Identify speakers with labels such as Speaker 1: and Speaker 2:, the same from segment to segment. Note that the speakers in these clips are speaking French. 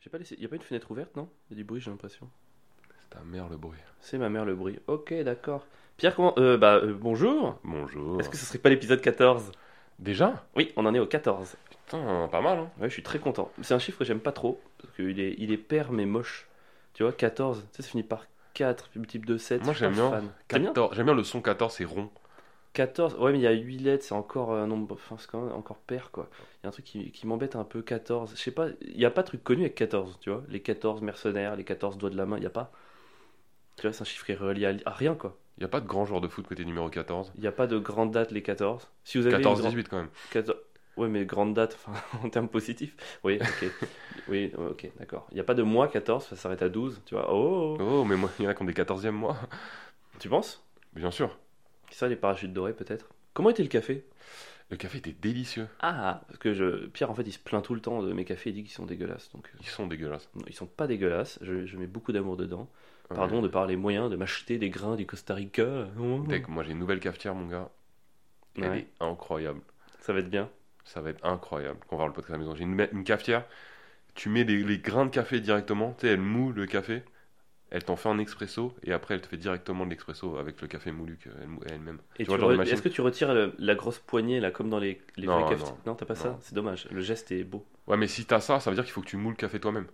Speaker 1: J'ai pas laissé. Y a pas une fenêtre ouverte, non Y a du bruit, j'ai l'impression.
Speaker 2: C'est ta mère le bruit.
Speaker 1: C'est ma mère le bruit. Ok, d'accord. Pierre, comment. euh, bah, euh, bonjour.
Speaker 2: Bonjour.
Speaker 1: Est-ce que ce serait pas l'épisode 14
Speaker 2: Déjà
Speaker 1: Oui, on en est au 14.
Speaker 2: Putain, pas mal, hein
Speaker 1: Ouais, je suis très content. C'est un chiffre que j'aime pas trop. Parce qu'il est, il est pair mais moche. Tu vois, 14, tu sais, ça finit par 4, multiple de 7.
Speaker 2: Moi,
Speaker 1: je suis
Speaker 2: j'aime
Speaker 1: pas
Speaker 2: bien.
Speaker 1: fan. T'aimes bien
Speaker 2: 14. J'aime bien le son 14, c'est rond.
Speaker 1: 14, ouais, mais il y a 8 lettres, c'est encore euh, un nombre, enfin, c'est quand même encore pair, quoi. Il y a un truc qui, qui m'embête un peu, 14. Je sais pas, il n'y a pas de truc connu avec 14, tu vois. Les 14 mercenaires, les 14 doigts de la main, il n'y a pas. Tu vois, c'est un chiffre qui est relié à, à rien, quoi.
Speaker 2: Il a pas de grand joueur de foot côté numéro 14.
Speaker 1: Il n'y a pas de grande date, les 14. Si vous avez une grande-
Speaker 2: 14-18 quand même.
Speaker 1: 14 Ouais, mais grande date, enfin, en termes positifs. Oui, ok. oui, ouais, ok, d'accord. Il n'y a pas de mois 14, ça s'arrête à 12, tu vois. Oh,
Speaker 2: Oh, mais moi, il y en a qui ont des 14e, moi.
Speaker 1: tu penses
Speaker 2: Bien sûr.
Speaker 1: C'est ça, les parachutes dorés, peut-être Comment était le café
Speaker 2: Le café était délicieux.
Speaker 1: Ah, parce que je... Pierre, en fait, il se plaint tout le temps de mes cafés, il dit qu'ils sont dégueulasses. Donc, euh,
Speaker 2: Ils sont dégueulasses.
Speaker 1: Non, ils sont pas dégueulasses, je, je mets beaucoup d'amour dedans. Pardon de parler moyen, de m'acheter des grains du Costa Rica.
Speaker 2: Ouais. Tech, moi j'ai une nouvelle cafetière, mon gars. Elle
Speaker 1: Ouais.
Speaker 2: est incroyable.
Speaker 1: Ça va être bien.
Speaker 2: Ça va être incroyable quand on va le podcast à la maison. J'ai une, une cafetière, tu mets des- les grains de café directement, tu sais, elle moule le café, elle t'en fait un expresso et après elle te fait directement de l'expresso avec le café moulu qu'elle mou- elle-même.
Speaker 1: Et
Speaker 2: Tu vois
Speaker 1: tu
Speaker 2: le genre de
Speaker 1: re-
Speaker 2: machine
Speaker 1: est-ce que tu retires le- la grosse poignée, là, comme dans les, les
Speaker 2: Non,
Speaker 1: vrais cafés
Speaker 2: non.
Speaker 1: t'as pas
Speaker 2: Non.
Speaker 1: ça C'est dommage, le geste est beau.
Speaker 2: Ouais, mais si t'as ça, ça veut dire qu'il faut que tu moules le café toi-même.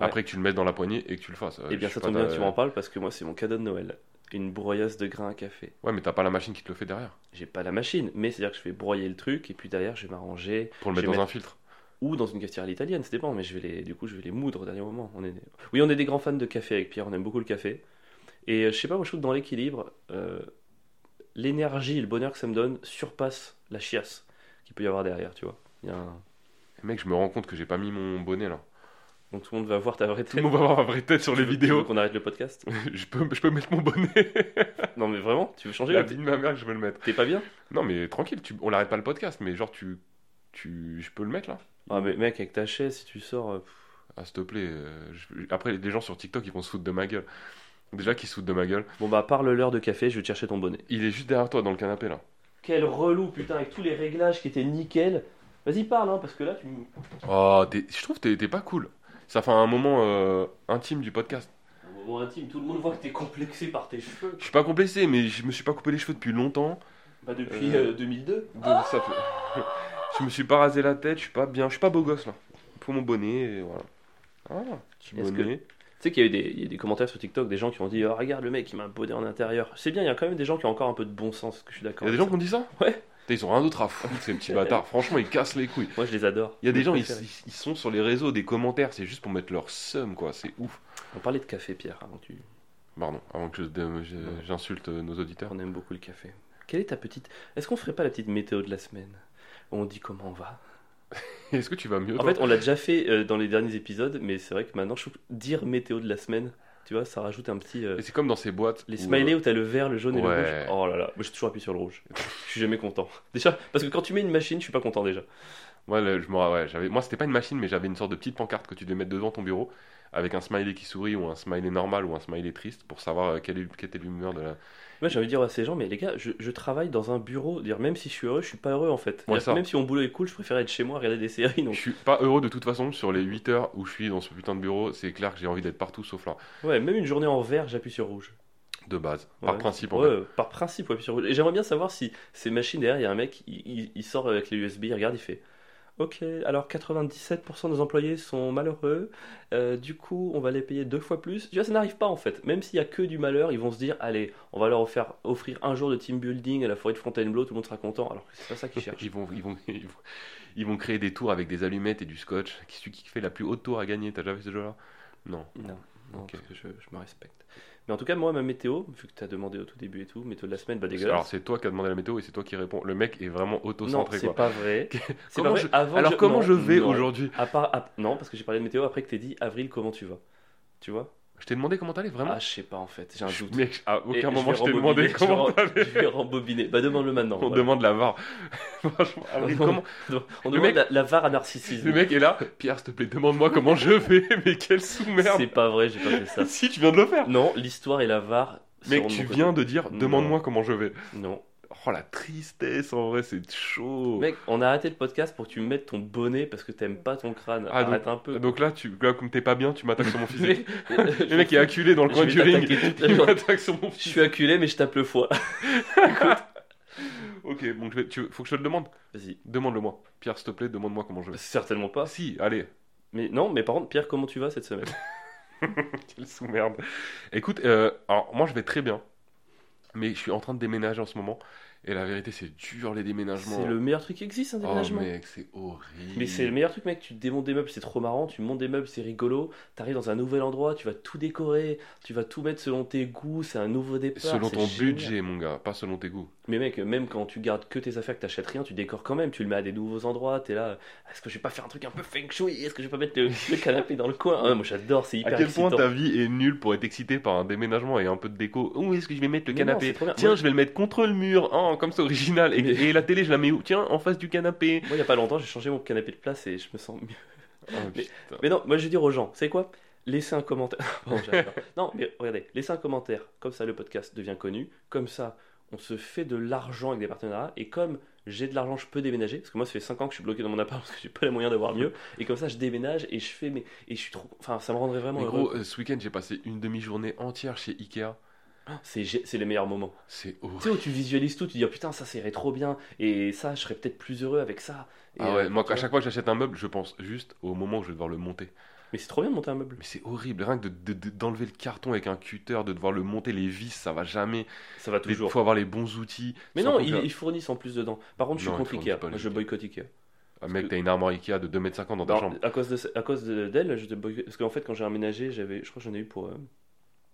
Speaker 2: Après que tu le mettes dans la poignée et que tu le fasses. Euh,
Speaker 1: Eh bien,
Speaker 2: je
Speaker 1: ça
Speaker 2: suis pas
Speaker 1: tombe bien
Speaker 2: ta-
Speaker 1: que tu m'en parles parce que moi, c'est mon cadeau de Noël. Une broyeuse de grains à café.
Speaker 2: Ouais, mais t'as pas la machine qui te le fait derrière
Speaker 1: J'ai pas la machine, mais c'est-à-dire que je vais broyer le truc et puis derrière, je vais m'arranger
Speaker 2: pour le
Speaker 1: Je
Speaker 2: mettre dans
Speaker 1: vais
Speaker 2: un filtre.
Speaker 1: ou dans une cafetière à l'italienne, ça dépend, mais je vais les, du coup, je vais les moudre au dernier moment. On est des- Oui, on est des grands fans de café avec Pierre, on aime beaucoup le café. Et euh, je sais pas, moi je trouve que dans l'équilibre, euh, l'énergie et le bonheur que ça me donne surpasse la chiasse qu'il peut y avoir derrière, tu vois. Il y a un-
Speaker 2: Et mec, je me rends compte que j'ai pas mis mon bonnet là.
Speaker 1: Donc tout le monde va voir ta vraie
Speaker 2: Tout
Speaker 1: tête.
Speaker 2: le monde va voir ma vraie tête sur
Speaker 1: Tu
Speaker 2: les
Speaker 1: veux- tu veux
Speaker 2: vidéos.
Speaker 1: qu'on arrête le podcast
Speaker 2: je, peux, je peux mettre mon bonnet.
Speaker 1: Non, mais vraiment, tu veux changer
Speaker 2: la
Speaker 1: là
Speaker 2: vie de ma mère que je vais le mettre.
Speaker 1: T'es pas bien
Speaker 2: Non, mais tranquille, tu- on l'arrête pas le podcast, mais genre, tu, tu, je peux le mettre là
Speaker 1: Ah, mais mec, avec ta chaise, si tu sors. euh, pff,
Speaker 2: Ah, s'il te plaît. euh, je- Après, les gens sur TikTok, ils vont se foutre de ma gueule. Déjà qu'ils se foutent de ma gueule.
Speaker 1: Bon, bah, parle-leur de café, je vais te chercher ton bonnet.
Speaker 2: Il est juste derrière toi dans le canapé là.
Speaker 1: Quel relou, putain, avec tous les réglages qui étaient nickel. Vas-y, parle, hein, parce que là, tu me.
Speaker 2: Oh, t'es- je trouve que t'es- t'es pas cool. Ça fait un moment euh, intime du podcast.
Speaker 1: Un moment intime, tout le monde voit que t'es complexé par tes cheveux.
Speaker 2: Je suis pas complexé, mais je me suis pas coupé les cheveux depuis longtemps.
Speaker 1: Bah depuis
Speaker 2: Euh,
Speaker 1: euh, 2002.
Speaker 2: Donc, ça fait- je me suis pas rasé la tête, je suis pas bien, je suis pas beau gosse là. Pour mon bonnet, et voilà. Ah, petit
Speaker 1: Est-ce que-
Speaker 2: bonnet.
Speaker 1: Tu sais qu'il y a eu des, il y a eu des commentaires sur TikTok, des gens qui ont dit Oh, Regarde le mec, il m'a un bonnet en intérieur. C'est bien, il y a quand même des gens qui ont encore un peu de bon sens, que je suis
Speaker 2: Il
Speaker 1: d'accord.
Speaker 2: y a des gens qui ont dit ça
Speaker 1: Ouais.
Speaker 2: Putain, Ils ont rien d'autre à foutre, ces petits bâtards. Franchement, ils cassent les couilles.
Speaker 1: Moi je les adore.
Speaker 2: Il y a des gens, ils,
Speaker 1: Préférés.
Speaker 2: ils sont sur les réseaux, des commentaires, c'est juste pour mettre leur somme, quoi. C'est ouf.
Speaker 1: On parlait de café, Pierre, avant que tu.
Speaker 2: Pardon, avant que je dé- je- j'insulte nos auditeurs.
Speaker 1: On aime beaucoup le café. Quelle est ta petite. Est-ce qu'on ferait pas la petite météo de la semaine On dit comment on va.
Speaker 2: Est-ce que tu vas mieux
Speaker 1: En
Speaker 2: toi
Speaker 1: fait, on l'a déjà fait euh, dans les derniers épisodes, mais c'est vrai que maintenant, je trouve que dire météo de la semaine, tu vois, ça rajoute un petit. euh,
Speaker 2: Et C'est comme dans ces boîtes.
Speaker 1: Les
Speaker 2: où,
Speaker 1: smileys où t'as le vert, le jaune et
Speaker 2: Ouais.
Speaker 1: le rouge. Oh là là, moi j'ai toujours appuyé sur le rouge. je suis jamais content. Déjà, parce que quand tu mets une machine, je suis pas content déjà.
Speaker 2: euh, moi, le- je me- ouais, j'avais- moi, c'était pas une machine, mais j'avais une sorte de petite pancarte que tu devais mettre devant ton bureau avec un smiley qui sourit ou un smiley normal ou un smiley triste pour savoir euh, quelle, est- quelle était l'humeur de la.
Speaker 1: Moi j'ai envie de dire à ces gens, mais les gars, je, je travaille dans un bureau. Dire même si je suis heureux, je suis pas heureux en fait.
Speaker 2: Ouais,
Speaker 1: C'est-à-dire
Speaker 2: ça.
Speaker 1: que Même si mon boulot est cool, je préfère être chez moi, regarder des séries.
Speaker 2: Je
Speaker 1: Donc
Speaker 2: suis pas heureux de toute façon sur les 8 heures où je suis dans ce putain de bureau. C'est clair que j'ai envie d'être partout sauf là.
Speaker 1: ouais, même une journée en vert, j'appuie sur rouge.
Speaker 2: De base, par
Speaker 1: Ouais.
Speaker 2: principe en
Speaker 1: Ouais, euh, par principe, j'appuie sur rouge. Et j'aimerais bien savoir si ces machines derrière, il y a un mec, il, il- il sort avec les USB, il regarde, il fait. Ok, alors 97% de nos employés sont malheureux, euh, du coup on va les payer deux fois plus. Tu vois, ça n'arrive pas en fait. Même s'il y a que du malheur, ils vont se dire allez, on va leur offrir, offrir un jour de team building à la forêt de Fontainebleau, tout le monde sera content. Alors que c'est pas ça qu'ils cherchent.
Speaker 2: Ils vont, ils, vont, ils, vont, ils vont créer des tours avec des allumettes et du scotch. Qui celui qui fait la plus haute tour à gagner T'as déjà vu ce jeu-là Non.
Speaker 1: Non, non
Speaker 2: Ok.
Speaker 1: parce que je, je me respecte. Mais en tout cas, moi, ma météo, vu que tu as demandé au tout début et tout, météo de la semaine, bah
Speaker 2: Alors
Speaker 1: dégueulasse.
Speaker 2: c'est toi qui as demandé la météo et c'est toi qui réponds. Le mec est vraiment
Speaker 1: Non,
Speaker 2: auto-centré
Speaker 1: c'est
Speaker 2: quoi.
Speaker 1: pas vrai. C'est
Speaker 2: Comment
Speaker 1: pas vrai.
Speaker 2: je-
Speaker 1: Avant
Speaker 2: Alors
Speaker 1: que
Speaker 2: comment
Speaker 1: non,
Speaker 2: je vais
Speaker 1: non.
Speaker 2: aujourd'hui
Speaker 1: À part, à- Non, parce que j'ai parlé de météo après que t'aies dit Avril, comment tu vas Tu vois
Speaker 2: Je t'ai demandé comment t'allais vraiment
Speaker 1: Ah, je sais pas en fait, j'ai un
Speaker 2: Je-
Speaker 1: doute.
Speaker 2: Mec, à
Speaker 1: Et
Speaker 2: aucun
Speaker 1: je
Speaker 2: moment
Speaker 1: vais
Speaker 2: je t'ai
Speaker 1: rembobiner,
Speaker 2: demandé
Speaker 1: je vais
Speaker 2: comment
Speaker 1: rem-
Speaker 2: t'allais.
Speaker 1: Je vais rembobiner. Bah demande-le maintenant.
Speaker 2: On
Speaker 1: voilà.
Speaker 2: demande la VAR. Franchement, Avril,
Speaker 1: Non.
Speaker 2: comment-
Speaker 1: On
Speaker 2: Le
Speaker 1: demande
Speaker 2: mec-
Speaker 1: la, la VAR à
Speaker 2: Le
Speaker 1: narcissisme.
Speaker 2: mec est là. Pierre, s'il te plaît, demande-moi comment je vais. Mais quelle
Speaker 1: C'est
Speaker 2: sous-merde.
Speaker 1: pas vrai, j'ai pas fait ça.
Speaker 2: Si, tu viens de le faire.
Speaker 1: Non, l'histoire et la VAR.
Speaker 2: Mec,
Speaker 1: seront de
Speaker 2: tu
Speaker 1: mon côté.
Speaker 2: viens de dire
Speaker 1: Non.
Speaker 2: demande-moi comment je vais.
Speaker 1: Non.
Speaker 2: Oh la tristesse en vrai, c'est chaud.
Speaker 1: Mec, on a arrêté le podcast pour que tu mettes ton bonnet parce que t'aimes pas ton crâne.
Speaker 2: Ah,
Speaker 1: Arrête un peu.
Speaker 2: Donc là, tu, là, comme t'es pas bien, tu m'attaques sur mon physique.
Speaker 1: Mais-
Speaker 2: Le mec est acculé dans le
Speaker 1: Je
Speaker 2: coin
Speaker 1: vais
Speaker 2: du ring.
Speaker 1: t'attaquer toute la
Speaker 2: Il
Speaker 1: journée.
Speaker 2: m'attaque sur mon
Speaker 1: Je
Speaker 2: physique.
Speaker 1: suis acculé, mais je tape le foie.
Speaker 2: Ok, bon, je vais- tu, faut que je te le demande.
Speaker 1: Vas-y.
Speaker 2: Demande-le moi. Pierre, s'il te plaît, demande-moi comment je vais.
Speaker 1: Certainement Bah, pas.
Speaker 2: Si, allez,
Speaker 1: Mais non, mais par contre, Pierre, comment tu vas cette semaine
Speaker 2: quelle sous-merde. Écoute, euh, alors moi je vais très bien, mais je suis en train de déménager en ce moment. Et la vérité, c'est dur les déménagements.
Speaker 1: C'est le meilleur truc qui existe, hein, un
Speaker 2: euh. Oh
Speaker 1: déménagement.
Speaker 2: mec, c'est horrible.
Speaker 1: Mais c'est le meilleur truc, mec. Tu démontes des meubles, c'est trop marrant. Tu montes des meubles, c'est rigolo. T'arrives dans un nouvel endroit, tu vas tout décorer, tu vas tout mettre selon tes goûts. C'est un nouveau départ.
Speaker 2: Selon
Speaker 1: c'est
Speaker 2: ton
Speaker 1: génial.
Speaker 2: budget, mon gars, pas selon tes goûts.
Speaker 1: Mais mec, même quand tu gardes que tes affaires, que t'achètes rien, tu décores quand même. Tu le mets à des nouveaux endroits. T'es là. Est-ce que je vais pas faire un truc un peu feng shui Est-ce que je vais pas mettre le, le canapé dans le coin Ah ouais, Moi, j'adore. C'est
Speaker 2: À
Speaker 1: hyper
Speaker 2: quel point
Speaker 1: excitant.
Speaker 2: ta vie est nulle pour être excité par un déménagement et un peu de déco Où est-ce que je vais mettre le
Speaker 1: Mais non,
Speaker 2: canapé
Speaker 1: c'est trop bien.
Speaker 2: Tiens,
Speaker 1: Moi-
Speaker 2: je vais le mettre contre le mur. Oh, comme c'est original. Et,
Speaker 1: Mais-
Speaker 2: et la télé, je la mets où Tiens, en face du canapé.
Speaker 1: Moi, il y a pas longtemps, j'ai changé mon canapé de place et je me sens mieux.
Speaker 2: Oh,
Speaker 1: Mais-
Speaker 2: putain.
Speaker 1: Mais non, moi je vais dire aux gens, c'est quoi Laissez un commentaire. Pardon, j'arrête pas. non, mais regardez, laissez un commentaire. Comme ça, le podcast devient connu. Comme ça, on se fait de l'argent avec des partenariats. Et comme j'ai de l'argent, je peux déménager. Parce que moi, ça fait 5 ans que je suis bloqué dans mon appart parce que j'ai pas les moyens d'avoir mieux. Et comme ça, je déménage et je fais mes. Et je suis trop. Enfin, ça me rendrait vraiment
Speaker 2: Mais
Speaker 1: heureux.
Speaker 2: gros, euh, ce week-end, j'ai passé une demi-journée entière chez Ikea.
Speaker 1: C'est gé- c'est les meilleurs moments.
Speaker 2: C'est
Speaker 1: Tu
Speaker 2: horrible.
Speaker 1: sais, où tu visualises tout, tu dis, oh, putain, ça, ça irait trop bien. Et ça, je serais peut-être plus heureux avec ça. Et,
Speaker 2: Ah ouais,
Speaker 1: euh,
Speaker 2: moi
Speaker 1: tu
Speaker 2: à
Speaker 1: vois.
Speaker 2: chaque fois que j'achète un meuble, je pense juste au moment où je vais devoir le monter.
Speaker 1: Mais c'est trop bien de monter un meuble.
Speaker 2: Mais c'est horrible, rien que de- de- de- d'enlever le carton avec un cutter, de devoir le monter, les vis, ça va jamais.
Speaker 1: Ça va
Speaker 2: Il
Speaker 1: toujours.
Speaker 2: faut avoir les bons outils.
Speaker 1: Mais
Speaker 2: Sans
Speaker 1: non,
Speaker 2: compter-
Speaker 1: ils, ils fournissent en plus dedans. Par contre, je
Speaker 2: Non,
Speaker 1: suis
Speaker 2: ils
Speaker 1: contre
Speaker 2: fournissent
Speaker 1: Ikea.
Speaker 2: pas les
Speaker 1: Moi, je
Speaker 2: Ikea.
Speaker 1: boycotte Ikea.
Speaker 2: Ah, Mec, t'as une armoire Ikea de 2m50 dans ta
Speaker 1: Non,
Speaker 2: chambre.
Speaker 1: Bah, à cause de ce- à cause de- d'elle, je te boycotte- parce qu'en fait quand j'ai emménagé, j'avais je crois que j'en ai eu pour euh,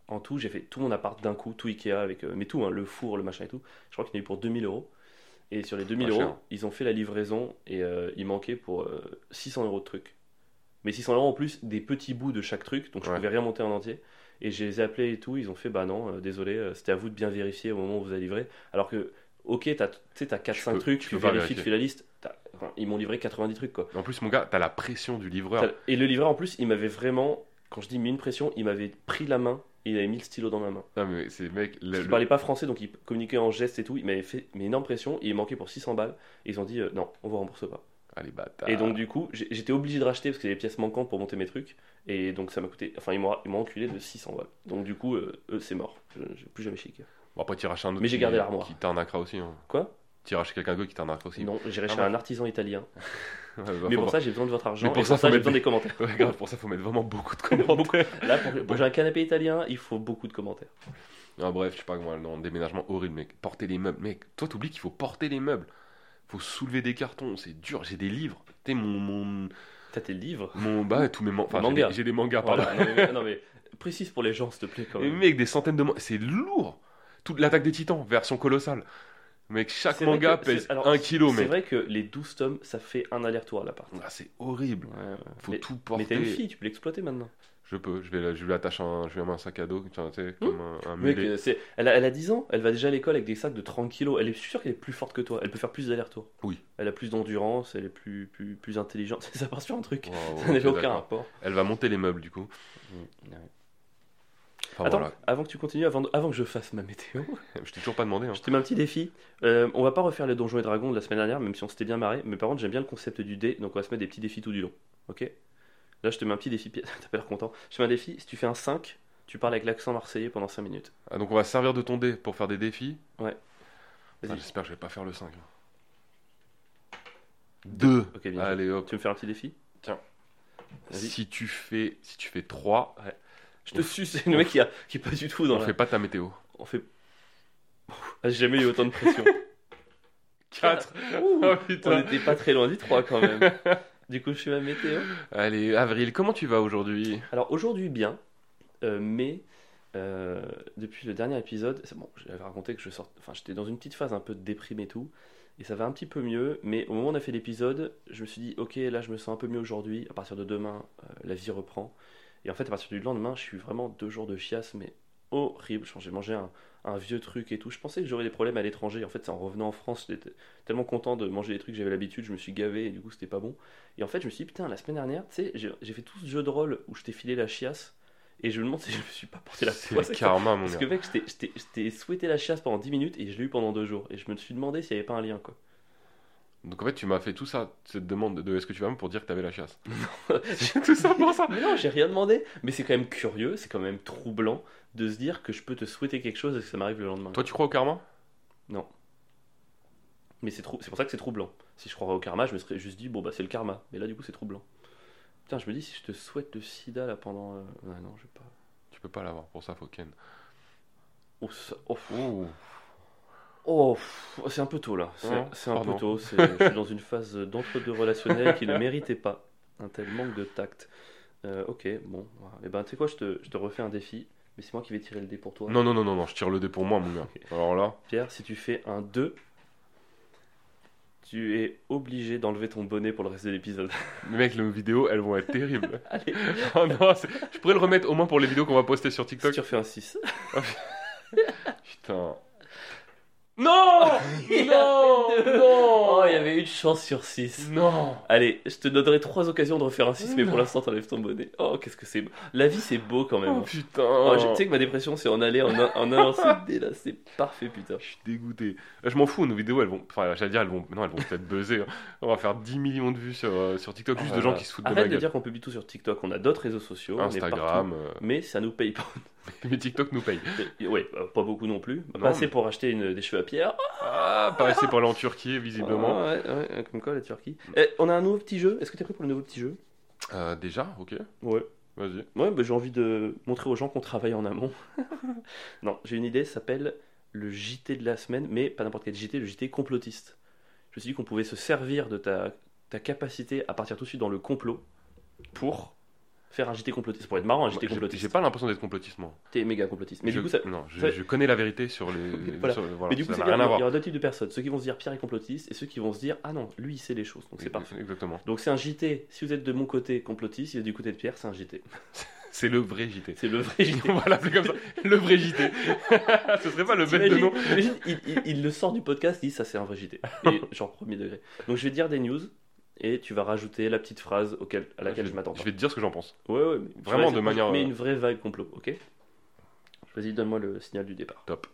Speaker 1: en tout, j'ai fait tout mon appart d'un coup, tout Ikea avec euh, mais tout hein, le four, le machin et tout. Je crois qu'il y en a eu pour 2000 euros. Et sur les 2000
Speaker 2: Pas
Speaker 1: euros,
Speaker 2: cher.
Speaker 1: ils ont fait la livraison et euh, il manquait pour euh, 600 euros de trucs. Mais 600 euros en plus des petits bouts de chaque truc, donc je
Speaker 2: Ouais.
Speaker 1: pouvais rien monter en entier. Et je les ai appelés et tout, ils ont fait bah non, euh, désolé, euh, c'était à vous de bien vérifier au moment où vous avez livré. Alors que ok, t'as- tu sais, t'as 4-5
Speaker 2: peux-
Speaker 1: trucs,
Speaker 2: tu
Speaker 1: tu,
Speaker 2: peux pas
Speaker 1: vérifies, tu
Speaker 2: vérifier.
Speaker 1: fais la liste. T'as- enfin, ils m'ont livré 90 trucs quoi.
Speaker 2: En plus, mon gars, t'as la pression du livreur.
Speaker 1: T'as- Et le livreur, en plus, il m'avait vraiment, quand je dis mis une pression, il m'avait pris la main et il avait mis le stylo dans ma main.
Speaker 2: Non, mais c'est mec. le-
Speaker 1: Parce
Speaker 2: le-
Speaker 1: qu'il parlait pas français, donc il communiquait en gestes et tout. Il m'avait fait une énorme pression et il manquait pour 600 balles. Et ils ont dit euh, non, on vous rembourse pas.
Speaker 2: Ah, les bâtards.
Speaker 1: Et donc, du coup, j'ai- j'étais obligé de racheter parce qu'il y avait des pièces manquantes pour monter mes trucs. Et donc, ça m'a coûté. Enfin, ils m'ont ils m'ont enculé de 600 balles. Donc, du coup, euh, eux, c'est mort. Je, je- plus jamais chic.
Speaker 2: Bon, après, t'iras chez un autre
Speaker 1: Mais j'ai
Speaker 2: qui-
Speaker 1: gardé l'armoire.
Speaker 2: Qui t'arnaquera aussi. Hein.
Speaker 1: Quoi
Speaker 2: T'iras chez quelqu'un d'autre qui t'arnaquera aussi.
Speaker 1: Non, j'irai
Speaker 2: Ah,
Speaker 1: chez
Speaker 2: moi-
Speaker 1: un artisan italien.
Speaker 2: Ouais, bah,
Speaker 1: Mais
Speaker 2: faut
Speaker 1: pour
Speaker 2: voir.
Speaker 1: ça, j'ai besoin de votre argent.
Speaker 2: Mais pour
Speaker 1: et
Speaker 2: ça, faut
Speaker 1: j'ai
Speaker 2: mettre
Speaker 1: besoin des commentaires.
Speaker 2: Ouais, grave, pour ça, faut mettre vraiment beaucoup de commentaires.
Speaker 1: Là, pour, pour j'ai un canapé italien, il faut beaucoup de commentaires.
Speaker 2: Ah, bref, je sais pas moi, non, déménagement horrible, mec. Porter les meubles, mec. Toi, t'oublies qu'il faut porter les meubles. Faut soulever des cartons, c'est dur. J'ai des livres. T'es mon, mon,
Speaker 1: T'as tes livres
Speaker 2: mon, bah, tous mes man- enfin,
Speaker 1: Des
Speaker 2: j'ai des-
Speaker 1: mangas.
Speaker 2: J'ai des mangas, Ah, pardon.
Speaker 1: Voilà, non, mais, non, mais précise pour les gens, s'il te plaît, quand
Speaker 2: Mais
Speaker 1: même.
Speaker 2: mec, des centaines de mangas, c'est lourd. Toute l'attaque des titans, version colossale. Mec, chaque
Speaker 1: C'est vrai
Speaker 2: manga
Speaker 1: que-
Speaker 2: pèse
Speaker 1: c'est- alors,
Speaker 2: un kilo,
Speaker 1: C'est
Speaker 2: mec.
Speaker 1: vrai que les 12 tomes, ça fait un aller-retour à l'appart.
Speaker 2: Ah, c'est horrible. Faut
Speaker 1: mais,
Speaker 2: tout
Speaker 1: mais t'as une
Speaker 2: porter.
Speaker 1: fille, tu peux l'exploiter maintenant.
Speaker 2: Je peux, je vais, la- je lui attache un, je lui mets un sac à dos, tu sais, comme un, un
Speaker 1: Hmm Mec,
Speaker 2: mulet.
Speaker 1: euh, c'est- elle, a, elle a 10 ans, elle va déjà à l'école avec des sacs de 30 kilos. Elle est, je suis sûr qu'elle est plus forte que toi, elle peut faire plus d'allers-retours.
Speaker 2: Oui.
Speaker 1: Elle a plus d'endurance, elle est plus, plus, plus intelligente. Ça part sur un truc.
Speaker 2: Wow, wow,
Speaker 1: Ça n'avait
Speaker 2: ok,
Speaker 1: aucun
Speaker 2: d'accord.
Speaker 1: rapport.
Speaker 2: Elle va monter les meubles, du coup. Enfin,
Speaker 1: Attends,
Speaker 2: Ah, voilà.
Speaker 1: avant que tu continues, avant, de- avant que je fasse ma météo,
Speaker 2: Je t'ai toujours pas demandé. hein.
Speaker 1: je te mets un petit défi. Euh, on va pas refaire les donjons et dragons de la semaine dernière, même si on s'était bien marré. Mais par contre, j'aime bien le concept du dé, donc on va se mettre des petits défis tout du long. Ok Là, je te mets un petit défi. Pierre, T'as pas l'air content. Je te mets un défi. Si tu fais un 5, tu parles avec l'accent marseillais pendant 5 minutes.
Speaker 2: Ah, donc on va se servir de ton dé pour faire des défis.
Speaker 1: Ouais.
Speaker 2: Putain,
Speaker 1: Vas-y.
Speaker 2: J'espère que je vais pas faire le 5. 2.
Speaker 1: Ok, bien. joué.
Speaker 2: Allez hop.
Speaker 1: Tu veux me faire un petit défi Vas-y.
Speaker 2: Si tu fais si tu fais 3,
Speaker 1: Je te suce. Le mec qui, a, qui est pas du tout dans
Speaker 2: on
Speaker 1: la-
Speaker 2: fait pas ta météo.
Speaker 1: On fait. Ah, J'ai jamais eu autant de pression.
Speaker 2: 4.
Speaker 1: Ouh,
Speaker 2: oh
Speaker 1: on
Speaker 2: putain.
Speaker 1: était pas très loin du 3 quand même. Du coup, je fais ma météo.
Speaker 2: Allez, Avril, comment tu vas aujourd'hui
Speaker 1: Alors aujourd'hui bien, euh, mais euh, depuis le dernier épisode, c'est bon, j'avais raconté que je sortais, enfin j'étais dans une petite phase un peu de déprime et tout, et ça va un petit peu mieux. Mais au moment où on a fait l'épisode, je me suis dit ok là je me sens un peu mieux aujourd'hui. À partir de demain, euh, la vie reprend. Et en fait à partir du lendemain, je suis vraiment deux jours de chiasse, mais horrible. Genre, J'ai mangé un, un vieux truc et tout. Je pensais que j'aurais des problèmes à l'étranger. En fait c'est en revenant en France, j'étais tellement content de manger des trucs que j'avais l'habitude, je me suis gavé et du coup c'était pas bon. Et en fait, je me suis dit, putain, la semaine dernière, tu sais, j'ai j'ai fait tout ce jeu de rôle où je t'ai filé la chiasse. Et je me demande si je me suis pas porté la
Speaker 2: C'est le
Speaker 1: poisse.
Speaker 2: karma, mon
Speaker 1: Parce que
Speaker 2: gars.
Speaker 1: mec, je t'ai- je t'ai- je t'ai souhaité la chasse pendant 10 minutes et je l'ai eu pendant 2 jours. Et je me suis demandé s'il n'y avait pas un lien quoi.
Speaker 2: Donc en fait, tu m'as fait tout ça, cette demande de est-ce que tu vas me pour dire que t'avais la chasse. C'est tout ça pour ça.
Speaker 1: Mais non, j'ai rien demandé. Mais c'est quand même curieux, c'est quand même troublant de se dire que je peux te souhaiter quelque chose et que ça m'arrive le lendemain.
Speaker 2: Toi, tu crois au karma
Speaker 1: Mais c'est trou- c'est pour ça que c'est troublant. Si je croirais au karma, je me serais juste dit, bon bah c'est le karma. Mais là du coup c'est troublant. Putain, je me dis si je te souhaite le sida là pendant... euh, Ah non, je vais pas...
Speaker 2: Tu peux pas l'avoir, pour ça, faut Ken.
Speaker 1: Oh, ça- oh, pff.
Speaker 2: Ouh.
Speaker 1: Oh, pff, c'est un peu tôt là. C'est
Speaker 2: Ouais,
Speaker 1: c'est un peu
Speaker 2: Hein pardon.
Speaker 1: tôt. C'est- Je suis dans une phase d'entre-deux relationnel qui ne méritait pas un tel manque de tact. Euh, ok, bon. Et ben, tu sais quoi, je te, je te refais un défi, mais c'est moi qui vais tirer le dé pour toi.
Speaker 2: Non, non, non, non, non, je tire le dé pour moi, mon gars. Alors là,
Speaker 1: Pierre, si tu fais un 2, tu es obligé d'enlever ton bonnet pour le reste de l'épisode.
Speaker 2: mec, les vidéos, elles vont être terribles.
Speaker 1: Allez,
Speaker 2: Oh non, c'est- je pourrais le remettre au moins pour les vidéos qu'on va poster sur
Speaker 1: si
Speaker 2: TikTok.
Speaker 1: tu refais un 6.
Speaker 2: Putain. Non
Speaker 1: Il
Speaker 2: Non
Speaker 1: a fait deux.
Speaker 2: Non
Speaker 1: Oh, il y avait une chance sur 6.
Speaker 2: Non
Speaker 1: Allez, je te donnerai trois occasions de refaire un 6, mais pour
Speaker 2: Non.
Speaker 1: l'instant, t'enlèves ton bonnet. Oh, qu'est-ce que c'est. beau. La vie, c'est beau quand même.
Speaker 2: Oh
Speaker 1: hein.
Speaker 2: putain
Speaker 1: Oh, je- tu sais que ma dépression c'est en aller en un, en un lancer de dés, là, c'est parfait putain.
Speaker 2: Je suis dégoûté. Euh, Je m'en fous, nos vidéos, elles vont. Enfin, j'allais dire, elles vont. Non, elles vont peut-être buzzer. hein. On va faire 10 millions de vues sur, euh, sur TikTok, juste de gens qui se foutent de
Speaker 1: Oh Arrête
Speaker 2: ma
Speaker 1: de,
Speaker 2: gueule.
Speaker 1: dire qu'on publie tout sur TikTok, on a d'autres réseaux sociaux, on est partout,
Speaker 2: Instagram. euh,
Speaker 1: mais ça nous paye pas.
Speaker 2: Mais TikTok nous paye.
Speaker 1: ouais, bah, pas beaucoup non plus, Bah,
Speaker 2: Non,
Speaker 1: pas assez
Speaker 2: mais-
Speaker 1: pour acheter une, des cheveux à pierre.
Speaker 2: Ah, pas assez pour aller en Turquie, visiblement.
Speaker 1: Ouais, ouais, ouais, comme quoi la Turquie. Eh, on a un nouveau petit jeu, est-ce que t'es prêt pour le nouveau petit jeu
Speaker 2: Euh, déjà, ok.
Speaker 1: Ouais.
Speaker 2: Vas-y.
Speaker 1: Ouais, bah, j'ai envie de montrer aux gens qu'on travaille en amont. non, j'ai une idée, ça s'appelle le JT de la semaine, mais pas n'importe quel JT, le JT complotiste. Je me suis dit qu'on pouvait se servir de ta, ta capacité à partir tout de suite dans le complot pour faire un JT complotiste. Ça pourrait être marrant, un JT
Speaker 2: J'ai-
Speaker 1: complotiste.
Speaker 2: J'ai pas l'impression d'être complotiste, moi.
Speaker 1: T'es méga complotiste. Mais
Speaker 2: je,
Speaker 1: du coup, ça,
Speaker 2: Non, je,
Speaker 1: ça-
Speaker 2: je connais la vérité sur les.
Speaker 1: Voilà.
Speaker 2: sur- voilà,
Speaker 1: mais du coup,
Speaker 2: ça
Speaker 1: c'est
Speaker 2: n'a
Speaker 1: bien,
Speaker 2: rien à
Speaker 1: il y
Speaker 2: voir.
Speaker 1: aura deux types de personnes. Ceux qui vont se dire Pierre est complotiste et ceux qui vont se dire Ah non, lui il sait les choses, donc c'est parfait.
Speaker 2: Exactement.
Speaker 1: Donc c'est un JT, si vous êtes de mon côté complotiste, si vous êtes du côté de Pierre, c'est un JT.
Speaker 2: C'est le vrai JT.
Speaker 1: C'est le vrai JT.
Speaker 2: On va l'appeler comme ça. Le vrai JT. Ce serait pas le bête de
Speaker 1: T'imagines-
Speaker 2: nom.
Speaker 1: t'imagines, il, il- il le sort du podcast, il dit ça c'est un vrai JT. Et genre premier degré. Donc je vais dire des news et tu vas rajouter la petite phrase auquel, à laquelle
Speaker 2: vais-
Speaker 1: je m'attends pas.
Speaker 2: Ah, Je vais te dire ce que j'en pense.
Speaker 1: Ouais, ouais, mais-
Speaker 2: Vraiment,
Speaker 1: Ouais,
Speaker 2: de
Speaker 1: c'est-
Speaker 2: manière,
Speaker 1: Mais
Speaker 2: euh,
Speaker 1: une vraie vibe complot, ok Vas-y, donne-moi le signal du départ.
Speaker 2: Top.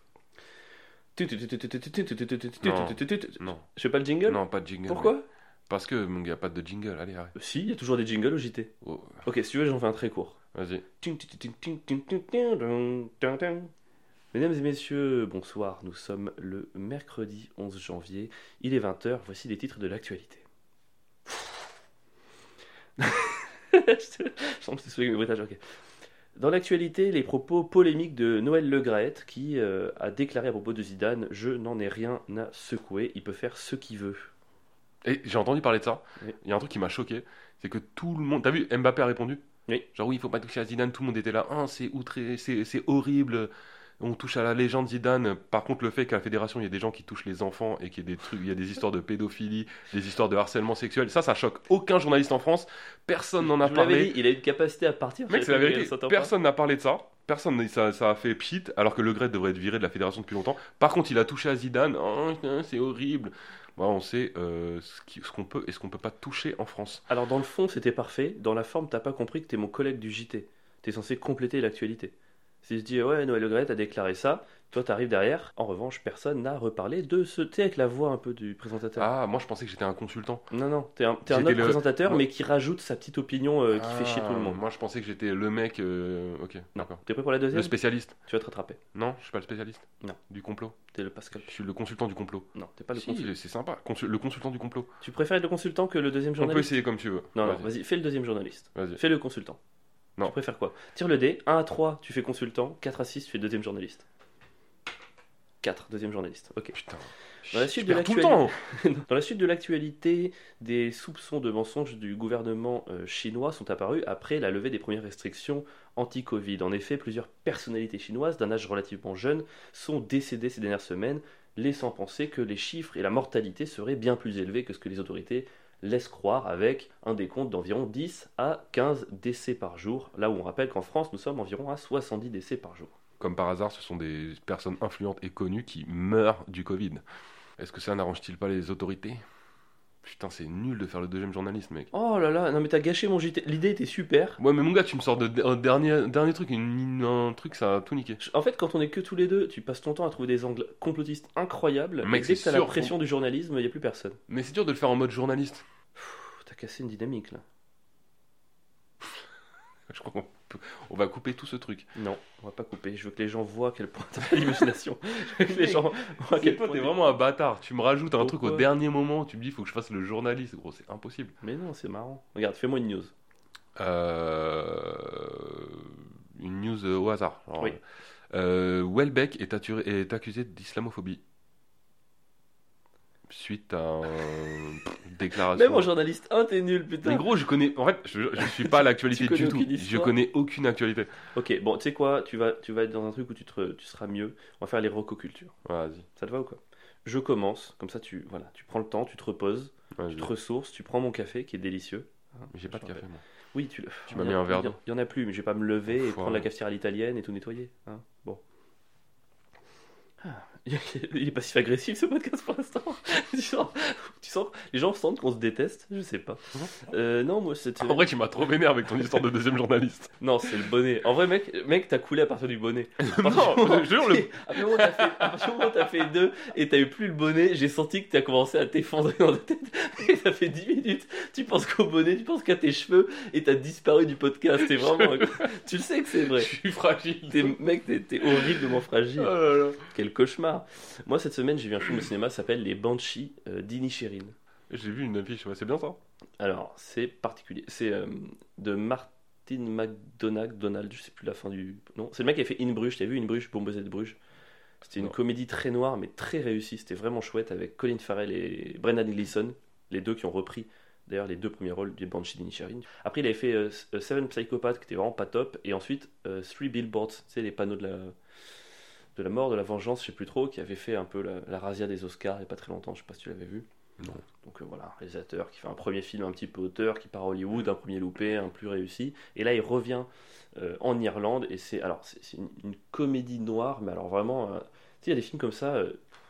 Speaker 1: Je
Speaker 2: Non.
Speaker 1: fais pas le jingle
Speaker 2: Non, pas de jingle.
Speaker 1: Pourquoi
Speaker 2: mec. Parce que, mon gars, pas de jingle. Allez, arrête.
Speaker 1: Si, il y a toujours des jingles au JT.
Speaker 2: Oh,
Speaker 1: Ok, si tu veux, j'en fais un très court.
Speaker 2: Vas-y.
Speaker 1: Mesdames et messieurs, bonsoir. Nous sommes le mercredi 11 janvier. Il est 20h. Voici les titres de l'actualité. je sens que c'est soulevé mes bruitages, ok. Dans l'actualité, les propos polémiques de Noël Le Graët qui euh, a déclaré à propos de Zidane Je n'en ai rien à secouer, il peut faire ce qu'il veut.
Speaker 2: Et j'ai entendu parler de ça.
Speaker 1: Oui.
Speaker 2: Il y a un truc qui m'a choqué. C'est que tout le monde. T'as vu, Mbappé a répondu
Speaker 1: Oui.
Speaker 2: Genre, oui, il faut pas toucher à Zidane. Tout le monde était là. Ah, c'est outré, c'est c'est horrible. On touche à la légende Zidane. Par contre, le fait qu'à la fédération, il y ait des gens qui touchent les enfants et qu'il y ait des trucs, il y a des histoires de pédophilie, des histoires de harcèlement sexuel, ça, ça choque aucun journaliste en France. Personne n'en a
Speaker 1: Je vous l'avais
Speaker 2: parlé.
Speaker 1: dit, il a une capacité à partir.
Speaker 2: Mec,
Speaker 1: sur
Speaker 2: c'est la
Speaker 1: les trucs
Speaker 2: vérité.
Speaker 1: et elle s'entend pas.
Speaker 2: Personne n'a parlé de ça. Personne, n'a- ça, ça a fait pchit, alors que Le Gret devrait être viré de la fédération depuis longtemps. Par contre, il a touché à Zidane. Oh, putain, c'est horrible. Bah, on sait euh, ce qui- ce qu'on peut et ce qu'on peut pas toucher en France.
Speaker 1: Alors dans le fond, c'était parfait. Dans la forme, t'as pas compris que t'es mon collègue du JT. T'es censé compléter l'actualité. Si je dis ouais, Noël Le Graët a déclaré ça, toi t'arrives derrière. En revanche, personne n'a reparlé de ce. T'es avec la voix un peu du présentateur.
Speaker 2: Ah, moi je pensais que j'étais un consultant.
Speaker 1: Non, non, t'es un, t'es un
Speaker 2: J'étais
Speaker 1: autre
Speaker 2: le-
Speaker 1: présentateur,
Speaker 2: moi-
Speaker 1: mais qui rajoute sa petite opinion euh, qui fait chier
Speaker 2: Ah,
Speaker 1: tout le monde.
Speaker 2: Moi je pensais que j'étais le mec. euh, Ok, d'accord.
Speaker 1: T'es prêt pour la
Speaker 2: Le
Speaker 1: deuxième
Speaker 2: spécialiste.
Speaker 1: Tu vas te rattraper.
Speaker 2: Non, je suis pas le spécialiste.
Speaker 1: Non.
Speaker 2: Du complot.
Speaker 1: T'es le Pascal.
Speaker 2: Je suis le consultant du complot.
Speaker 1: Non, t'es pas le
Speaker 2: Si,
Speaker 1: consultant.
Speaker 2: c'est sympa. Consul- Le consultant du complot.
Speaker 1: Tu préfères être le consultant que le deuxième
Speaker 2: On peut
Speaker 1: journaliste
Speaker 2: essayer comme tu veux.
Speaker 1: Non, non,
Speaker 2: Vas-y,
Speaker 1: vas-y, fais le deuxième journaliste.
Speaker 2: vas-y.
Speaker 1: Fais le consultant.
Speaker 2: Non.
Speaker 1: Tu préfères quoi Tire le dé, 1 à 3, tu fais consultant, 4 à 6, tu fais deuxième journaliste. 4, deuxième journaliste, ok.
Speaker 2: Putain.
Speaker 1: Dans Bah, la
Speaker 2: je
Speaker 1: suite de
Speaker 2: perds tout le temps.
Speaker 1: l'actualité- Dans la suite de l'actualité, des soupçons de mensonges du gouvernement euh, chinois sont apparus après la levée des premières restrictions anti-Covid. En effet, plusieurs personnalités chinoises d'un âge relativement jeune sont décédées ces dernières semaines, laissant penser que les chiffres et la mortalité seraient bien plus élevés que ce que les autorités laissent croire, avec un décompte d'environ 10 à 15 décès par jour, là où on rappelle qu'en France, nous sommes environ à 70 décès par jour.
Speaker 2: Comme par hasard, ce sont des personnes influentes et connues qui meurent du Covid. Est-ce que ça n'arrange-t-il pas les autorités Putain, c'est nul de faire le deuxième journaliste, mec.
Speaker 1: Oh là là, non mais t'as gâché mon JT. L'idée était super.
Speaker 2: Ouais, mais mon gars, tu me sors de, un dernier, dernier truc, une- un truc, ça a tout niqué.
Speaker 1: Je- En fait, quand on est que tous les deux, tu passes ton temps à trouver des angles complotistes incroyables.
Speaker 2: Mec,
Speaker 1: et dès
Speaker 2: c'est
Speaker 1: que t'as la
Speaker 2: sûr,
Speaker 1: pression du journalisme, il n'y a plus personne.
Speaker 2: Mais c'est dur de le faire en mode journaliste.
Speaker 1: Pff, T'as cassé une dynamique là.
Speaker 2: Je crois qu'on peut- on va couper tout ce truc.
Speaker 1: Non, on va pas couper. Je veux que les gens voient à quel point t'as pas d'imagination. Je veux que les gens voient à
Speaker 2: Quel
Speaker 1: quel
Speaker 2: toi,
Speaker 1: point
Speaker 2: t'es
Speaker 1: t'es
Speaker 2: vraiment un bâtard. Tu me rajoutes un truc au
Speaker 1: Pourquoi
Speaker 2: dernier moment, tu me dis, faut que je fasse le journaliste, gros, c'est impossible.
Speaker 1: Mais non, c'est marrant. Regarde, fais-moi une news.
Speaker 2: Euh, Une news euh, au hasard. Alors,
Speaker 1: Oui.
Speaker 2: euh, Welbeck est, atturé- est accusé d'islamophobie. Suite à une déclaration.
Speaker 1: Même en journaliste 1, t'es nul, putain.
Speaker 2: Mais gros, je connais. En fait, je, je suis pas à l'actualité
Speaker 1: Tu connais
Speaker 2: du tout.
Speaker 1: aucune
Speaker 2: Je
Speaker 1: histoire
Speaker 2: connais aucune actualité.
Speaker 1: Ok, bon, tu sais quoi, tu vas, tu vas être dans un truc où tu, te- tu seras mieux. On va faire les rococultures.
Speaker 2: Ouais, vas-y.
Speaker 1: Ça te va ou quoi Je commence, comme ça tu, voilà, tu prends le temps, tu te reposes,
Speaker 2: Ouais,
Speaker 1: tu
Speaker 2: je-
Speaker 1: te ressources, tu prends mon café qui est délicieux.
Speaker 2: mais J'ai pas de café, moi.
Speaker 1: Oui, tu le.
Speaker 2: Tu m'as mis un verre d'eau.
Speaker 1: Il y en a plus, mais je vais pas me lever et
Speaker 2: Enfoiré.
Speaker 1: prendre la cafetière à l'italienne et tout nettoyer. hein. Bon. Ah, Il est passif-agressif ce podcast pour l'instant. tu, sens, tu sens- les gens sentent qu'on se déteste, je sais pas. Euh, non, moi c'était.
Speaker 2: En vrai, tu m'as trop vénère avec ton histoire de deuxième journaliste.
Speaker 1: Non, c'est le bonnet. En vrai, mec, mec t'as coulé à partir du bonnet.
Speaker 2: non, je jure, le-
Speaker 1: À partir du moment où t'as fait- à partir du moment où t'as fait deux et t'as eu plus le bonnet, j'ai senti que t'as commencé à t'effondrer dans ta tête. Et ça fait 10 minutes, tu penses qu'au bonnet, tu penses qu'à tes cheveux et t'as disparu du podcast. T'es vraiment. Tu le sais que c'est
Speaker 2: je
Speaker 1: vrai.
Speaker 2: suis fragile.
Speaker 1: T'es, mec, t'es, t'es horriblement
Speaker 2: Oh
Speaker 1: fragile.
Speaker 2: là là.
Speaker 1: Quel cauchemar. Moi, cette semaine, j'ai vu un film au cinéma qui s'appelle Les Banshees euh, d'Inisherin.
Speaker 2: J'ai vu une affiche, ouais, c'est bien ça.
Speaker 1: Alors, c'est particulier. C'est euh, de Martin McDonagh, Donald, je sais plus la fin du. Non, c'est le mec qui a fait In Bruges. T'as vu In Bruges, Bombosé de Bruges C'était une
Speaker 2: Non.
Speaker 1: comédie très noire, mais très réussie. C'était vraiment chouette avec Colin Farrell et Brendan Gleeson, les deux qui ont repris. D'ailleurs, les deux premiers rôles du Banshee d'Inisherin. Après, il avait fait euh, S- euh, Seven Psychopaths, qui était vraiment pas top. Et ensuite, euh, Three Billboards, tu sais, les panneaux de la, de la mort, de la vengeance, je sais plus trop, qui avait fait un peu la, la razzia des Oscars il y a pas très longtemps. Je sais pas si tu l'avais vu.
Speaker 2: Non.
Speaker 1: Donc euh, voilà, un réalisateur qui fait un premier film un petit peu auteur, qui part à Hollywood, un premier loupé, un plus réussi. Et là, il revient euh, en Irlande et c'est alors c'est c'est une, une comédie noire, mais alors vraiment, euh, tu sais, il y a des films comme ça. euh, pff,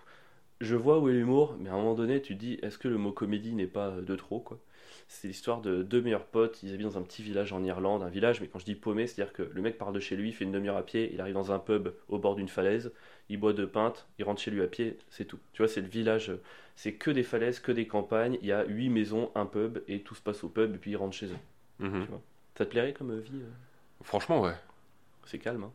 Speaker 1: je vois où est l'humour, mais à un moment donné, tu te dis, est-ce que le mot comédie n'est pas euh, de trop quoi C'est l'histoire de deux meilleurs potes, ils habitent dans un petit village en Irlande, un village, mais quand je dis paumé, c'est-à-dire que le mec part de chez lui, il fait une demi-heure à pied, il arrive dans un pub au bord d'une falaise, il boit deux pintes, il rentre chez lui à pied, c'est tout. Tu vois, c'est le village. euh, c'est que des falaises, que des campagnes. Il y a huit maisons, un pub, et tout se passe au pub, et puis ils rentrent chez eux.
Speaker 2: Mhm.
Speaker 1: Ça te plairait comme euh, vie euh
Speaker 2: Franchement, ouais.
Speaker 1: C'est calme. Hein.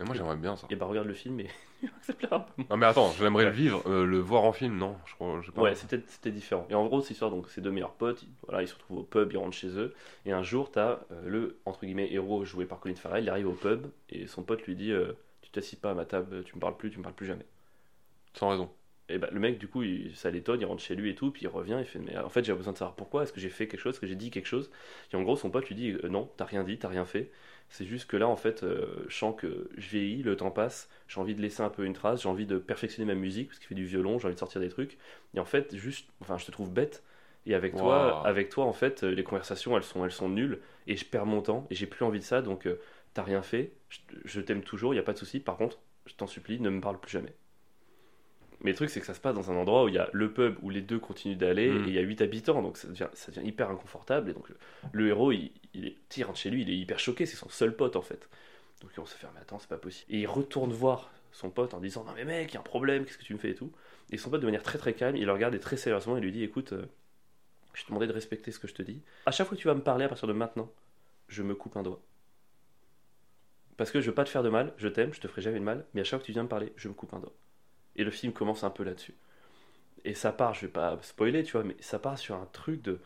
Speaker 2: Mais moi, j'aimerais bien ça.
Speaker 1: Et bah regarde le film et tu verras que ça te plaira.
Speaker 2: Non, mais attends, j'aimerais le
Speaker 1: Ouais.
Speaker 2: vivre, euh, le voir en film, non Je crois, je sais pas.
Speaker 1: Ouais, c'était différent. Et en gros, cette histoire, donc, c'est deux meilleurs potes. ils- Voilà, ils se retrouvent au pub, ils rentrent chez eux. Et un jour, t'as euh, le entre guillemets héros joué par Colin Farrell. Il arrive au pub et son pote lui dit euh, "Tu t'assis pas à ma table, tu me parles plus, tu me parles plus jamais."
Speaker 2: Sans raison.
Speaker 1: Et bah, le mec, du coup, il- ça l'étonne, il rentre chez lui et tout, puis il revient, il fait Mais en fait, j'ai besoin de savoir pourquoi, est-ce que j'ai fait quelque chose, est-ce que j'ai dit quelque chose Et en gros, son pote lui dit Euh, Non, t'as rien dit, t'as rien fait. C'est juste que là, en fait, euh, je sens que je vieillis, le temps passe, j'ai envie de laisser un peu une trace, j'ai envie de perfectionner ma musique, parce qu'il fait du violon, j'ai envie de sortir des trucs. Et en fait, juste, enfin, je te trouve bête. Et avec toi,
Speaker 2: Waouh.
Speaker 1: avec toi, en fait, euh, les conversations, elles sont, elles sont nulles, et je perds mon temps, et j'ai plus envie de ça, donc euh, t'as rien fait, je, je t'aime toujours, il a pas de souci, par contre, je t'en supplie, ne me parle plus jamais. Mais le truc, c'est que ça se passe dans un endroit où il y a le pub où les deux continuent d'aller
Speaker 2: Mm.
Speaker 1: et il y a 8 habitants, donc ça devient, ça devient hyper inconfortable. Et donc le, le héros, il, il est, tu sais, il rentre chez lui, il est hyper choqué, c'est son seul pote en fait. Donc on se fait, mais attends, c'est pas possible. Et il retourne voir son pote en disant, non mais mec, il y a un problème, qu'est-ce que tu me fais et tout. Et son pote, de manière très très calme, il le regarde et très sérieusement, il lui dit, écoute, euh, je te demandais de respecter ce que je te dis. À chaque fois que tu vas me parler à partir de maintenant, je me coupe un doigt. Parce que je veux pas te faire de mal, je t'aime, je te ferai jamais de mal, mais à chaque fois que tu viens me parler, je me coupe un doigt. Et le film commence un peu là-dessus. Et ça part, je vais pas spoiler, tu vois, mais ça part sur un truc de.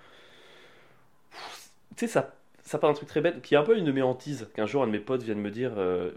Speaker 1: Tu sais, ça, ça part d'un truc très bête, qui est un peu une de mes hantises, qu'un jour un de mes potes vienne me dire. euh,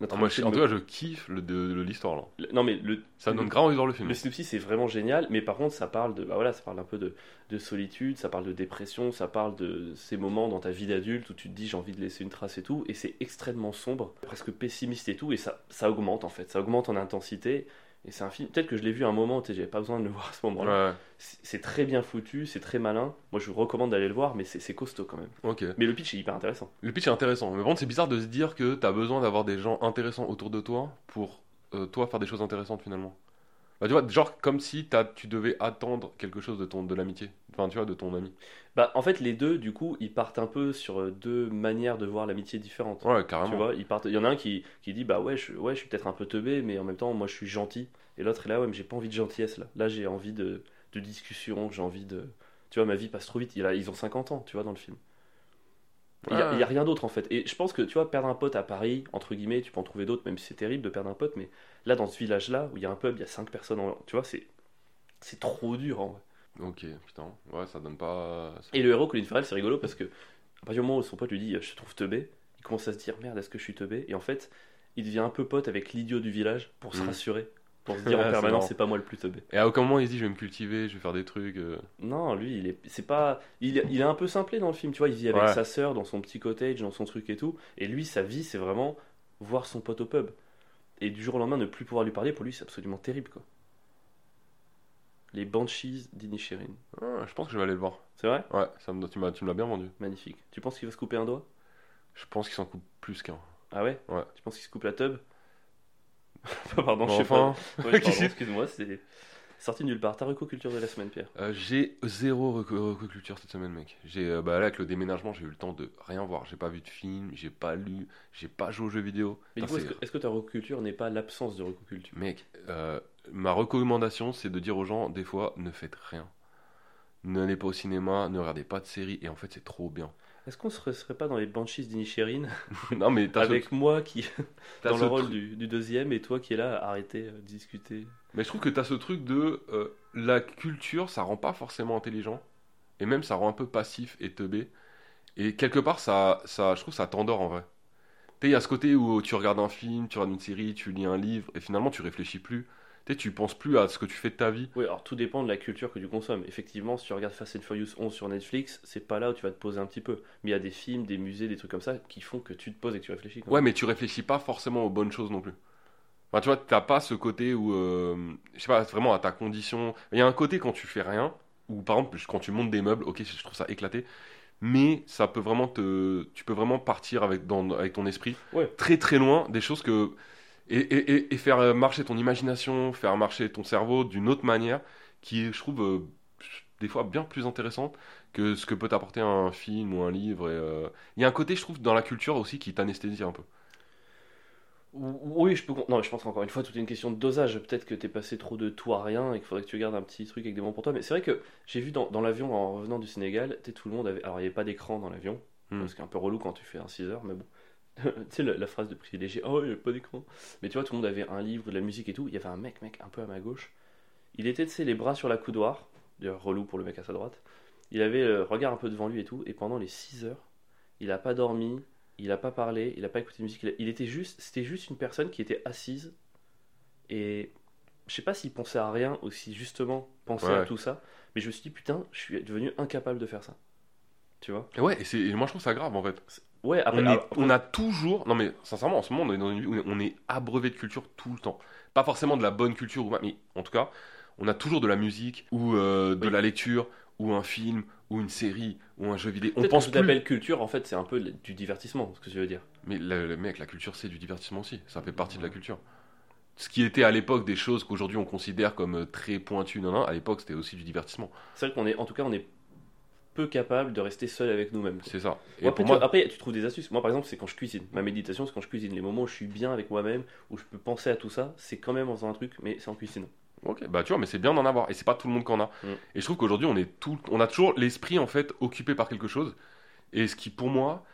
Speaker 1: notre
Speaker 2: Ah, moi,
Speaker 1: invité
Speaker 2: je- en
Speaker 1: me-
Speaker 2: tout cas, je kiffe le- de- de l'histoire, là.
Speaker 1: le- Non, mais le,
Speaker 2: Ça donne grave envie de voir le film.
Speaker 1: le synopsis c'est vraiment génial, mais par contre ça parle de, bah voilà, ça parle un peu de, de solitude, ça parle de dépression, ça parle de ces moments dans ta vie d'adulte où tu te dis j'ai envie de laisser une trace et tout, et c'est extrêmement sombre, presque pessimiste et tout, et ça, ça augmente en fait, ça augmente en intensité, et c'est un film, peut-être que je l'ai vu à un moment, tu sais, j'avais pas besoin de le voir à ce moment-là.
Speaker 2: Ouais,
Speaker 1: C'est c'est très bien foutu, c'est très malin, moi je vous recommande d'aller le voir, mais c'est c'est costaud quand même.
Speaker 2: ok.
Speaker 1: Mais le pitch est hyper intéressant.
Speaker 2: Le pitch est intéressant. Mais par contre, c'est bizarre de se dire que t'as besoin d'avoir des gens intéressants autour de toi pour euh, toi faire des choses intéressantes finalement. Bah, tu vois, genre comme si t'as- tu devais attendre quelque chose de ton de l'amitié, enfin tu vois, de ton ami.
Speaker 1: Bah, en fait, les deux, du coup, ils partent un peu sur euh, deux manières de voir l'amitié différentes.
Speaker 2: Ouais,
Speaker 1: Tu
Speaker 2: carrément.
Speaker 1: vois, ils partent. Il y en a un qui, qui dit bah ouais, je, ouais, je suis peut-être un peu teubé, mais en même temps, moi, je suis gentil. Et l'autre est là, ouais, mais j'ai pas envie de gentillesse là. Là, j'ai envie de, de discussion, j'ai envie de. Tu vois, ma vie passe trop vite. Il a- ils ont 50 ans, tu vois, dans le film. Il n'y a,
Speaker 2: Ouais.
Speaker 1: il y a rien d'autre en fait. Et je pense que tu vois, perdre un pote à Paris, entre guillemets, tu peux en trouver d'autres, même si c'est terrible de perdre un pote, mais là, dans ce village-là, où il y a un pub, il y a 5 personnes, en- tu vois, c'est c'est trop dur en vrai.
Speaker 2: Ok, putain. Ouais, ça donne pas.
Speaker 1: Et le héros, Colin Farrell, c'est rigolo parce que, à partir du moment où son pote lui dit Je te trouve teubé, il commence à se dire Merde, est-ce que je suis teubé Et en fait, il devient un peu pote avec l'idiot du village pour se
Speaker 2: Mhm.
Speaker 1: rassurer, pour se dire
Speaker 2: Ouais,
Speaker 1: en
Speaker 2: c'est
Speaker 1: permanence
Speaker 2: marrant.
Speaker 1: C'est pas moi le plus teubé.
Speaker 2: Et à aucun moment il se dit je vais me cultiver, je vais faire des trucs. euh.
Speaker 1: Non, lui, il est, c'est pas, il, il est un peu simplé dans le film, tu vois. Il vit avec
Speaker 2: Ouais.
Speaker 1: sa sœur dans son petit cottage, dans son truc et tout. Et lui, sa vie, c'est vraiment voir son pote au pub. Et du jour au lendemain, ne plus pouvoir lui parler, pour lui, c'est absolument terrible, quoi. Les Banshees d'Inisherin.
Speaker 2: Ah, je pense que je vais aller le voir.
Speaker 1: C'est vrai
Speaker 2: Ouais, ça me, tu m'as tu me l'as bien vendu.
Speaker 1: Magnifique. Tu penses qu'il va se couper un doigt
Speaker 2: Je pense qu'il s'en coupe plus qu'un.
Speaker 1: Ah ouais
Speaker 2: Ouais.
Speaker 1: Tu penses qu'il se coupe la tub Pardon,
Speaker 2: Bon,
Speaker 1: je sais
Speaker 2: enfin,
Speaker 1: pas. Ouais, pardon,
Speaker 2: qu'est-ce que-
Speaker 1: excuse-moi, c'est sorti de nulle part. Ta reco culture de la semaine, Pierre.
Speaker 2: euh, j'ai zéro reco- recoculture cette semaine, mec. J'ai euh, bah là avec le déménagement, j'ai eu le temps de rien voir. J'ai pas vu de film, j'ai pas lu, j'ai pas joué aux jeux vidéo.
Speaker 1: Mais du
Speaker 2: Putain,
Speaker 1: coup, est-ce
Speaker 2: c'est-
Speaker 1: que, est-ce que ta reco culture n'est pas l'absence de reco culture
Speaker 2: Mec, euh, ma recommandation, c'est de dire aux gens, des fois, ne faites rien. N'allez pas au cinéma, ne regardez pas de séries, et en fait, c'est trop bien.
Speaker 1: Est-ce qu'on se serait pas dans les Banshees d'Inisherin
Speaker 2: non, mais t'as ce-
Speaker 1: avec moi qui
Speaker 2: t'as
Speaker 1: dans
Speaker 2: ce
Speaker 1: le rôle
Speaker 2: truc-
Speaker 1: du, du deuxième et toi qui est là à arrêter euh, de discuter.
Speaker 2: Mais je trouve que t'as ce truc de euh, la culture, ça rend pas forcément intelligent, et même ça rend un peu passif et teubé. Et quelque part, ça, ça, je trouve ça t'endort en vrai. Tu sais, il y a ce côté où tu regardes un film, tu regardes une série, tu lis un livre, et finalement, tu réfléchis plus. Tu sais, tu penses plus à ce que tu fais de ta vie.
Speaker 1: Oui, alors tout dépend de la culture que tu consommes. Effectivement, si tu regardes Fast and Furious 11 sur Netflix, c'est pas là où tu vas te poser un petit peu. Mais il y a des films, des musées, des trucs comme ça qui font que tu te poses et que tu réfléchis. quand
Speaker 2: Ouais, mais tu réfléchis pas forcément aux bonnes choses non plus. Enfin, tu vois, t'as pas ce côté où, euh, je sais pas, vraiment à ta condition. Il y a un côté quand tu fais rien, ou par exemple, quand tu montes des meubles, ok, je trouve ça éclaté, mais ça peut vraiment te. Tu peux vraiment partir avec, dans, avec ton esprit
Speaker 1: Ouais.
Speaker 2: très très loin des choses que. Et, et- et- et faire euh, marcher ton imagination, faire marcher ton cerveau d'une autre manière, qui est, je trouve, euh, des fois bien plus intéressante que ce que peut t'apporter un film ou un livre. et, euh, Il y a un côté, je trouve, dans la culture aussi qui t'anesthésie un peu.
Speaker 1: Oui, je peux. con- Non, mais je pense qu'encore une fois, tout est une question de dosage. Peut-être que t'es passé trop de tout à rien et qu'il faudrait que tu gardes un petit truc avec des bons pour toi. Mais c'est vrai que j'ai vu dans, dans l'avion en revenant du Sénégal, t'es tout le monde avait. Alors, il n'y avait pas d'écran dans l'avion,
Speaker 2: Hmm.
Speaker 1: parce que c'est un peu relou quand tu fais un 6 heures, mais bon. tu sais, la, la phrase de privilégié, oh, il n'y avait pas d'écran. Mais tu vois, tout le monde avait un livre, de la musique et tout. Il y avait un mec, mec, un peu à ma gauche. Il était, tu sais, les bras sur la coudoir. D'ailleurs, relou pour le mec à sa droite. Il avait le regard un peu devant lui et tout. Et pendant les 6 heures, il n'a pas dormi, il n'a pas parlé, il n'a pas écouté de musique. il a- Il était juste, c'était juste une personne qui était assise. Et je sais pas s'il pensait à rien ou si justement pensait à
Speaker 2: Ouais.
Speaker 1: tout ça. Mais je me suis dit, putain, je suis devenu incapable de faire ça. Tu vois
Speaker 2: Et ouais, et, c'est- et moi je trouve ça grave en fait.
Speaker 1: Ouais, après,
Speaker 2: on, est-
Speaker 1: alors,
Speaker 2: on a toujours, non mais sincèrement en ce moment on est dans une vie où on est abreuvé de culture tout le temps. Pas forcément de la bonne culture, ou- mais en tout cas on a toujours de la musique ou euh, de
Speaker 1: Oui.
Speaker 2: la lecture ou un film ou une série ou un jeu vidéo. On
Speaker 1: peut-être
Speaker 2: pense
Speaker 1: que
Speaker 2: plus.
Speaker 1: la belle culture, en fait, c'est un peu de- du divertissement, ce que je veux dire.
Speaker 2: Mais le, le mec, la culture, c'est du divertissement aussi. Ça fait partie de la culture. Ce qui était à l'époque des choses qu'aujourd'hui on considère comme euh, très pointues, non, non, à l'époque c'était aussi du divertissement.
Speaker 1: C'est vrai qu'on est, en tout cas, on est peu capable de rester seul avec nous-mêmes. quoi.
Speaker 2: C'est ça. Et
Speaker 1: Moi, après,
Speaker 2: pour moi,
Speaker 1: tu, après, tu trouves des astuces. Moi, par exemple, c'est quand je cuisine. Ma méditation, c'est quand je cuisine. Les moments où je suis bien avec moi-même, où je peux penser à tout ça, c'est quand même en faisant un truc, mais c'est en cuisinant.
Speaker 2: Ok, bah tu vois, mais c'est bien d'en avoir, et c'est pas tout le monde qu'en a.
Speaker 1: Mm.
Speaker 2: Et je trouve qu'aujourd'hui, on est tout, on a toujours l'esprit en fait occupé par quelque chose, et ce qui pour moi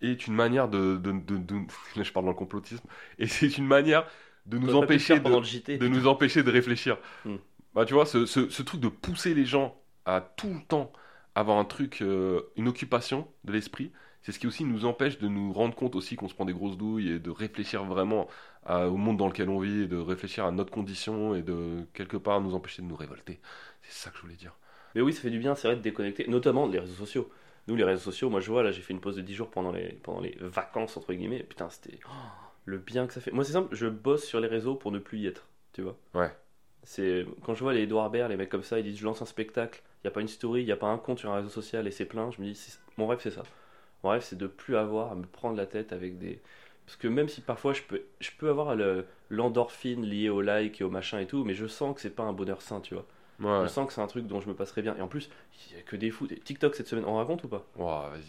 Speaker 2: est une manière de, de, de- de- là je parle dans le complotisme, et c'est une manière de nous
Speaker 1: T'aurais pas pu le
Speaker 2: empêcher
Speaker 1: faire
Speaker 2: de,
Speaker 1: pendant le JT.
Speaker 2: de nous empêcher de réfléchir.
Speaker 1: Mm.
Speaker 2: Bah tu vois, ce, ce- ce truc de pousser les gens à tout le temps avoir un truc, euh, une occupation de l'esprit, c'est ce qui aussi nous empêche de nous rendre compte aussi qu'on se prend des grosses douilles et de réfléchir vraiment à- au monde dans lequel on vit et de réfléchir à notre condition et de quelque part nous empêcher de nous révolter. C'est ça que je voulais dire.
Speaker 1: Mais oui, ça fait du bien, c'est vrai de déconnecter, notamment les réseaux sociaux. Nous, les réseaux sociaux, moi je vois, là j'ai fait une pause de 10 jours pendant les, pendant les vacances, entre guillemets. Putain, c'était oh, le bien que ça fait. Moi, c'est simple, je bosse sur les réseaux pour ne plus y être, tu vois.
Speaker 2: Ouais.
Speaker 1: C'est quand je vois les Edouard Baird, les mecs comme ça, ils disent je lance un spectacle, il n'y a pas une story, il n'y a pas un compte sur un réseau social et c'est plein. Je me dis, c'est- mon rêve c'est ça. Mon rêve c'est de plus avoir à me prendre la tête avec des, Parce que même si parfois je peux, je peux avoir le- l'endorphine liée au like et au machin et tout, mais je sens que c'est pas un bonheur sain, tu vois.
Speaker 2: Ouais.
Speaker 1: Je sens que c'est un truc dont je me passerai bien. Et en plus, il y a que des fous. TikTok cette semaine, on raconte ou pas
Speaker 2: Ouah, vas-y.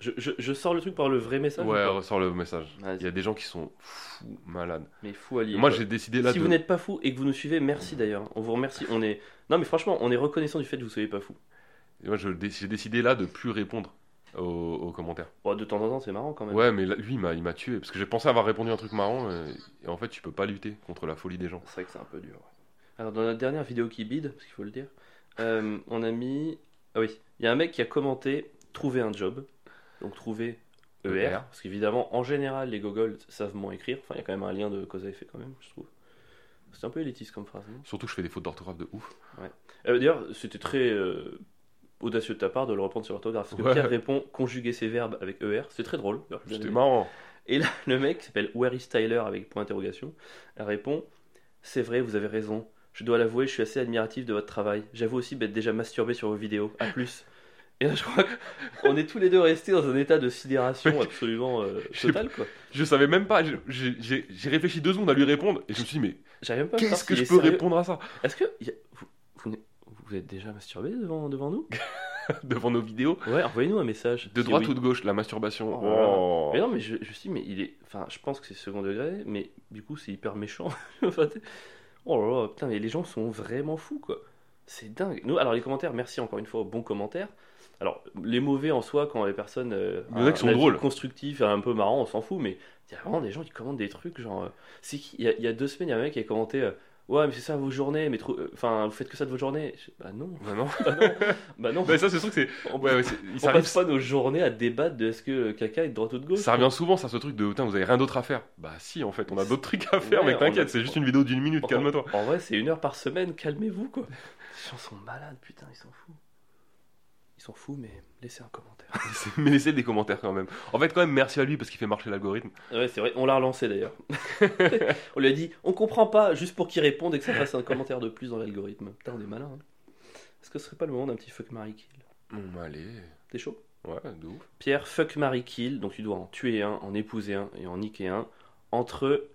Speaker 1: je, je- je sors le truc par le vrai message. ou
Speaker 2: Ouais,
Speaker 1: pas
Speaker 2: ressort le message.
Speaker 1: Vas-y.
Speaker 2: Il y a des gens qui sont fous, malades.
Speaker 1: Mais fou allié.
Speaker 2: Moi,
Speaker 1: quoi.
Speaker 2: j'ai décidé là
Speaker 1: si
Speaker 2: de.
Speaker 1: vous n'êtes pas fou et que vous nous suivez, merci d'ailleurs. On vous remercie. On est. Non mais franchement, on est reconnaissant du fait que vous soyez pas fou.
Speaker 2: Et Moi, je dé- j'ai décidé là de plus répondre aux, aux commentaires.
Speaker 1: Bon, de temps en temps, c'est marrant quand même.
Speaker 2: Ouais, mais là, lui, il m'a- il m'a tué parce que j'ai pensé avoir répondu à un truc marrant euh, et en fait, tu peux pas lutter contre la folie des gens.
Speaker 1: C'est vrai que c'est un peu dur. Alors, dans notre dernière vidéo qui bide, parce qu'il faut le dire, euh, on a mis. Ah oui, il y a un mec qui a commenté trouver un job. Donc, trouver ER.
Speaker 2: ER.
Speaker 1: Parce qu'évidemment, en général, les gogols savent moins écrire. Enfin, il y a quand même un lien de cause à effet, quand même, je trouve. C'est un peu élitiste comme phrase, non
Speaker 2: Surtout, que je fais des fautes d'orthographe de ouf.
Speaker 1: Euh, D'ailleurs, c'était très euh, audacieux de ta part de le reprendre sur l'orthographe. Parce que
Speaker 2: Ouais.
Speaker 1: Pierre répond conjuguer ses verbes avec ER. C'est très drôle. d'ailleurs, j'ai bien
Speaker 2: C'était
Speaker 1: aimé.
Speaker 2: marrant.
Speaker 1: Et là, le mec qui s'appelle Where is Tyler avec point d'interrogation répond C'est vrai, vous avez raison. Je dois l'avouer, je suis assez admiratif de votre travail. J'avoue aussi m'être déjà masturbé sur vos vidéos. À plus. Et là, je crois qu'on est tous les deux restés dans un état de sidération absolument euh,
Speaker 2: Je sais
Speaker 1: totale. quoi.
Speaker 2: Je savais même pas. j'ai- J'ai j'ai- j'ai réfléchi deux secondes à lui répondre et je me suis dit, mais
Speaker 1: J'arrive même pas à savoir
Speaker 2: qu'est-ce que
Speaker 1: s'il
Speaker 2: je
Speaker 1: est
Speaker 2: peux
Speaker 1: sérieux.
Speaker 2: répondre à ça
Speaker 1: Est-ce que. y a- Vous, vous n'êtes- vous êtes déjà masturbé devant, devant nous
Speaker 2: devant nos vidéos
Speaker 1: Ouais, envoyez-nous un message.
Speaker 2: De
Speaker 1: Si
Speaker 2: droite
Speaker 1: oui.
Speaker 2: ou de gauche, la masturbation.
Speaker 1: Oh là là.
Speaker 2: Oh.
Speaker 1: Mais non, mais je, je suis, mais il est. Enfin, je pense que c'est second degré, mais du coup, c'est hyper méchant. Enfin, t'es- oh là là, putain, mais les gens sont vraiment fous, quoi. C'est dingue. Nous, alors, les commentaires, merci encore une fois aux bons commentaires. Alors, les mauvais en soi, quand les personnes. euh,
Speaker 2: Il y en a
Speaker 1: un-
Speaker 2: qui sont
Speaker 1: un avis
Speaker 2: drôles.
Speaker 1: Constructif, un peu marrant, on s'en fout, mais il y a vraiment des gens qui commentent des trucs, genre. euh, c'est qui il y, a, il y a deux semaines, il y a un mec qui a commenté. euh, Ouais, mais c'est ça vos journées, mais trop- euh, enfin, vous faites que ça de vos journées. Je- Bah non,
Speaker 2: Bah non.
Speaker 1: bah non.
Speaker 2: Mais ça, c'est sûr que c'est.
Speaker 1: on
Speaker 2: Ouais, ouais, c'est- il
Speaker 1: on
Speaker 2: s'arrive-
Speaker 1: passe pas nos journées à débattre de est-ce que le caca est de droite ou de gauche.
Speaker 2: Ça revient souvent, ça, ce truc de putain, vous avez rien d'autre à faire. Bah si, en fait, on a d'autres trucs à faire,
Speaker 1: Ouais,
Speaker 2: mais
Speaker 1: on a-
Speaker 2: t'inquiète, c'est juste une vidéo d'une minute,
Speaker 1: Oh.
Speaker 2: calme-toi.
Speaker 1: En vrai, c'est une heure par semaine, calmez-vous quoi. Les gens sont malades, putain, ils sont fous. Ils sont fous, mais laissez un commentaire.
Speaker 2: mais laissez des commentaires quand même. En fait, quand même, merci à lui parce qu'il fait marcher l'algorithme.
Speaker 1: Ouais, c'est vrai, on l'a relancé d'ailleurs. on lui a dit, on comprend pas, juste pour qu'il réponde et que ça fasse un commentaire de plus dans l'algorithme. Putain, on est malin. hein. Est-ce que ce serait pas le moment d'un petit fuck Marie Kill
Speaker 2: Bon, bah, allez.
Speaker 1: T'es chaud
Speaker 2: Ouais, de ouf.
Speaker 1: Pierre, fuck Marie Kill, donc tu dois en tuer un, en épouser un et en niquer un, entre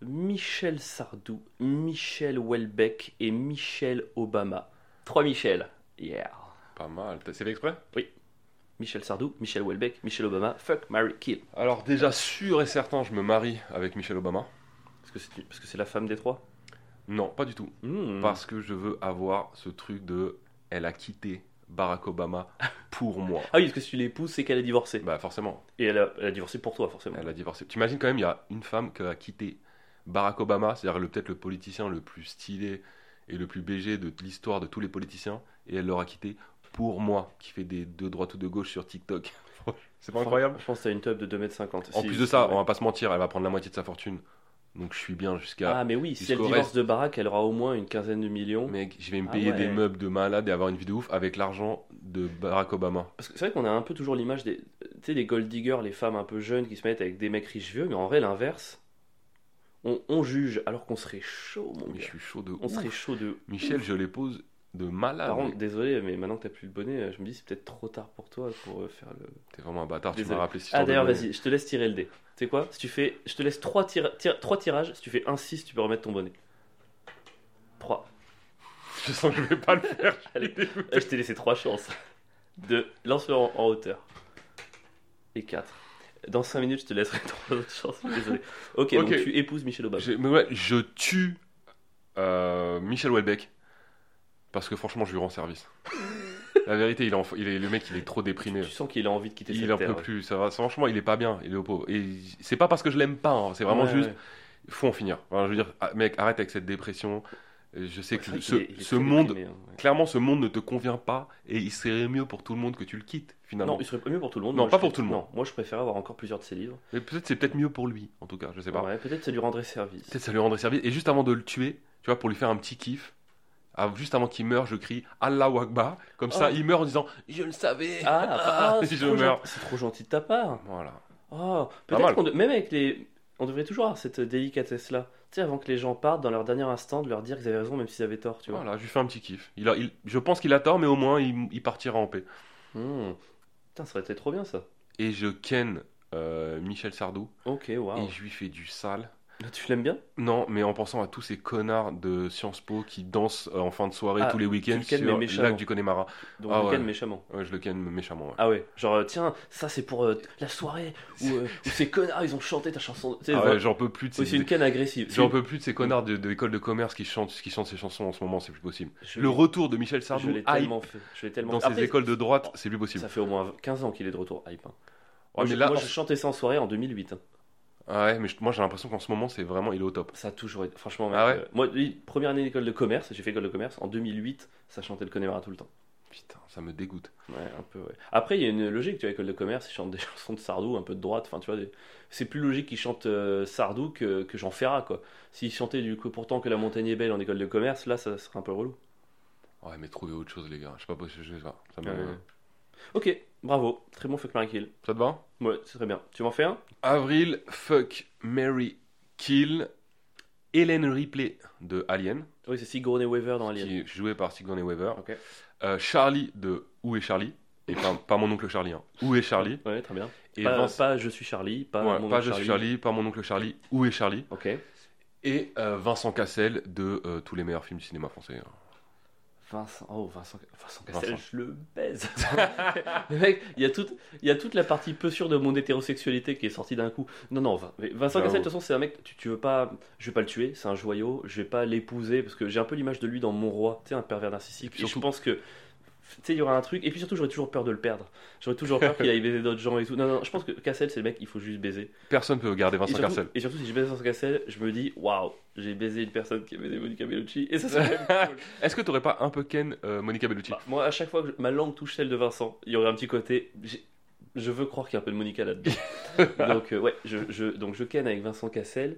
Speaker 1: Michel Sardou, Michel Houellebecq et Michel Obama. Trois Michel. Yeah.
Speaker 2: Pas mal. T'as- C'est fait exprès
Speaker 1: Michel Sardou, Michel Houellebecq, Michel Obama, fuck, Mary kill.
Speaker 2: Alors, déjà, sûr et certain, je me marie avec Michelle Obama.
Speaker 1: Parce que c'est, parce que c'est la femme des trois.
Speaker 2: Non, pas du tout.
Speaker 1: Mmh.
Speaker 2: Parce que je veux avoir ce truc de. Elle a quitté Barack Obama pour moi.
Speaker 1: Ah oui, parce que si tu l'épouses, c'est qu'elle est divorcée.
Speaker 2: Bah, forcément.
Speaker 1: Et elle a, elle a divorcé pour toi, forcément.
Speaker 2: Elle a divorcé. T'imagines quand même, il y a une femme qui a quitté Barack Obama, c'est-à-dire le- peut-être le politicien le plus stylé et le plus BG de l'histoire de tous les politiciens, et elle l'aura quitté pour moi, qui fait des deux droites ou de gauche sur TikTok. C'est pas
Speaker 1: Enfin,
Speaker 2: incroyable
Speaker 1: Je pense que t'as une tub de 2m50.
Speaker 2: En
Speaker 1: Si,
Speaker 2: plus
Speaker 1: si,
Speaker 2: de ça,
Speaker 1: ouais.
Speaker 2: on va pas se mentir, elle va prendre la moitié de sa fortune. Donc je suis bien jusqu'à.
Speaker 1: Ah, mais oui, si elle
Speaker 2: Jusqu'au
Speaker 1: divorce
Speaker 2: reste.
Speaker 1: de Barack, elle aura au moins une quinzaine de millions.
Speaker 2: Mec, je vais me
Speaker 1: Ah
Speaker 2: payer des
Speaker 1: ouais.
Speaker 2: meubles de malade et avoir une vie de ouf avec l'argent de Barack Obama.
Speaker 1: Parce que c'est vrai qu'on a un peu toujours l'image des, tu sais, des gold diggers, les femmes un peu jeunes qui se mettent avec des mecs riches vieux, mais en vrai, l'inverse. On, on juge alors qu'on serait chaud, mon
Speaker 2: Mais je
Speaker 1: gars.
Speaker 2: suis chaud de
Speaker 1: On
Speaker 2: ouf. Ah,
Speaker 1: serait chaud de.
Speaker 2: Michel, je les pose de malade.
Speaker 1: Par contre,
Speaker 2: mec.
Speaker 1: désolé, mais maintenant que t'as plus le bonnet, je me dis c'est peut-être trop tard pour toi pour euh, faire le.
Speaker 2: T'es vraiment un bâtard, tu
Speaker 1: Désolé.
Speaker 2: m'as rappelé cette
Speaker 1: Ah
Speaker 2: histoire de
Speaker 1: d'ailleurs,
Speaker 2: bonnet.
Speaker 1: vas-y, je te laisse tirer le dé. Tu sais quoi Si tu fais, je te laisse 3, tirages. Si tu fais un 6, tu peux remettre ton bonnet. 3.
Speaker 2: Je sens que je vais pas le faire. je suis
Speaker 1: Allez.
Speaker 2: dégoûté.
Speaker 1: Euh, je t'ai laissé 3 chances. 2. Lance-le en, en hauteur. Et 4. Dans 5 minutes, je te laisserai 3 autres chances. je suis Désolé. Ok, donc
Speaker 2: Ok.
Speaker 1: tu épouses Michel Obama.
Speaker 2: J'ai- mais ouais, je tue euh, Michel Houellebecq parce que franchement, je lui rends service. La vérité, il est en- il est- le mec, il est trop déprimé.
Speaker 1: Tu sens qu'il a envie de quitter
Speaker 2: Il
Speaker 1: cette
Speaker 2: en
Speaker 1: terre.
Speaker 2: peut plus. Ça va. Franchement, il est pas bien. Il est au pauvre. Et c'est pas parce que je l'aime pas. hein, C'est vraiment
Speaker 1: Ouais,
Speaker 2: juste,
Speaker 1: ouais.
Speaker 2: faut en finir. Enfin, je veux dire, ah, mec, arrête avec cette dépression. Euh, Je sais
Speaker 1: Ouais,
Speaker 2: que
Speaker 1: c'est vrai
Speaker 2: ce,
Speaker 1: qu'il est- il est
Speaker 2: ce
Speaker 1: très
Speaker 2: monde,
Speaker 1: déprimé, hein, ouais.
Speaker 2: clairement, ce monde ne te convient pas et il serait mieux pour tout le monde que tu le quittes finalement.
Speaker 1: Non, il serait pas mieux pour tout le monde.
Speaker 2: Non,
Speaker 1: Moi,
Speaker 2: pas
Speaker 1: je
Speaker 2: pour
Speaker 1: pré-
Speaker 2: tout le monde.
Speaker 1: non, moi, je préfère avoir encore plusieurs de ses livres.
Speaker 2: Mais peut-être c'est peut-être mieux pour lui, en tout cas. Je sais pas.
Speaker 1: Ouais, Peut-être ça lui rendrait service.
Speaker 2: Peut-être ça lui rendrait service. Et juste avant de le tuer, tu vois, pour lui faire un petit kiff, ah, juste avant qu'il meure, je crie Allah Akbar. Comme ça,
Speaker 1: Oh.
Speaker 2: il meurt en disant Je le savais.
Speaker 1: Ah, ah, c'est
Speaker 2: je
Speaker 1: trop
Speaker 2: meurs.
Speaker 1: gen- c'est trop gentil de ta part.
Speaker 2: Voilà.
Speaker 1: Oh,
Speaker 2: Pas mal.
Speaker 1: peut-être qu'on de- même avec les on devrait toujours avoir cette délicatesse là. Tu sais avant que les gens partent dans leur dernier instant de leur dire qu'ils avaient raison même s'ils avaient tort, tu vois.
Speaker 2: Voilà, je lui fais un petit kiff. Il a, il- je pense qu'il a tort, mais au moins, il, il partira en paix.
Speaker 1: Hmm. Putain, ça aurait été trop bien ça.
Speaker 2: Et je ken euh, Michel Sardou
Speaker 1: Ok, waouh.
Speaker 2: et je lui fais du sale.
Speaker 1: Tu l'aimes bien
Speaker 2: Non, mais en pensant à tous ces connards de Sciences Po qui dansent euh, en fin de soirée
Speaker 1: Ah,
Speaker 2: tous les week-ends
Speaker 1: tu le kennes, mais
Speaker 2: sur le
Speaker 1: méchamment.
Speaker 2: lac du Connemara.
Speaker 1: Donc,
Speaker 2: Ah
Speaker 1: lequel
Speaker 2: ouais.
Speaker 1: méchamment.
Speaker 2: Ouais, je le ken méchamment. ouais.
Speaker 1: Ah ouais, genre, euh, tiens, ça c'est pour euh, la soirée où, euh, où ces connards ils ont chanté ta chanson. Tu sais,
Speaker 2: Ah ouais,
Speaker 1: voilà.
Speaker 2: J'en peux plus de ces
Speaker 1: Oui, c'est une canne agressive.
Speaker 2: J'en peux plus de ces connards de, de l'école de commerce qui chantent, qui chantent ces chansons en ce moment, c'est plus possible.
Speaker 1: Je
Speaker 2: Le
Speaker 1: l'ai-
Speaker 2: retour de Michel
Speaker 1: Je
Speaker 2: Sardou
Speaker 1: l'ai
Speaker 2: hype,
Speaker 1: tellement fait. Je l'ai tellement
Speaker 2: dans
Speaker 1: fait.
Speaker 2: ces
Speaker 1: Après,
Speaker 2: écoles de droite, c'est plus possible.
Speaker 1: Ça fait au moins 15 ans qu'il est de retour hype. hein.
Speaker 2: Ouais,
Speaker 1: Moi,
Speaker 2: mais
Speaker 1: je-
Speaker 2: là,
Speaker 1: moi,
Speaker 2: en-
Speaker 1: je chantais ça en soirée en 2008. hein.
Speaker 2: Ah ouais, mais je- moi j'ai l'impression qu'en ce moment c'est vraiment il est au top.
Speaker 1: Ça a toujours été. Franchement,
Speaker 2: Ah
Speaker 1: mec,
Speaker 2: ouais
Speaker 1: euh, moi, oui, première année d'école de commerce, j'ai fait école de commerce. En 2008, ça chantait le Connemara tout le temps.
Speaker 2: Putain, ça me dégoûte.
Speaker 1: Ouais, un peu, ouais. Après, il y a une logique, tu vois, école de commerce, ils chantent des chansons de Sardou, un peu de droite. Enfin, tu vois, des- c'est plus logique qu'ils chantent euh, Sardou que, que Jean Ferrat, quoi. S'ils chantaient du coup, pourtant que la montagne est belle en école de commerce, là, ça serait un peu relou.
Speaker 2: Ouais, mais trouvez autre chose les gars. Je sais pas, je je sais pas. Ça, me-
Speaker 1: Ouais. Ok, bravo. Très bon fuck Mary Kill.
Speaker 2: Ça te va
Speaker 1: Ouais, c'est très bien. Tu m'en fais un
Speaker 2: Avril, fuck, Mary, kill, Hélène Ripley de Alien,
Speaker 1: Oui, c'est Sigourney Weaver dans Alien.
Speaker 2: qui est jouée par Sigourney Weaver.
Speaker 1: Ok.
Speaker 2: Euh, Charlie de Où est Charlie Et pas, pas mon oncle Charlie, hein. Où est Charlie
Speaker 1: Ouais, très bien.
Speaker 2: Et
Speaker 1: pas,
Speaker 2: Vincent-
Speaker 1: pas Je suis Charlie, pas
Speaker 2: Ouais,
Speaker 1: mon
Speaker 2: pas
Speaker 1: oncle
Speaker 2: Je suis Charlie, pas mon oncle Charlie, Où est Charlie
Speaker 1: Ok.
Speaker 2: Et euh, Vincent Cassel de euh, tous les meilleurs films du cinéma français. hein.
Speaker 1: Vincent, oh Vincent, Vincent Cassel,
Speaker 2: Vincent.
Speaker 1: je le baise. le mec, il y a toute, il y a toute la partie peu sûre de mon hétérosexualité qui est sortie d'un coup. Non, non, Vin- mais Vincent
Speaker 2: Ah,
Speaker 1: Cassel, de toute
Speaker 2: oui.
Speaker 1: façon, c'est un mec, tu, tu veux pas, je vais pas le tuer, c'est un joyau, je vais pas l'épouser parce que j'ai un peu l'image de lui dans Mon Roi, tu sais, un pervers narcissique.
Speaker 2: Et
Speaker 1: Et,
Speaker 2: puis
Speaker 1: je
Speaker 2: surtout-
Speaker 1: pense que, tu sais, il y aura un truc. Et puis surtout, j'aurais toujours peur de le perdre. J'aurais toujours peur qu'il aille baiser d'autres gens et tout. Non, non, je pense que Cassel, c'est le mec, il faut juste baiser.
Speaker 2: Personne peut garder
Speaker 1: Et
Speaker 2: Vincent
Speaker 1: surtout,
Speaker 2: Cassel.
Speaker 1: et surtout, si je baise Vincent Cassel, je me dis, waouh, j'ai baisé une personne qui a baisé Monica Bellucci et ça, c'est quand même cool.
Speaker 2: Est-ce que t'aurais pas un peu Ken euh, Monica Bellucci
Speaker 1: Bah, moi, à chaque fois que je- ma langue touche celle de Vincent, il y aurait un petit côté. j'ai- Je veux croire qu'il y a un peu de Monica là-dedans. donc, euh, ouais, je, je, donc je ken avec Vincent Cassel.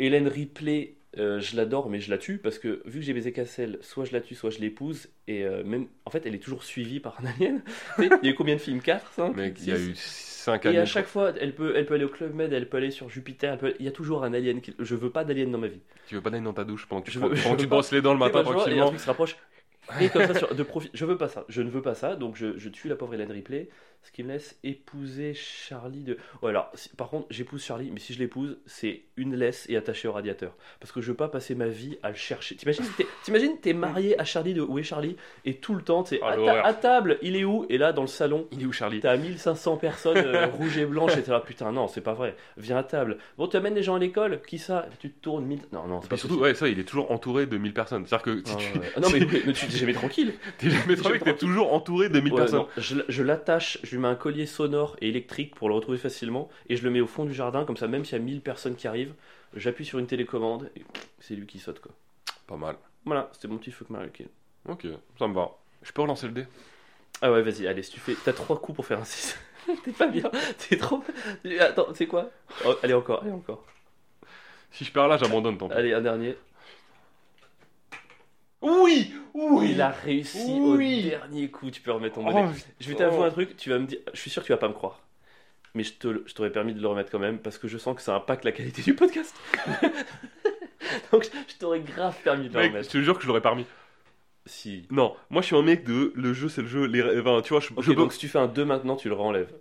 Speaker 1: Hélène Ripley, euh, je l'adore, mais je la tue parce que vu que j'ai baisé Cassel, soit je la tue, soit je l'épouse. Et euh, même, en fait, elle est toujours suivie par un alien. Tu sais, il y a eu combien de films 4 5
Speaker 2: Mec, il y a eu 5
Speaker 1: Et
Speaker 2: années.
Speaker 1: à chaque fois, elle peut, elle peut aller au Club Med, elle peut aller sur Jupiter, elle peut- il y a toujours un alien. qui- Je veux pas d'alien dans ma vie.
Speaker 2: Tu veux pas d'aller dans ta douche pendant que tu,
Speaker 1: Je
Speaker 2: prends-
Speaker 1: veux- je
Speaker 2: pendant que tu
Speaker 1: veux
Speaker 2: te brosses les dents le
Speaker 1: Et
Speaker 2: matin
Speaker 1: ben, je vois, et un
Speaker 2: tranquillement
Speaker 1: truc se rapproche. Et comme ça, sur- de profil. Je veux pas ça. Je ne veux pas ça. Donc, je, je tue la pauvre Hélène Ripley. Ce qui me laisse épouser Charlie de. Ouais, alors, si- par contre, j'épouse Charlie, mais si je l'épouse, c'est une laisse et attachée au radiateur. Parce que je veux pas passer ma vie à le chercher. T'imagines, t'es- t'imagines, t'es marié à Charlie de Où est Charlie Et tout le temps, t'es
Speaker 2: Ah,
Speaker 1: à, ta-
Speaker 2: l'horreur.
Speaker 1: à table, il est où Et là, dans le salon,
Speaker 2: Il est où Charlie
Speaker 1: T'es à 1500 personnes euh, rouges et blanches et t'es là, putain, non, c'est pas vrai. Viens à table. Bon, tu amènes les gens à l'école, qui ça Tu te tournes, mille... non, non, c'est
Speaker 2: Et
Speaker 1: pas
Speaker 2: surtout,
Speaker 1: possible.
Speaker 2: ouais, ça, il est toujours entouré de 1000 personnes. C'est-à-dire que si
Speaker 1: Ah,
Speaker 2: tu.
Speaker 1: ouais. Ah, Non, mais, mais tu t'es jamais tranquille.
Speaker 2: T'es jamais
Speaker 1: Je
Speaker 2: trouvé que t'es
Speaker 1: pense-
Speaker 2: toujours entouré de 1000
Speaker 1: Ouais,
Speaker 2: personnes.
Speaker 1: non, je l- je l'attache, je lui mets un collier sonore et électrique pour le retrouver facilement et je le mets au fond du jardin, comme ça, même s'il y a 1000 personnes qui arrivent, j'appuie sur une télécommande et c'est lui qui saute, quoi.
Speaker 2: Pas mal.
Speaker 1: Voilà, c'était mon petit fuck Mario Kill.
Speaker 2: Ok, ça me va. Je peux relancer le dé
Speaker 1: Ah ouais, vas-y, allez, si tu fais. T'as trois coups pour faire un 6. T'es pas bien, t'es trop. Attends, c'est quoi Oh, Allez, encore, allez, encore.
Speaker 2: Si je perds là, j'abandonne, tant pis.
Speaker 1: Allez, un dernier.
Speaker 2: Oui Oui
Speaker 1: Il a réussi
Speaker 2: Oui.
Speaker 1: au dernier coup, tu peux remettre ton
Speaker 2: Oh,
Speaker 1: bonnet. je vais t'avouer
Speaker 2: oh.
Speaker 1: un truc, tu vas me dire, je suis sûr que tu vas pas me croire. Mais je, te, le- je t'aurais permis de le remettre quand même parce que je sens que ça impacte la qualité du podcast. Donc je, je t'aurais grave permis de le
Speaker 2: Mec,
Speaker 1: remettre.
Speaker 2: je te jure que je l'aurais pas remis.
Speaker 1: Si.
Speaker 2: Non, moi je suis un mec de le jeu c'est le jeu. Les... Enfin, tu vois, je,
Speaker 1: Ok,
Speaker 2: je peux-
Speaker 1: donc si tu fais un 2 maintenant, tu le renlèves.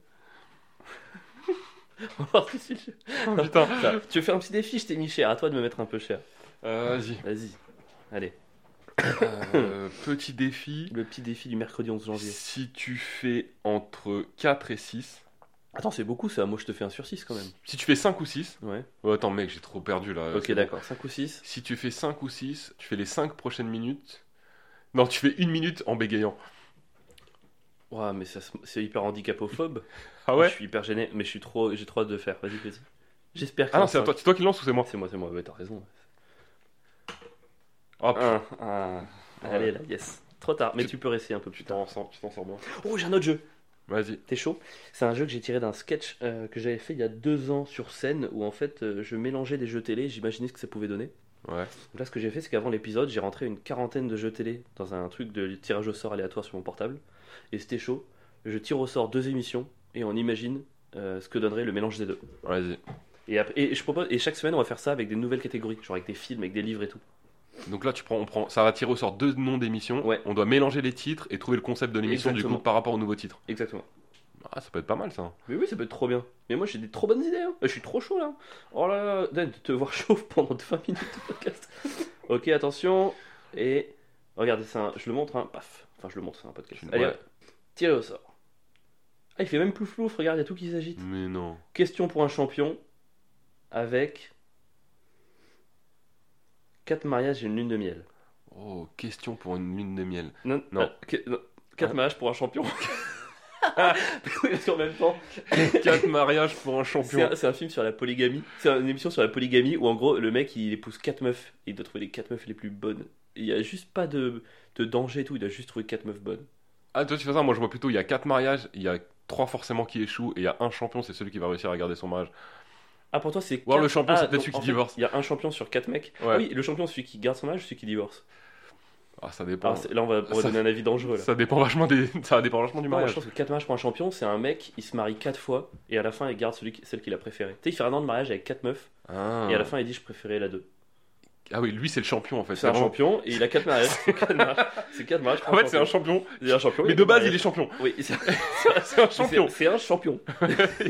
Speaker 1: On va voir si c'est le-
Speaker 2: Oh, putain.
Speaker 1: Ça, tu veux faire un petit défi, je t'ai mis cher, à toi de me mettre un peu cher.
Speaker 2: Euh, Vas-y.
Speaker 1: Vas-y. Allez,
Speaker 2: Euh, petit défi.
Speaker 1: le petit défi du mercredi 11 janvier.
Speaker 2: Si tu fais entre 4 et 6.
Speaker 1: Attends, c'est beaucoup ça, moi je te fais un sur 6 quand même.
Speaker 2: Si tu fais 5 ou 6.
Speaker 1: Ouais.
Speaker 2: Oh, attends, mec, j'ai trop perdu là.
Speaker 1: ok,
Speaker 2: C'est bon.
Speaker 1: d'accord, 5 ou 6.
Speaker 2: Si tu fais 5 ou 6, tu fais les 5 prochaines minutes. Non, tu fais une minute en bégayant.
Speaker 1: Ouah, mais ça, se- c'est hyper handicapophobe.
Speaker 2: Ah
Speaker 1: Je
Speaker 2: ouais
Speaker 1: suis hyper gêné, mais je suis trop, j'ai trop hâte de le faire. Vas-y, vas-y. J'espère que.
Speaker 2: Ah non,
Speaker 1: ça
Speaker 2: c'est à
Speaker 1: va.
Speaker 2: toi, c'est toi qui le lance ou c'est moi
Speaker 1: C'est moi, c'est moi. Ouais, t'as raison.
Speaker 2: Ah,
Speaker 1: Un, un. ah. Allez là, yes. Trop tard, mais
Speaker 2: Tu-
Speaker 1: tu peux rester un peu plus
Speaker 2: Tu
Speaker 1: tard.
Speaker 2: t'en sors, tu t'en sors bien.
Speaker 1: Oh, j'ai un autre jeu.
Speaker 2: Vas-y.
Speaker 1: T'es chaud C'est un jeu que j'ai tiré d'un sketch euh, que j'avais fait il y a deux ans sur scène où en fait euh, je mélangeais des jeux télé, j'imaginais ce que ça pouvait donner.
Speaker 2: Ouais.
Speaker 1: Donc Là, ce que j'ai fait, c'est qu'avant l'épisode, j'ai rentré une quarantaine de jeux télé dans un truc de tirage au sort aléatoire sur mon portable. Et c'était chaud. Je tire au sort deux émissions et on imagine euh, ce que donnerait le mélange des deux.
Speaker 2: Vas-y.
Speaker 1: Et, après- et je propose, et chaque semaine, on va faire ça avec des nouvelles catégories, genre avec des films, avec des livres et tout.
Speaker 2: Donc là, tu prends, on prend, ça va tirer au sort deux noms d'émissions.
Speaker 1: Ouais.
Speaker 2: On doit mélanger les titres et trouver le concept de l'émission du
Speaker 1: Exactement.
Speaker 2: coup par rapport au nouveau titre.
Speaker 1: Exactement.
Speaker 2: Ah, ça peut être pas mal ça.
Speaker 1: Mais oui, ça peut être trop bien. Mais moi, j'ai des trop bonnes idées. hein. Je suis trop chaud là. Oh là là, Dan, de te voir chaud pendant 20 minutes de podcast. ok, attention. Et regardez ça. Je le montre, hein. paf. Enfin, je le montre, c'est un podcast.
Speaker 2: Tu-
Speaker 1: Allez,
Speaker 2: ouais.
Speaker 1: tirez au sort. Ah, il fait même plus flou. Regarde, il y a tout qui s'agite.
Speaker 2: Mais non.
Speaker 1: Question pour un champion avec 4 mariages et une lune de miel.
Speaker 2: Oh, question pour une lune de miel.
Speaker 1: Non,
Speaker 2: Non.
Speaker 1: ah, que- non. Quatre
Speaker 2: Ah.
Speaker 1: mariages pour un champion. Ah, oui, parce qu'en même temps,
Speaker 2: Quatre mariages pour un
Speaker 1: c'est
Speaker 2: champion.
Speaker 1: un, c'est un film sur la polygamie. C'est une émission sur la polygamie où en gros, le mec il épouse quatre meufs et il doit trouver les quatre meufs les plus bonnes. Il n'y a juste pas de, de danger et tout, il doit juste trouver quatre meufs bonnes.
Speaker 2: Ah, toi, tu fais ça Moi, je vois plutôt il y a quatre mariages, il y a trois forcément qui échouent et il y a un champion, c'est celui qui va réussir à garder son mariage.
Speaker 1: Ah, pour toi, c'est.
Speaker 2: Ou alors le
Speaker 1: quatre-
Speaker 2: champion,
Speaker 1: Ah,
Speaker 2: c'est peut-être
Speaker 1: donc,
Speaker 2: celui
Speaker 1: en
Speaker 2: qui
Speaker 1: fait,
Speaker 2: divorce.
Speaker 1: Il y a un champion sur quatre mecs.
Speaker 2: Ouais.
Speaker 1: Ah oui, le champion, celui qui garde son âge, celui qui divorce.
Speaker 2: Ah, ça dépend.
Speaker 1: Alors, c'est- là, on va, on va
Speaker 2: Ça-
Speaker 1: donner un avis dangereux. Là.
Speaker 2: Ça dépend vachement des. Ça dépend vachement du
Speaker 1: Non, moi, je
Speaker 2: mariage.
Speaker 1: pense que 4 mariages pour un champion, c'est un mec, il se marie 4 fois et à la fin il garde celui, qui- celle qu'il a préférée. Tu sais, il fait un an de mariage avec 4 meufs
Speaker 2: Ah.
Speaker 1: et à la fin il dit je préférais la 2.
Speaker 2: Ah oui, lui c'est le champion en fait.
Speaker 1: C'est un
Speaker 2: vraiment-
Speaker 1: champion et il a 4 mariages. C'est quatre mariages. C'est 4 mariages. pour
Speaker 2: En fait, c'est un champion.
Speaker 1: Il est un champion.
Speaker 2: Mais de base, il est champion.
Speaker 1: Oui, c'est
Speaker 2: C'est un
Speaker 1: c'est-
Speaker 2: champion.
Speaker 1: C'est un champion.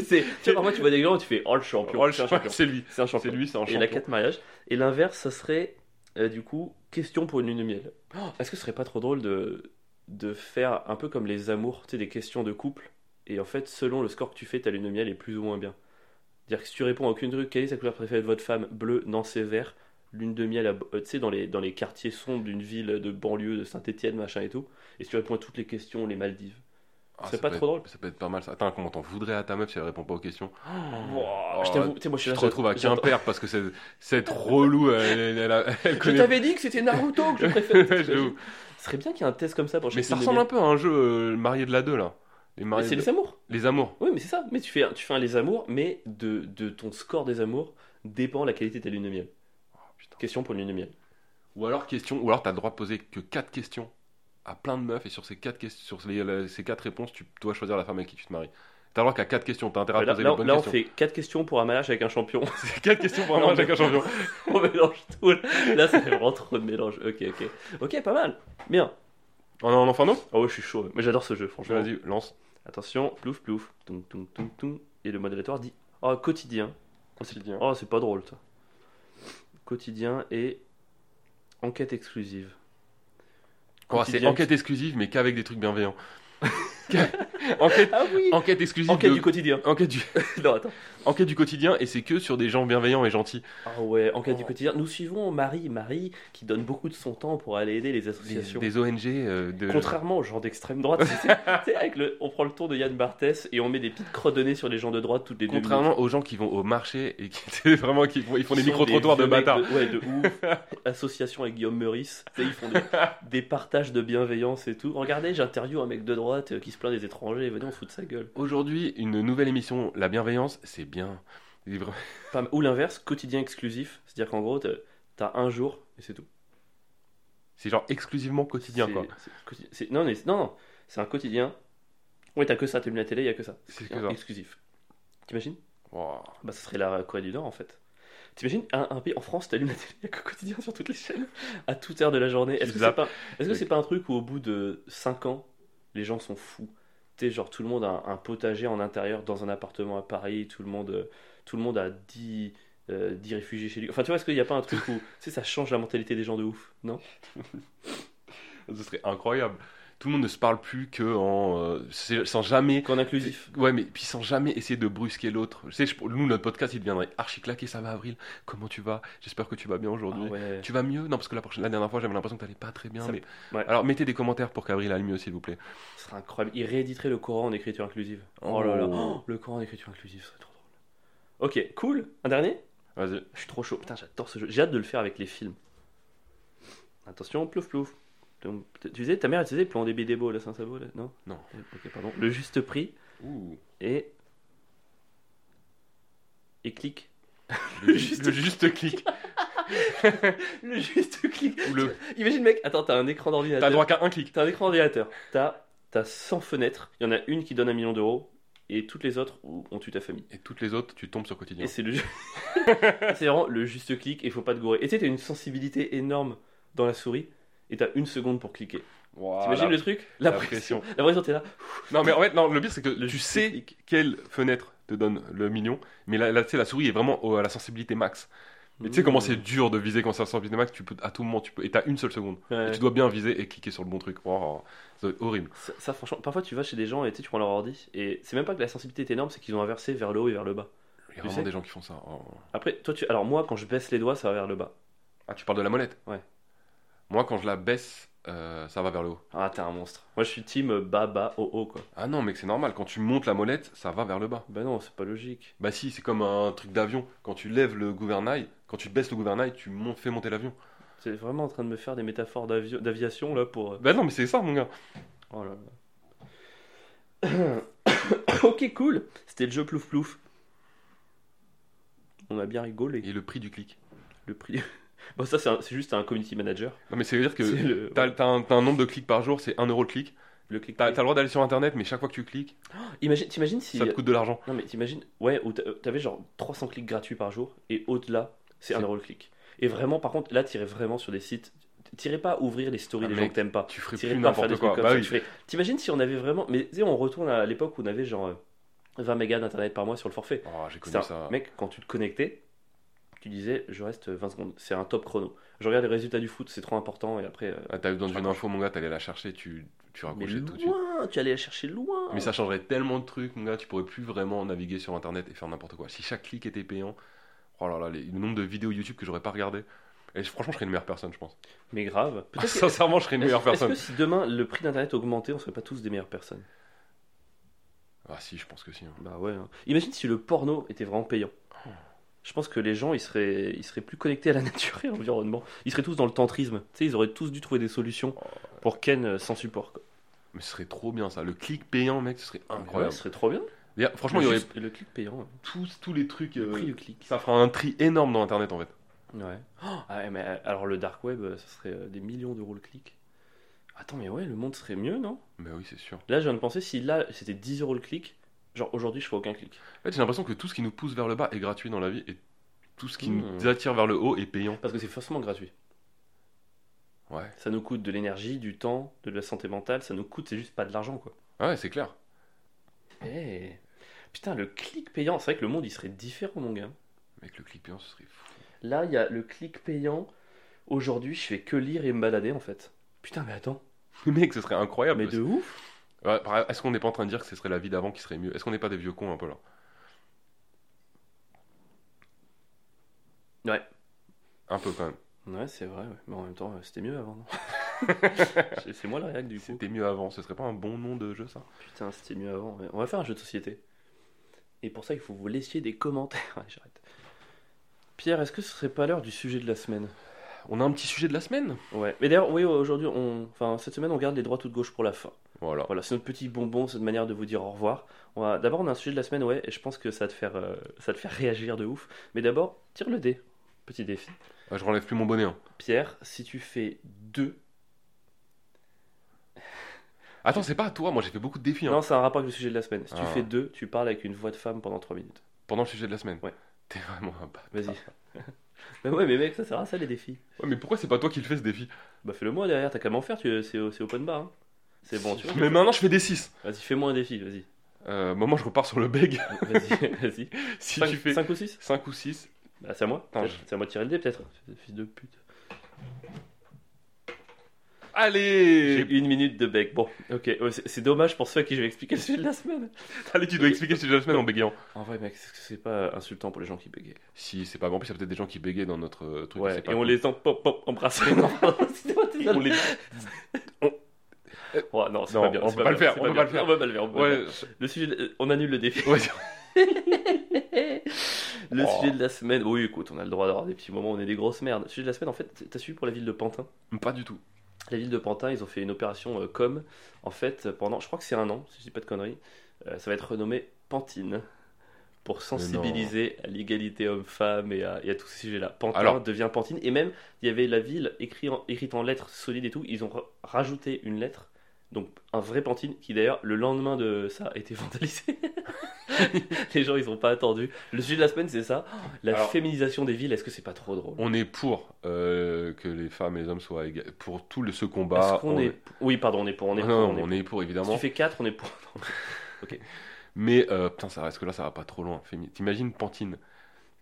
Speaker 1: c'est, tu vois, parfois tu vois des gens et tu fais Oh le champion.
Speaker 2: Oh, le
Speaker 1: c'est un
Speaker 2: champion,
Speaker 1: champion.
Speaker 2: C'est lui.
Speaker 1: C'est un champion.
Speaker 2: C'est lui, c'est un
Speaker 1: Et il a
Speaker 2: champion.
Speaker 1: 4 mariages. Et l'inverse, ça serait euh, du coup question pour une lune de miel. Oh, Est-ce que ce serait pas trop drôle de, de faire un peu comme les amours, tu sais, des questions de couple Et en fait, selon le score que tu fais, ta lune de miel est plus ou moins bien. C'est-à-dire que si tu réponds à aucune truc, quelle est sa couleur préférée de votre femme Bleu, non, c'est vert. Lune de miel, à- euh, tu sais, dans les, dans les quartiers sombres d'une ville de banlieue, de Saint-Etienne, machin et tout. Et si tu réponds à toutes les questions, les Maldives.
Speaker 2: Ah,
Speaker 1: C'est
Speaker 2: ça
Speaker 1: pas
Speaker 2: peut
Speaker 1: trop
Speaker 2: être-
Speaker 1: drôle.
Speaker 2: Ça peut être pas mal ça. Attends, comment t'en voudrais à ta meuf si elle répond pas aux questions
Speaker 1: Wouah, je t'avoue, tu sais, moi je suis
Speaker 2: Tu
Speaker 1: là,
Speaker 2: Oh. te retrouves à
Speaker 1: j'attends-
Speaker 2: Quimper parce que c'est- cette relou, elle, elle, elle a- elle
Speaker 1: Je
Speaker 2: connaît.
Speaker 1: t'avais dit que c'était Naruto que je
Speaker 2: Ouais,
Speaker 1: préférais.
Speaker 2: j'avoue.
Speaker 1: Ce serait bien qu'il y ait un test comme ça pour
Speaker 2: mais
Speaker 1: chaque
Speaker 2: ça
Speaker 1: lune de
Speaker 2: ressemble
Speaker 1: miel.
Speaker 2: un peu à un jeu euh, marié de la 2 là. Les,
Speaker 1: Mais
Speaker 2: mariés
Speaker 1: C'est
Speaker 2: de-
Speaker 1: les amours.
Speaker 2: les amours.
Speaker 1: Oui, mais c'est ça. Mais tu fais, un- tu fais un les amours, mais de, de ton score des amours dépend la qualité de ta lune de miel. Oh,
Speaker 2: putain.
Speaker 1: Question pour une lune de miel.
Speaker 2: Ou alors question, ou alors t'as le droit de poser que 4 questions à plein de meufs et sur ces 4 questions, sur les- les- ces quatre réponses, tu dois choisir la femme avec qui tu te maries. T'as le droit qu'à 4 questions, t'as intérêt à
Speaker 1: Là,
Speaker 2: poser
Speaker 1: là-
Speaker 2: les bonnes
Speaker 1: là, on
Speaker 2: questions.
Speaker 1: fait 4 questions pour un mariage avec un champion.
Speaker 2: C'est 4 questions pour un
Speaker 1: Non,
Speaker 2: match
Speaker 1: mais-
Speaker 2: avec un champion.
Speaker 1: on mélange tout. Là, ça fait vraiment trop de mélange. Ok, ok. Ok, pas mal. Bien.
Speaker 2: On en enfin non
Speaker 1: Oh, ouais, je suis chaud. Mais j'adore ce jeu, franchement.
Speaker 2: Vas-y, lance.
Speaker 1: Attention, plouf, plouf. Toum, toum, toum, toum. Et le modélateur dit Oh, quotidien.
Speaker 2: Quotidien.
Speaker 1: Oh, c'est pas drôle, ça. Quotidien et enquête exclusive.
Speaker 2: Oh, c'est
Speaker 1: Quotidien.
Speaker 2: enquête exclusive, mais qu'avec des trucs bienveillants. enquête,
Speaker 1: Ah oui
Speaker 2: enquête exclusive.
Speaker 1: Enquête
Speaker 2: de-
Speaker 1: du quotidien.
Speaker 2: enquête, du,
Speaker 1: non, attends.
Speaker 2: enquête du quotidien, et c'est que sur des gens bienveillants et gentils.
Speaker 1: Ah ouais, enquête du
Speaker 2: Oh.
Speaker 1: quotidien. Nous suivons Marie, Marie qui donne beaucoup de son temps pour aller aider les
Speaker 2: Des,
Speaker 1: associations.
Speaker 2: des ONG. euh, de...
Speaker 1: Contrairement aux gens d'extrême droite, tu sais, tu sais, avec le, on prend le tour de Yann Barthès et on met des petites credonnées sur les gens de droite toutes les deux minutes.
Speaker 2: Contrairement aux gens qui vont au marché et qui c'est vraiment qui font, ils font des
Speaker 1: Ils sont
Speaker 2: micro-trottoirs de
Speaker 1: vieux mecs
Speaker 2: bâtards.
Speaker 1: Ouais, de ouf. Association avec Guillaume Meurice. Tu sais, ils font des, des partages de bienveillance et tout. Regardez, j'interview un mec de droite euh, qui se plaint des étrangers. Venez, on fout de sa gueule.
Speaker 2: Aujourd'hui, une nouvelle émission, La bienveillance, c'est bien. C'est vrai-
Speaker 1: Pas mal. ou l'inverse, quotidien exclusif. C'est-à-dire qu'en gros, t'as- t'as un jour et c'est tout.
Speaker 2: C'est genre exclusivement quotidien,
Speaker 1: C'est-
Speaker 2: quoi.
Speaker 1: c'est- quotidi- c'est- Non, mais- non, non, c'est un quotidien. Ouais, t'as que ça, t'aimes la télé, y a que ça.
Speaker 2: C'est
Speaker 1: C'est
Speaker 2: que ça.
Speaker 1: exclusif. T'imagines
Speaker 2: Wow.
Speaker 1: Bah, ce serait la Corée du Nord en fait. T'imagines un, un pays en France, t'allumes la télé, y a que quotidien sur toutes les chaînes, à toute heure de la journée. Est-ce que c'est
Speaker 2: zappes.
Speaker 1: pas, est-ce que
Speaker 2: Oui.
Speaker 1: c'est pas un truc où au bout de 5 ans, les gens sont fous T'es genre tout le monde a un, un potager en intérieur dans un appartement à Paris, tout le monde, euh, tout le monde a 10, euh, 10 réfugiés chez lui. Enfin, tu vois, est-ce qu'il n'y a pas un truc où tu sais, ça change la mentalité des gens de ouf Non
Speaker 2: Ce serait incroyable. Tout le monde ne se parle plus que en, euh, c'est- sans jamais
Speaker 1: Qu'en inclusif.
Speaker 2: Ouais, mais puis sans jamais essayer de brusquer l'autre. Tu sais, je- nous, notre podcast, il deviendrait archi claqué. Ça va, Avril Comment tu vas J'espère que tu vas bien
Speaker 1: Ah
Speaker 2: aujourd'hui.
Speaker 1: ouais.
Speaker 2: Tu vas mieux Non, parce que la, prochaine, la dernière fois, j'avais l'impression que t'allais pas très bien.
Speaker 1: Ça-
Speaker 2: mais...
Speaker 1: ouais.
Speaker 2: Alors, mettez des commentaires pour qu'Avril aille mieux, s'il vous plaît.
Speaker 1: Ce serait incroyable. Il rééditerait le Coran en écriture inclusive. Oh, là là.
Speaker 2: Oh.
Speaker 1: Oh, le Coran en écriture inclusive, ce serait trop drôle. Ok, cool. Un dernier
Speaker 2: Vas-y.
Speaker 1: Je suis trop chaud. Putain, j'adore ce jeu. J'ai hâte de le faire avec les films. Attention, plouf plouf. Donc, Tu disais, ta mère, elle te disait, plan des bidébo, là, saint sabot là Non Euh,
Speaker 2: Non.
Speaker 1: Ok, pardon. Le juste prix et. Et clic.
Speaker 2: Le,
Speaker 1: Juste-
Speaker 2: juste... le juste clic.
Speaker 1: Le juste clic.
Speaker 2: Ou le...
Speaker 1: Imagine, mec, attends, t'as un écran d'ordinateur.
Speaker 2: T'as droit qu'à un clic.
Speaker 1: T'as un écran d'ordinateur, t'as as 100 fenêtres, il y en a une qui donne un million d'euros, et toutes les autres où on tue ta famille.
Speaker 2: Et toutes les autres, tu tombes sur quotidien.
Speaker 1: Et c'est le ju- c'est vraiment le juste clic, et faut pas te gourer. Et tu sais, t'as une sensibilité énorme dans la souris, et t'as une seconde pour cliquer.
Speaker 2: Ouah,
Speaker 1: T'imagines
Speaker 2: la-
Speaker 1: le truc La
Speaker 2: la
Speaker 1: pression.
Speaker 2: pression.
Speaker 1: La pression, t'es là.
Speaker 2: Non, mais en fait, non, le pire, c'est que
Speaker 1: Le
Speaker 2: tu
Speaker 1: juste
Speaker 2: sais
Speaker 1: clic.
Speaker 2: quelle fenêtre te donne le million, mais là, là, tu sais, la souris est vraiment au- à la sensibilité max. Mais tu sais comment c'est
Speaker 1: Mmh.
Speaker 2: dur de viser quand c'est à la sensibilité max, tu peux, à tout moment, tu peux, et t'as une seule seconde.
Speaker 1: Ouais.
Speaker 2: Et tu dois bien viser et cliquer sur le bon truc. Ouah, ça doit être horrible.
Speaker 1: Ça, ça, franchement, parfois tu vas chez des gens et tu sais, tu prends leur ordi et c'est même pas que la sensibilité est énorme, c'est qu'ils ont inversé vers le haut et vers le bas.
Speaker 2: Il y
Speaker 1: Tu
Speaker 2: a vraiment
Speaker 1: sais-
Speaker 2: des gens qui font ça. Oh.
Speaker 1: Après, toi, tu. Alors, moi, quand je baisse les doigts, ça va vers le bas.
Speaker 2: Ah, tu parles de la molette
Speaker 1: Ouais.
Speaker 2: Moi, quand je la baisse, euh, ça va vers le haut.
Speaker 1: Ah, t'es un monstre. Moi, je suis team euh, bas, bas, haut, haut, quoi.
Speaker 2: Ah non, mec, c'est normal. Quand tu montes la molette, ça va vers le bas.
Speaker 1: Bah non, c'est pas logique.
Speaker 2: Bah si, c'est comme un truc d'avion. Quand tu lèves le gouvernail, quand tu baisses le gouvernail, tu montes, fais monter l'avion.
Speaker 1: T'es vraiment en train de me faire des métaphores d'avi- d'aviation, là, pour. euh,
Speaker 2: Bah non, mais c'est ça, mon gars.
Speaker 1: Oh là là. ok, cool. C'était le jeu plouf plouf. On a bien rigolé.
Speaker 2: Et le prix du clic.
Speaker 1: Le prix. bon, ça, c'est un- c'est juste un community manager.
Speaker 2: Non, mais ça veut dire que
Speaker 1: C'est le,
Speaker 2: t'as t'as un, t'as un nombre de clics par jour, c'est 1 euro le clic.
Speaker 1: le clic.
Speaker 2: T'as t'as le droit d'aller sur internet, mais chaque fois que tu cliques,
Speaker 1: Imagine, t'imagines si.
Speaker 2: ça te coûte de l'argent.
Speaker 1: Non, mais t'imagines. Ouais, où t'a- euh, t'avais genre 300 clics gratuits par jour et au-delà, c'est un
Speaker 2: C'est-
Speaker 1: euro le clic. Et vraiment, par contre, là, t'irais vraiment sur des sites. T'irais pas ouvrir les stories
Speaker 2: Ah,
Speaker 1: des
Speaker 2: mec,
Speaker 1: gens que t'aimes pas.
Speaker 2: Tu ferais
Speaker 1: T'irais
Speaker 2: plus
Speaker 1: pas faire des trucs
Speaker 2: n'importe quoi.
Speaker 1: comme
Speaker 2: Bah
Speaker 1: ça,
Speaker 2: oui.
Speaker 1: tu ferais- T'imagines si on avait vraiment. Mais tu sais, on retourne à l'époque où on avait genre euh, 20 mégas d'internet par mois sur le forfait.
Speaker 2: Oh, j'ai
Speaker 1: C'est un-
Speaker 2: connu ça.
Speaker 1: Mec, quand tu te connectais, tu disais je reste 20 secondes. C'est un top chrono. Je regarde les résultats du foot, c'est trop important. Et après. euh,
Speaker 2: Ah, T'as eu besoin d'une
Speaker 1: raccroche.
Speaker 2: info, mon gars, t'allais la chercher, tu, tu
Speaker 1: mais
Speaker 2: raccrochais Ah, tout de suite.
Speaker 1: loin, tu allais la chercher loin.
Speaker 2: Mais ça changerait tellement de trucs, mon gars, tu pourrais plus vraiment naviguer sur internet et faire n'importe quoi. Si chaque clic était payant, oh là là, les- le nombre de vidéos YouTube que j'aurais pas regardé. Et je- franchement, je serais une meilleure personne, je pense.
Speaker 1: Mais grave.
Speaker 2: Ah,
Speaker 1: Peut-être que-
Speaker 2: Sincèrement, je serais une meilleure
Speaker 1: Est-ce
Speaker 2: personne.
Speaker 1: que si demain le prix d'internet augmentait, on serait pas tous des meilleures personnes
Speaker 2: Ah si, je pense que si. hein.
Speaker 1: Bah ouais. hein. Imagine si le porno était vraiment payant. Je pense que les gens, ils seraient, ils seraient plus connectés à la nature et à l'environnement. Ils seraient tous dans le tantrisme. Tu sais, ils auraient tous dû trouver des solutions pour Ken euh, sans support. quoi.
Speaker 2: Mais ce serait trop bien ça. Le clic payant, mec, ce serait
Speaker 1: Ouais,
Speaker 2: incroyable.
Speaker 1: ce serait trop bien.
Speaker 2: D'ailleurs, Franchement, il y
Speaker 1: le,
Speaker 2: aurait
Speaker 1: juste- le clic payant. ouais.
Speaker 2: tous, tous les trucs.
Speaker 1: Le
Speaker 2: euh,
Speaker 1: prix du clic.
Speaker 2: Ça fera un tri énorme dans Internet en fait.
Speaker 1: Ouais. Oh, ah ouais, mais euh, alors le dark web, euh, ça serait euh, des millions d'euros le clic. Attends, mais ouais, le monde serait mieux, non
Speaker 2: Mais oui, c'est sûr.
Speaker 1: Là, je viens de penser, si là c'était 10 euros le clic, genre aujourd'hui je fais aucun clic.
Speaker 2: En fait, j'ai l'impression que tout ce qui nous pousse vers le bas est gratuit dans la vie et tout ce qui
Speaker 1: Mmh.
Speaker 2: nous attire vers le haut est payant.
Speaker 1: Parce que c'est forcément gratuit.
Speaker 2: Ouais,
Speaker 1: Ça nous coûte de l'énergie, du temps, de la santé mentale, ça nous coûte, c'est juste pas de l'argent quoi.
Speaker 2: Ah ouais, c'est clair.
Speaker 1: Eh. Putain, le clic payant, c'est vrai que le monde il serait différent, mon gars.
Speaker 2: Mec, le clic payant, ce serait fou.
Speaker 1: Là, il y a le clic payant. Aujourd'hui, je fais que lire et me balader en fait. Putain, mais attends,
Speaker 2: Mec, ce serait incroyable.
Speaker 1: mais de ouf
Speaker 2: Ouais, pareil, Est-ce qu'on n'est pas en train de dire que ce serait la vie d'avant qui serait mieux Est-ce qu'on n'est pas des vieux cons un peu là
Speaker 1: Ouais.
Speaker 2: Un peu quand même.
Speaker 1: Ouais, c'est vrai, ouais. mais en même temps, euh, c'était mieux avant. non C'est- c'est moi la réac du coup.
Speaker 2: C'était mieux avant. Ce serait pas un bon nom de jeu ça
Speaker 1: Putain, c'était mieux avant. ouais. On va faire un jeu de société. Et pour ça, il faut vous laissiez des commentaires. Ouais, J'arrête. Pierre, est-ce que ce serait pas l'heure du sujet de la semaine
Speaker 2: On a un petit sujet de la semaine
Speaker 1: Ouais. Mais d'ailleurs, oui, aujourd'hui, on... enfin, cette semaine, on garde les droits tout de gauche pour la fin.
Speaker 2: Voilà.
Speaker 1: Voilà, c'est notre petit bonbon, cette manière de vous dire au revoir. On va... D'abord, on a un sujet de la semaine, ouais, et je pense que ça va te faire, euh, ça va te faire réagir de ouf. Mais d'abord, tire le dé. Petit défi.
Speaker 2: Ah, je relève plus mon bonnet. hein.
Speaker 1: Pierre, si tu fais 2.
Speaker 2: Attends, c'est pas à toi, moi j'ai fait beaucoup de défis hein,
Speaker 1: Non, c'est un rapport avec le sujet de la semaine. Si tu
Speaker 2: Ah.
Speaker 1: fais 2, tu parles avec une voix de femme pendant 3 minutes.
Speaker 2: pendant le sujet de la semaine.
Speaker 1: Ouais.
Speaker 2: T'es vraiment un bâtard.
Speaker 1: Vas-y. mais ouais, mais mec, ça sert à ça les défis.
Speaker 2: Ouais, mais pourquoi c'est pas toi qui le fais ce défi
Speaker 1: Bah fais-le moi derrière, t'as qu'à m'en faire, tu- c'est c'est open bar. hein. C'est bon, tu vois.
Speaker 2: Mais maintenant je fais des 6.
Speaker 1: Vas-y, fais-moi un défi, vas-y.
Speaker 2: Euh, bah, moi je repars sur le beg.
Speaker 1: Vas-y, vas-y.
Speaker 2: si tu fais
Speaker 1: 5 ou 6
Speaker 2: 5 ou 6.
Speaker 1: Bah c'est à moi.
Speaker 2: Attends,
Speaker 1: peut-être. C'est à moi de tirer le dé peut-être. Fils de pute. J'ai
Speaker 2: Allez
Speaker 1: une minute de bec. Bon, ok. Ouais, c'est c'est dommage pour ceux à qui je vais expliquer le sujet de la semaine.
Speaker 2: Allez, tu dois expliquer le sujet de la semaine en bégayant.
Speaker 1: En vrai, mec, c'est c'est pas insultant pour les gens qui bégaient.
Speaker 2: Si c'est pas bon, en plus il y a peut-être des gens qui bégaient dans notre euh, truc.
Speaker 1: Ouais,
Speaker 2: c'est
Speaker 1: et
Speaker 2: pas
Speaker 1: on
Speaker 2: cool.
Speaker 1: les en pop pop embrasser. Non, c'est pas- c'est pas-
Speaker 2: On les-
Speaker 1: Ouais, Euh, non, c'est
Speaker 2: Non,
Speaker 1: pas bien.
Speaker 2: on
Speaker 1: c'est
Speaker 2: peut pas le
Speaker 1: bien,
Speaker 2: faire,
Speaker 1: c'est
Speaker 2: on peut pas le
Speaker 1: bien.
Speaker 2: faire.
Speaker 1: On peut pas le faire. on peut pas le faire.
Speaker 2: Ouais,
Speaker 1: Le sujet, de- on annule le défi.
Speaker 2: ouais.
Speaker 1: le
Speaker 2: Oh.
Speaker 1: sujet de la semaine. Oui, écoute, on a le droit d'avoir des petits moments, où on est des grosses merdes. Le sujet de la semaine, en fait, t'as suivi pour la ville de Pantin.
Speaker 2: pas du tout.
Speaker 1: La ville de Pantin, ils ont fait une opération euh, com. En fait, euh, pendant, je crois que c'est un an, si je dis pas de conneries, euh, ça va être renommé Pantine pour sensibiliser à l'égalité homme-femme et à, et à tous ces sujets-là. Pantin
Speaker 2: Alors-
Speaker 1: devient Pantine. Et même, il y avait la ville écrite en, écrite en lettres solides et tout. Ils ont ra- rajouté une lettre Donc un vrai Pantene qui d'ailleurs le lendemain de ça a été vandalisé. les gens ils ont pas attendu. Le sujet de la semaine c'est ça. La
Speaker 2: Alors-
Speaker 1: féminisation des villes, est-ce que c'est pas trop drôle
Speaker 2: On est pour euh, que les femmes et les hommes soient égaux. Pour tout le, ce combat.
Speaker 1: Est-ce qu'on
Speaker 2: Bah, on-
Speaker 1: est... Oui pardon on est pour, on est
Speaker 2: Ah
Speaker 1: pour.
Speaker 2: non,
Speaker 1: on est pour.
Speaker 2: pour,
Speaker 1: Si tu
Speaker 2: évidemment.
Speaker 1: fais 4 on est pour. Non,
Speaker 2: Mais euh, putain, ça reste que là, ça va pas trop loin. Fémi- T'imagines Pantine
Speaker 1: Euh,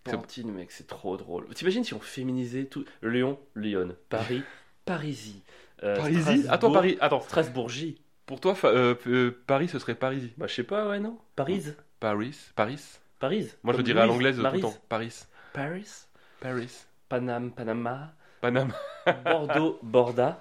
Speaker 1: mais Pantene mec c'est trop drôle. T'imagines si on féminisait tout... Lyon, Lyon, Paris, Parisie. euh, Strasbourg-
Speaker 2: Attends, Paris. Attends,
Speaker 1: Strasbourgie.
Speaker 2: pour toi, fa- euh, euh, Paris, ce serait Parisie.
Speaker 1: Bah je sais pas ouais non. Paris.
Speaker 2: Paris Paris
Speaker 1: Paris.
Speaker 2: Moi, je
Speaker 1: Comme
Speaker 2: dirais à
Speaker 1: Louise,
Speaker 2: l'anglaise tout le
Speaker 1: Maryse.
Speaker 2: temps. Paris.
Speaker 1: Paris.
Speaker 2: Paris.
Speaker 1: Paname, Panama.
Speaker 2: Paname.
Speaker 1: Bordeaux, Borda.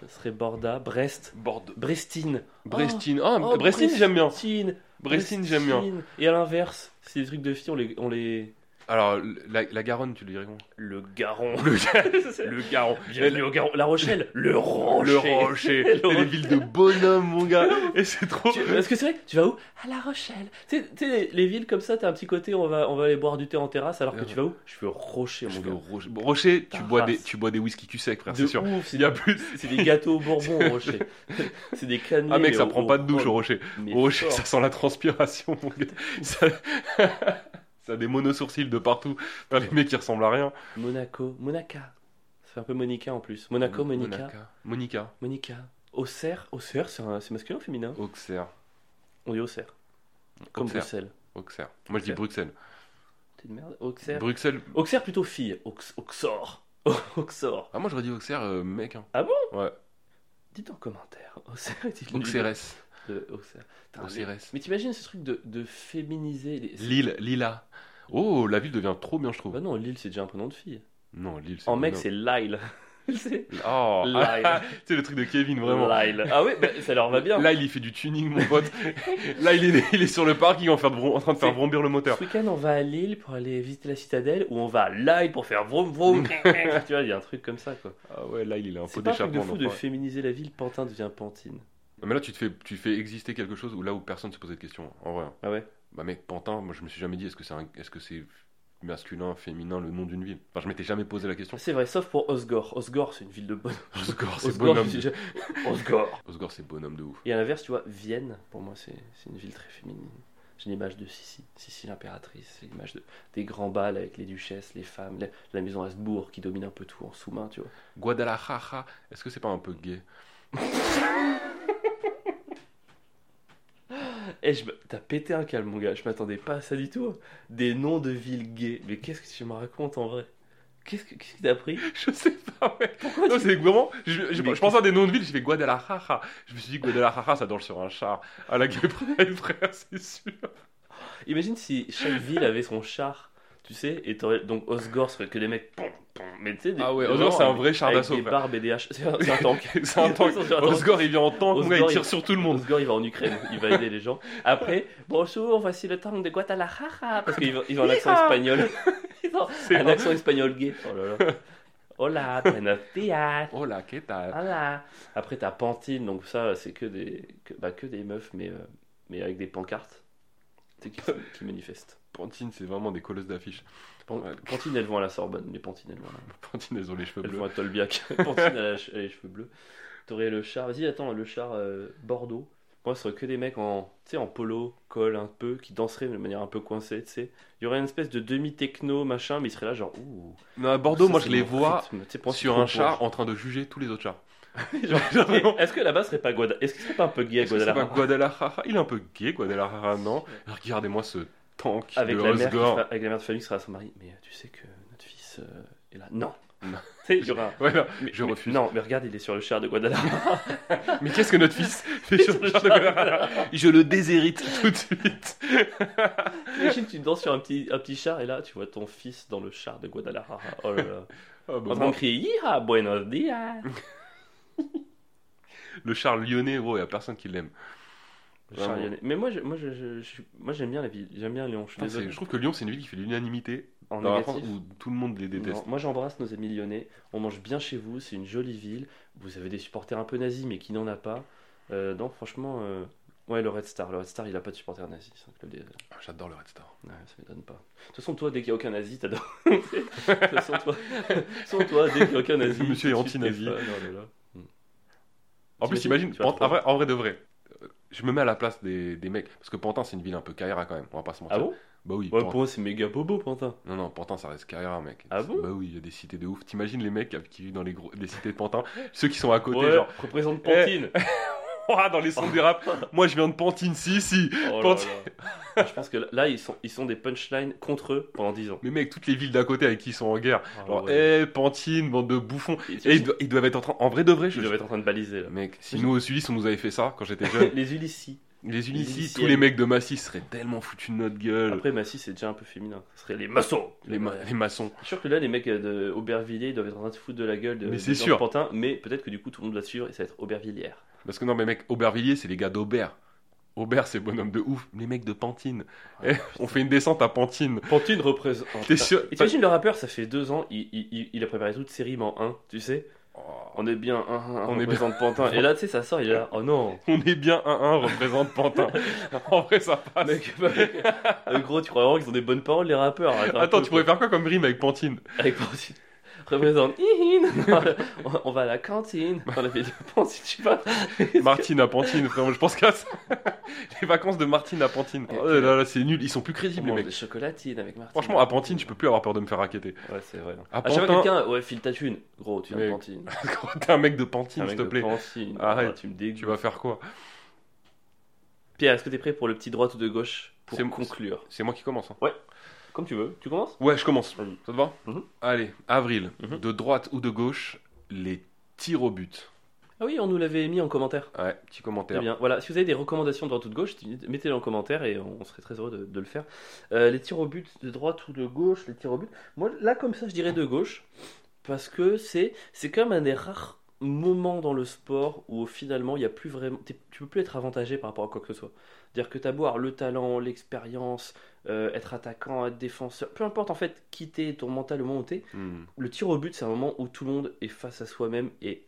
Speaker 1: Ce serait Borda, Brest.
Speaker 2: Bordeaux.
Speaker 1: Brestine.
Speaker 2: Brestine. Ah,
Speaker 1: Oh,
Speaker 2: Brestine, j'aime bien.
Speaker 1: Brestine,
Speaker 2: Brestine, j'aime bien.
Speaker 1: Brestine. Et à l'inverse, si les trucs de filles, on les. On les...
Speaker 2: Alors, la, la Garonne, tu le dirais comment
Speaker 1: Le Garon.
Speaker 2: Le, le Garon.
Speaker 1: Bienvenue au Garon. La Rochelle. Le Rocher.
Speaker 2: Le Rocher.
Speaker 1: Le
Speaker 2: C'est les
Speaker 1: Rocher.
Speaker 2: villes de bonhomme, mon gars. Et c'est trop.
Speaker 1: Tu- Parce que c'est vrai, tu vas où À La Rochelle. Tu sais- tu sais, les, les villes comme ça, t'as un petit côté, on va, on va aller boire du thé en terrasse, alors que tu vas où Je veux Rocher,
Speaker 2: Je
Speaker 1: mon
Speaker 2: veux
Speaker 1: gars.
Speaker 2: Rocher, Bon, Rocher, tu
Speaker 1: Tarras.
Speaker 2: bois, des, tu bois des whisky cul sec, frère,
Speaker 1: De
Speaker 2: c'est sûr.
Speaker 1: ouf, c'est
Speaker 2: Il y a
Speaker 1: des-
Speaker 2: plus.
Speaker 1: c'est des gâteaux au Bourbon, au Rocher. C'est des cannelés.
Speaker 2: Ah, mec,
Speaker 1: mais
Speaker 2: ça
Speaker 1: au-
Speaker 2: prend
Speaker 1: au-
Speaker 2: pas de douche au Rocher.
Speaker 1: mais
Speaker 2: Au Rocher,
Speaker 1: fort.
Speaker 2: ça sent la transpiration, mon gars. Ça, ça a des monosourcils de partout. Putain, les mecs, ils ressemblent à rien.
Speaker 1: Monaco, Monaca. Ça fait un peu Monica en plus. Monaco, Monica. Monica.
Speaker 2: Monica.
Speaker 1: Auxerre, Auxerre, c'est un- c'est masculin ou féminin
Speaker 2: Auxerre.
Speaker 1: On dit Auxerre. Comme
Speaker 2: Auxerre.
Speaker 1: Bruxelles.
Speaker 2: Auxerre. Moi, je dis
Speaker 1: Auxerre.
Speaker 2: Bruxelles.
Speaker 1: T'es de merde. Auxerre.
Speaker 2: Bruxelles.
Speaker 1: Auxerre plutôt fille. Aux- Auxor. Auxor.
Speaker 2: Ah, moi, j'aurais dit Auxerre, euh, mec. hein.
Speaker 1: Ah
Speaker 2: Ouais.
Speaker 1: Dites en commentaire. Auxerre est
Speaker 2: Auxerres.
Speaker 1: De Auxerre. Putain, mais-
Speaker 2: Auxerres.
Speaker 1: Mais t'imagines ce truc de, de féminiser les. c'est-
Speaker 2: Lille. Lila. Oh, la ville devient trop bien, je trouve.
Speaker 1: Bah non, Lille c'est déjà un prénom de fille.
Speaker 2: Non, Lille, c'est
Speaker 1: En mec
Speaker 2: non.
Speaker 1: c'est Lyle. C'est
Speaker 2: Oh,
Speaker 1: Lyle.
Speaker 2: c'est le truc de Kevin, vraiment.
Speaker 1: Lyle. Ah ouais, bah, ça leur va bien.
Speaker 2: Là, il y fait du tuning, mon pote. Là, il est, il est sur le parking en, faire de bron- en train de faire
Speaker 1: C'est-
Speaker 2: vrombir le moteur.
Speaker 1: Ce week-end, on va à Lille pour aller visiter la citadelle ou on va à Lille pour faire vroom vroom. tu vois, il y a un truc comme ça, quoi.
Speaker 2: Ah ouais, là, il est un peu
Speaker 1: C'est pas un truc de
Speaker 2: d'échappement.
Speaker 1: fou de
Speaker 2: l'enfoiré.
Speaker 1: féminiser la ville, Pantin devient Pantine.
Speaker 2: Non, mais là, tu te fais, tu fais exister quelque chose où là où personne se posait de questions, en vrai.
Speaker 1: Ah ouais
Speaker 2: Bah, mec, Pantin, moi, je me suis jamais dit est-ce que c'est un- est-ce que c'est masculin, féminin, le nom d'une ville. Enfin, je m'étais jamais posé la question.
Speaker 1: C'est vrai, sauf pour Osgore. Osgore, c'est une ville de bonhomme.
Speaker 2: Osgore, c'est
Speaker 1: Osgore,
Speaker 2: bonhomme.
Speaker 1: je
Speaker 2: de-
Speaker 1: suis déjà- Osgore.
Speaker 2: Osgore, c'est bonhomme de ouf.
Speaker 1: Et à l'inverse, tu vois, Vienne, pour moi, c'est c'est une ville très féminine. J'ai l'image de Sissi, Sissi l'impératrice, c'est l'image de, des grands bals avec les duchesses, les femmes, la, la maison Habsbourg qui domine un peu tout en sous-main, tu vois.
Speaker 2: Guadalajara, est-ce que c'est pas un peu gay
Speaker 1: Eh, je me- t'as pété un câble, mon gars. Je m'attendais pas à ça du tout. Des noms de villes gays. Mais qu'est-ce que tu me racontes en vrai Qu'est-ce que qu'est-ce que t'as pris
Speaker 2: Je sais pas, mec.
Speaker 1: Pourquoi
Speaker 2: Non,
Speaker 1: tu...
Speaker 2: c'est vraiment. Je, je- je
Speaker 1: Mais-
Speaker 2: pense à des noms de villes, j'ai fait Guadalajara. Je me suis dit Guadalajara, ça danse sur un char. À la guerre, frère, c'est sûr.
Speaker 1: Imagine si chaque ville avait son char, tu sais, et t'aurais- donc Osgore serait que des mecs. pom, pom, mais tu sais, des-
Speaker 2: Ah ouais,
Speaker 1: vraiment,
Speaker 2: Osgore, c'est un
Speaker 1: avec-
Speaker 2: vrai char
Speaker 1: avec
Speaker 2: d'assaut,
Speaker 1: Des
Speaker 2: frère.
Speaker 1: barbes et des haches. C'est un, c'est un tank.
Speaker 2: C'est un tank.
Speaker 1: Ils sont sur un tank.
Speaker 2: Osgore, il vient en tank, mon gars, il
Speaker 1: Osgore,
Speaker 2: tire
Speaker 1: il-
Speaker 2: sur tout le monde.
Speaker 1: Osgore, il va en Ukraine, il va aider les gens. Après, bonjour, voici le tank de Guadalajara. Parce qu'ils ont, ils ont un accent
Speaker 2: Yeehaw
Speaker 1: espagnol. Ils ont
Speaker 2: C'est
Speaker 1: un accent espagnol gay. Oh là là. Hola, buenos días.
Speaker 2: Oh là, qu'est-ce que t'as-
Speaker 1: Voilà. Après, t'as Pantine, donc ça, c'est que des, que, bah, que des meufs, mais, euh, mais avec des pancartes tu sais, qui, qui manifestent.
Speaker 2: Pantine, c'est vraiment des colosses d'affiches.
Speaker 1: Pan-
Speaker 2: Ouais.
Speaker 1: Pantine, elles vont à la Sorbonne. Les Pantines, elles vont, à-
Speaker 2: Pantine, elles ont les cheveux
Speaker 1: elles
Speaker 2: bleus.
Speaker 1: vont à Tolbiac. Pantine, elle a, elle a les cheveux bleus. T'aurais le char. Vas-y, attends, le char euh, Bordeaux. Moi, ce serait que des mecs en, tu sais, en polo, col un peu, qui danseraient de manière un peu coincée, tu sais. Il y aurait une espèce de demi-techno, machin, mais ils seraient là, genre, ouh.
Speaker 2: Non, à Bordeaux,
Speaker 1: ça,
Speaker 2: moi,
Speaker 1: c'est
Speaker 2: je les
Speaker 1: mon
Speaker 2: vois
Speaker 1: rythme. Tu sais, pour moi, c'est
Speaker 2: sur
Speaker 1: trop
Speaker 2: un char
Speaker 1: bourge.
Speaker 2: en train de juger tous les autres chars.
Speaker 1: Genre,
Speaker 2: Genre, vraiment.
Speaker 1: et Est-ce que là-bas, ce serait pas Guadalajara Est-ce que ce serait pas un peu gay à
Speaker 2: Est-ce que c'est pas
Speaker 1: Guadalajara
Speaker 2: Guadalajara Il est un peu gay, Guadalajara, non Regardez-moi ce tank
Speaker 1: avec
Speaker 2: de
Speaker 1: la, mère qui
Speaker 2: Osgore.
Speaker 1: sera- avec la mère de famille qui sera à son mari. Mais euh, tu sais que notre fils euh, est là. Non. Tu sais, il y aura un-
Speaker 2: Ouais, là,
Speaker 1: mais-
Speaker 2: je
Speaker 1: mais-
Speaker 2: refuse.
Speaker 1: Non, mais regarde, il est sur le char de Guadalajara.
Speaker 2: Mais qu'est-ce que notre fils fait sur le char de Guadalajara Je le déshérite tout de suite.
Speaker 1: Imagine, tu danses sur un petit, un petit char et là, tu vois ton fils dans le char de Guadalajara. Oh là là.
Speaker 2: Ah, bah,
Speaker 1: En train de crier Yeeha, buenos dias.
Speaker 2: Le char lyonnais, gros, il a personne qui l'aime.
Speaker 1: Le char
Speaker 2: Vraiment.
Speaker 1: lyonnais. Mais moi, je- moi, je- je- je suis- moi, j'aime bien la ville. J'aime bien Lyon. Je suis
Speaker 2: Putain, c'est-
Speaker 1: désolé.
Speaker 2: Je trouve que Lyon, c'est une ville qui fait l'unanimité
Speaker 1: En
Speaker 2: dans la France
Speaker 1: négatif.
Speaker 2: où tout le monde les déteste.
Speaker 1: Non, moi j'embrasse nos amis lyonnais, on mange bien chez vous, c'est une jolie ville, vous avez des supporters un peu nazis mais qui n'en a pas. Euh, non franchement, euh, ouais le Red Star, le Red Star il a pas de supporters nazis, c'est un club des-
Speaker 2: Ah, J'adore le Red Star.
Speaker 1: Ouais, ça m'étonne pas. De toute façon toi dès qu'il y a aucun nazi t'adores. de toute façon toi, de toute façon, toi, dès qu'il y a aucun nazi...
Speaker 2: Monsieur est
Speaker 1: tout de suite,
Speaker 2: anti-nazi.
Speaker 1: t'es fan, oh là là.
Speaker 2: En plus,
Speaker 1: T'imagines
Speaker 2: t'imagines,
Speaker 1: Tu vas
Speaker 2: Pant- en,
Speaker 1: trouver.
Speaker 2: vrai, en vrai de vrai, euh, je me mets à la place des, des mecs. Parce que Pantin, c'est une ville un peu carrière quand même, on va pas se mentir.
Speaker 1: Ah bon
Speaker 2: Bah oui,
Speaker 1: Ouais,
Speaker 2: Pan-
Speaker 1: pour moi, c'est méga bobo, Pantin.
Speaker 2: Non, non, Pantin, ça reste carrière, mec.
Speaker 1: Ah bon
Speaker 2: Bah oui, il y a des cités de ouf. T'imagines les mecs qui vivent dans les, gros, les cités de Pantin, ceux qui sont à côté,
Speaker 1: ouais,
Speaker 2: genre, Eh,
Speaker 1: représente Pantine. Oh
Speaker 2: Ouah, dans les sons des rap. Moi, je viens de Pantine, si, si.
Speaker 1: Oh là
Speaker 2: Pantine.
Speaker 1: là. Je pense que là, ils sont, ils sont des punchlines contre eux pendant 10 ans.
Speaker 2: Mais mec, toutes les villes d'à côté avec qui ils sont en guerre. Genre,
Speaker 1: Et
Speaker 2: eh, Pantine, bande de bouffons.
Speaker 1: tu-
Speaker 2: Et ils, do- ils doivent être en train. En vrai de vrai, je.
Speaker 1: ils doivent être en train de baliser là.
Speaker 2: Mec, si nous, au Suisse, on nous avait fait ça quand j'étais jeune,
Speaker 1: Les Ulysses.
Speaker 2: les Ulysses, tous
Speaker 1: Ulysses.
Speaker 2: les mecs de Massy seraient tellement foutus de notre gueule.
Speaker 1: Après, Massy, c'est déjà un peu féminin. Ce serait les maçons.
Speaker 2: Euh, les, ma- les maçons.
Speaker 1: Je suis sûr que là, les mecs euh, de Aubervilliers ils doivent être en train de se foutre de la gueule de,
Speaker 2: Mais
Speaker 1: des
Speaker 2: c'est
Speaker 1: gens de
Speaker 2: sûr.
Speaker 1: Pantin, mais peut-être que du coup, tout le monde va suivre et ça va être Aubervillière.
Speaker 2: Parce que non, mais mec, Aubervilliers, c'est les gars d'Aubert. Aubert, c'est bonhomme de ouf. Les mecs de Pantine.
Speaker 1: Ouais,
Speaker 2: Eh, on fait une descente à Pantine.
Speaker 1: Pantine représente.
Speaker 2: T'es sûr
Speaker 1: Et t'imagines le rappeur, ça fait deux ans, il, il- il- il a préparé toute série en 1, tu sais
Speaker 2: Oh,
Speaker 1: On est bien 1, 1,
Speaker 2: On
Speaker 1: on
Speaker 2: est bien.
Speaker 1: représente Pantin. Et là, tu sais, ça sort, il est là, oh non
Speaker 2: On est bien 1-1, représente Pantin. en vrai, ça passe.
Speaker 1: Mec, euh, gros, tu crois vraiment qu'ils ont des bonnes paroles, les rappeurs Arrête un
Speaker 2: Attends,
Speaker 1: peu,
Speaker 2: tu pourrais faire quoi comme rime avec Pantine
Speaker 1: quoi. Avec Pantine. Représente. Hihin. on, on va à la cantine. Dans la ville de Pantine, je sais pas.
Speaker 2: Martine à Pantine, frère, je pense qu'à ça. Les vacances de Martine à Pantine.
Speaker 1: Ouais,
Speaker 2: Oh là là, c'est nul, ils sont plus crédibles, les
Speaker 1: On mange
Speaker 2: mecs.
Speaker 1: des chocolatines avec Martine.
Speaker 2: Franchement, à Pantine, je peux plus avoir peur de me faire raqueter.
Speaker 1: Ouais, c'est vrai.
Speaker 2: À
Speaker 1: À, chaque
Speaker 2: Pantin-
Speaker 1: fois, quelqu'un, ouais, file ta thune. Gros, tu viens de
Speaker 2: Mec,
Speaker 1: Pantine.
Speaker 2: Quand t'es un mec de Pantine,
Speaker 1: Un
Speaker 2: s'il
Speaker 1: mec
Speaker 2: te
Speaker 1: de
Speaker 2: plaît,
Speaker 1: Pantine.
Speaker 2: Arrête.
Speaker 1: Ah, tu me dégoûtes.
Speaker 2: tu vas faire quoi
Speaker 1: Pierre, est-ce que t'es prêt pour le petit droite ou de gauche pour
Speaker 2: C'est-
Speaker 1: conclure
Speaker 2: C'est moi qui commence. hein.
Speaker 1: Comme tu veux. Tu commences
Speaker 2: Ouais, je commence.
Speaker 1: Vas-y.
Speaker 2: Ça te va
Speaker 1: Mhm.
Speaker 2: Allez, avril,
Speaker 1: Mhm.
Speaker 2: de droite ou de gauche, les tirs au but.
Speaker 1: Ah oui, on nous l'avait mis en commentaire.
Speaker 2: Ouais, petit
Speaker 1: Très
Speaker 2: commentaire.
Speaker 1: Eh bien. Voilà, si vous avez des recommandations de droite ou de gauche, mettez-les en commentaire et on serait très heureux de, de le faire. Euh, les tirs au but de droite ou de gauche, les tirs au but. Moi, là, comme ça, je dirais de gauche parce que c'est c'est quand même un des rares moments dans le sport où finalement il y a plus vraiment t'es- tu peux plus être avantagé par rapport à quoi que ce soit dire que t'as beau avoir le talent l'expérience euh, être attaquant être défenseur peu importe en fait quitter ton mental au moment où t'es
Speaker 2: Hmm.
Speaker 1: le tir au but, c'est un moment où tout le monde est face à soi-même et,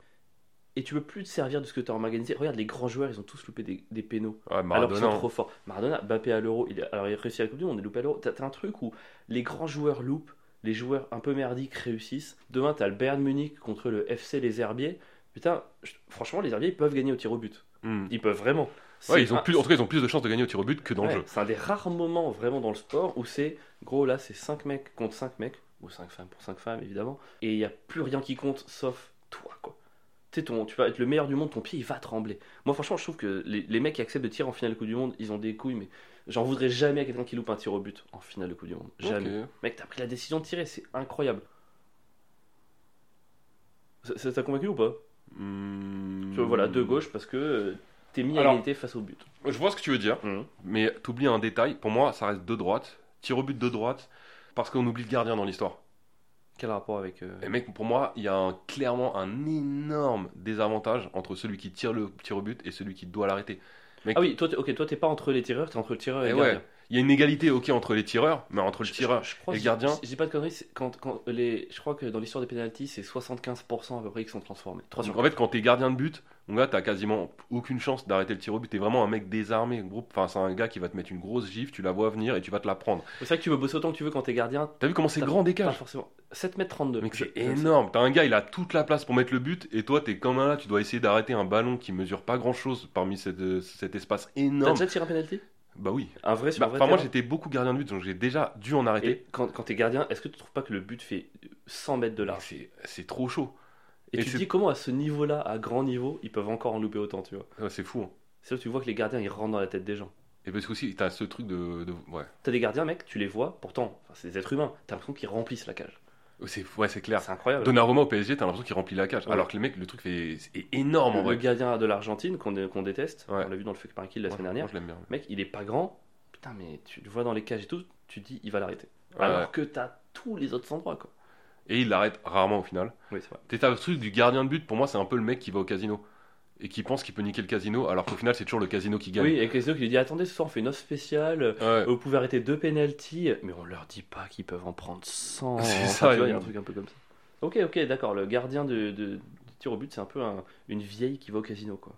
Speaker 1: et tu peux plus te servir de ce que tu as organisé. Regarde, les grands joueurs, ils ont tous loupé des, des pénaux.
Speaker 2: Ouais,
Speaker 1: Alors qu'ils
Speaker 2: Maradona. hein.
Speaker 1: sont trop forts. Maradona, Bappé à l'euro, il, a- alors il a réussi à la Coupe du Monde, il loupé à l'euro. T'as t'as un truc où les grands joueurs loupent, les joueurs un peu merdiques réussissent. Demain, t'as le Bayern Munich contre le FC Les Herbiers. Putain, je- franchement, les Herbiers, ils peuvent gagner au tir au but.
Speaker 2: Hmm.
Speaker 1: Ils peuvent vraiment. C'est
Speaker 2: Ouais, ils ont
Speaker 1: un-
Speaker 2: plus, en tout cas, ils ont plus de chances de gagner au tir au but que dans
Speaker 1: Ouais,
Speaker 2: le jeu.
Speaker 1: C'est un des rares moments vraiment dans le sport où c'est gros là c'est 5 mecs contre 5 mecs ou 5 femmes pour 5 femmes évidemment et il n'y a plus rien qui compte sauf toi quoi. Tu sais, ton- tu vas être le meilleur du monde, ton pied il va trembler. Moi franchement je trouve que les, les mecs qui acceptent de tirer en finale de Coupe du Monde ils ont des couilles mais j'en voudrais jamais à quelqu'un qui loupe un tir au but en finale de Coupe du Monde. Jamais.
Speaker 2: Ok.
Speaker 1: Mec t'as pris la décision de tirer c'est incroyable. Ça- Ça t'a convaincu ou pas
Speaker 2: Hmm.
Speaker 1: Tu vois, Voilà de gauche parce que euh, t'es mis à
Speaker 2: Alors- hmm.
Speaker 1: égalité face au but.
Speaker 2: Je vois ce que tu veux dire. Mais t'oublies un détail, pour moi ça reste de droite, tir au but de droite, parce qu'on oublie le gardien dans l'histoire.
Speaker 1: Quel rapport avec... euh,
Speaker 2: Et mec, pour moi, il y a un- clairement un énorme désavantage entre celui qui tire le tir au but et celui qui doit l'arrêter. Mec,
Speaker 1: Ah oui, toi, t'es- ok, toi t'es pas entre les tireurs, t'es entre le tireur et
Speaker 2: eh
Speaker 1: le
Speaker 2: ouais,
Speaker 1: gardien.
Speaker 2: il y a une égalité ok entre les tireurs, mais entre le
Speaker 1: Je-
Speaker 2: tireur.
Speaker 1: je, je crois
Speaker 2: et
Speaker 1: que-
Speaker 2: gardien.
Speaker 1: si Je dis pas de conneries, c'est quand, quand euh, les, je crois que dans l'histoire des pénalties, c'est 75% à peu près qui sont transformés. 3
Speaker 2: Donc, en fait, quand t'es gardien de but, mon gars, t'as quasiment aucune chance d'arrêter le tir au but. T'es vraiment un mec désarmé. gros. Enfin, c'est un gars qui va te mettre une grosse gifle, tu la vois venir et tu vas te la prendre.
Speaker 1: C'est vrai que tu peux bosser autant que tu veux quand t'es gardien.
Speaker 2: T'as vu comment c'est
Speaker 1: T'as-
Speaker 2: grand
Speaker 1: Pas
Speaker 2: décalage
Speaker 1: forcément. 7m32.
Speaker 2: Mec, c'est
Speaker 1: Je- je-
Speaker 2: énorme. T'as un gars, il a toute la place pour mettre le but, et toi, t'es comme un là, tu dois essayer d'arrêter un ballon qui mesure pas grand chose parmi cette, euh, cet espace
Speaker 1: T'as
Speaker 2: énorme.
Speaker 1: déjà tiré un pénalty
Speaker 2: Bah oui.
Speaker 1: Un vrai sur
Speaker 2: Bah,
Speaker 1: un vrai
Speaker 2: Enfin, moi,
Speaker 1: terrain.
Speaker 2: j'étais beaucoup gardien de but, donc j'ai déjà dû en arrêter.
Speaker 1: Et quand, quand t'es gardien, est-ce que tu trouves pas que le but fait 100 mètres de
Speaker 2: Mec,
Speaker 1: large
Speaker 2: C'est c'est trop chaud.
Speaker 1: Et,
Speaker 2: et
Speaker 1: tu
Speaker 2: c'est-
Speaker 1: te dis comment à ce niveau-là, à grand niveau, ils peuvent encore en louper autant, tu vois.
Speaker 2: Ouais, c'est fou. hein.
Speaker 1: C'est là où tu vois que les gardiens ils rentrent dans la tête des gens.
Speaker 2: Et parce que aussi, t'as ce truc de. de- ouais,
Speaker 1: T'as des gardiens, mec, tu les vois, pourtant, enfin, c'est des êtres humains, t'as l'impression qu'ils remplissent la cage.
Speaker 2: c'est ouais, c'est clair.
Speaker 1: C'est incroyable.
Speaker 2: Donnarumma au PSG, t'as l'impression qu'il remplit la cage.
Speaker 1: Ouais.
Speaker 2: Alors que les mecs, le truc fait, est énorme en
Speaker 1: le
Speaker 2: vrai.
Speaker 1: gardien de l'Argentine, qu'on qu'on déteste,
Speaker 2: Ouais.
Speaker 1: on l'a vu dans le Fuck Marquis la
Speaker 2: Moi,
Speaker 1: semaine
Speaker 2: je-
Speaker 1: dernière,
Speaker 2: moi, je l'aime bien.
Speaker 1: mec, il est pas grand, putain, mais tu le vois dans les cages et tout, tu te dis, il va l'arrêter.
Speaker 2: Ouais, ouais.
Speaker 1: Alors que t'as tous les autres endroits, quoi.
Speaker 2: Et il l'arrête rarement au final.
Speaker 1: Oui, c'est vrai.
Speaker 2: T'es t'as le truc du gardien de but, pour moi, c'est un peu le mec qui va au casino. Et qui pense qu'il peut niquer le casino, alors qu'au final, c'est toujours le casino qui gagne.
Speaker 1: Oui, et Casino qui lui dit, attendez, ce soir on fait une offre spéciale, Euh,
Speaker 2: Ouais.
Speaker 1: vous pouvez arrêter deux pénalties, mais on leur dit pas qu'ils peuvent en prendre 100.
Speaker 2: C'est
Speaker 1: Enfin,
Speaker 2: ça,
Speaker 1: tu vois, il y a
Speaker 2: il-
Speaker 1: un truc un peu comme ça. Ok, ok, d'accord, le gardien de, de- de tir au but, c'est un peu un- une vieille qui va au casino, quoi.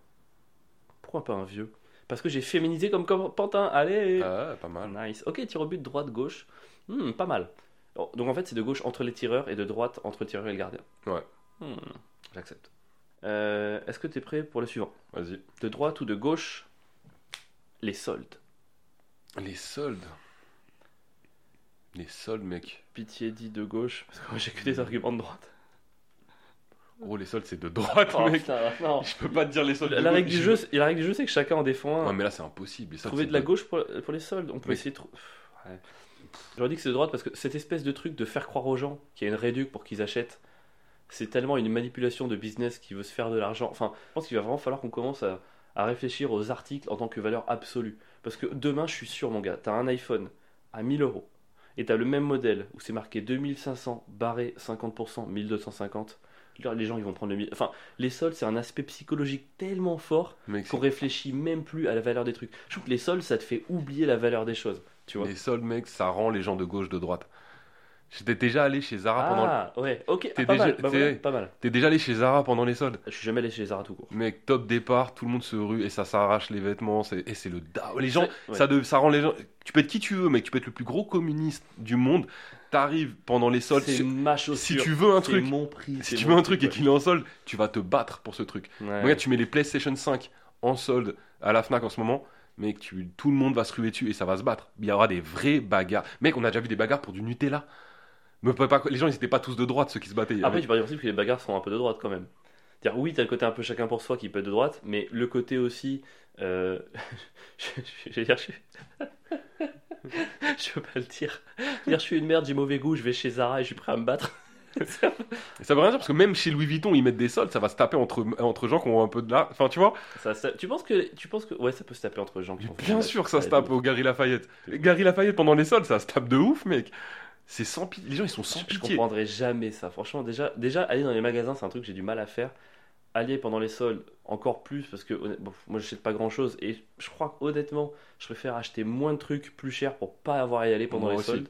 Speaker 1: Pourquoi pas un vieux Parce que j'ai féminisé comme, comme Pantin, allez
Speaker 2: Ah, pas mal.
Speaker 1: Nice. Ok, tir au but, droite, gauche. Hmm, pas mal. Alors, Donc en fait, c'est de gauche entre les tireurs et de droite entre le tireur et le gardien.
Speaker 2: Ouais.
Speaker 1: Hmm, J'accepte. Euh, Est-ce que tu es prêt pour le suivant
Speaker 2: Vas-y.
Speaker 1: De droite ou de gauche Les soldes.
Speaker 2: Les soldes. Les soldes, mec.
Speaker 1: Pitié dit de gauche, parce que moi j'ai que des arguments de droite.
Speaker 2: Oh, les soldes, c'est de droite,
Speaker 1: Oh,
Speaker 2: mec.
Speaker 1: putain, non.
Speaker 2: Je peux pas te dire les soldes.
Speaker 1: La,
Speaker 2: de
Speaker 1: la
Speaker 2: gauche.
Speaker 1: règle du jeu, c'est- la règle du jeu, c'est que chacun en défend un.
Speaker 2: Ouais, mais là, c'est impossible. Les soldes,
Speaker 1: Trouver
Speaker 2: c'est
Speaker 1: de la gauche pour, pour les soldes. On peut
Speaker 2: Oui.
Speaker 1: essayer de trou- Pff,
Speaker 2: Ouais.
Speaker 1: J'aurais dit que c'est de droite parce que cette espèce de truc de faire croire aux gens qu'il y a une réduc pour qu'ils achètent, c'est tellement une manipulation de business qui veut se faire de l'argent. Enfin, je pense qu'il va vraiment falloir qu'on commence à, à réfléchir aux articles en tant que valeur absolue. Parce que demain, je suis sûr, mon gars, t'as un iPhone à 1000 euros et t'as le même modèle où c'est marqué 2500 barré 50%, 1250. Là, Les gens, ils vont prendre le. 1000. Enfin, les soldes, c'est un aspect psychologique tellement fort
Speaker 2: Mec,
Speaker 1: qu'on réfléchit même plus à la valeur des trucs. Je trouve que les soldes, ça te fait oublier la valeur des choses, tu vois.
Speaker 2: les soldes, mec, ça rend les gens de gauche de droite. J'étais déjà allé chez Zara pendant.
Speaker 1: ah, ouais, ok,
Speaker 2: T'es
Speaker 1: ah, pas,
Speaker 2: déjà-
Speaker 1: mal, bah
Speaker 2: t'es-
Speaker 1: voilà, pas mal.
Speaker 2: T'es déjà allé chez Zara pendant les soldes.
Speaker 1: Je suis jamais allé chez Zara tout court.
Speaker 2: Mec, top départ, tout le monde se rue et ça s'arrache les vêtements. c'est- Et c'est le da. Oh, Les gens,
Speaker 1: Ouais.
Speaker 2: ça, de- ça rend les gens. Tu peux être qui tu veux, mec. Tu peux être le plus gros communiste du monde. T'arrives pendant les soldes.
Speaker 1: c'est
Speaker 2: Si,
Speaker 1: ma chaussure.
Speaker 2: si tu veux un truc,
Speaker 1: c'est mon prix.
Speaker 2: si tu veux un truc et qu'il est en solde, tu vas te battre pour ce truc. Regarde, tu mets les PlayStation 5 en solde à la Fnac en ce moment. Mec, tu, tout le monde va se ruer dessus et ça va se battre. Il y aura des vraies bagarres. Mec, on a déjà vu des bagarres pour du Nutella. Me fais pas- les gens, ils étaient pas tous de droite ceux qui se battaient.
Speaker 1: Après, tu pars du principe que les bagarres sont un peu de droite quand même. C'est-à-dire, oui, t'as le côté un peu chacun pour soi qui peut être de droite, mais le côté aussi. euh, je- je- J'allais dire, je suis. je peux pas le dire. Dire, je suis une merde, j'ai mauvais goût, je vais chez Zara et je suis prêt à me battre.
Speaker 2: Et Ça veut rien dire parce que même chez Louis Vuitton, ils mettent des soldes, ça va se taper entre, entre gens qui ont un peu de là. Enfin, tu vois
Speaker 1: Ça- ça- tu penses que. Tu penses que. Ouais, ça peut se taper entre gens qui sont
Speaker 2: Bien sûr que ça se
Speaker 1: Ouais,
Speaker 2: tape au Gary Lafayette. Gary Lafayette pendant les soldes, ça se tape de ouf, mec. C'est sans pitié. Les gens, ils sont sans
Speaker 1: Je, je
Speaker 2: pitié.
Speaker 1: comprendrais jamais ça. Franchement, déjà, déjà aller dans les magasins, c'est un truc que j'ai du mal à faire. Aller pendant les soldes, encore plus, parce que honnêt- bon, moi, je sais pas grand chose. Et je crois qu'honnêtement, je préfère acheter moins de trucs plus chers pour pas avoir à y aller pendant
Speaker 2: Moi
Speaker 1: les
Speaker 2: aussi.
Speaker 1: soldes.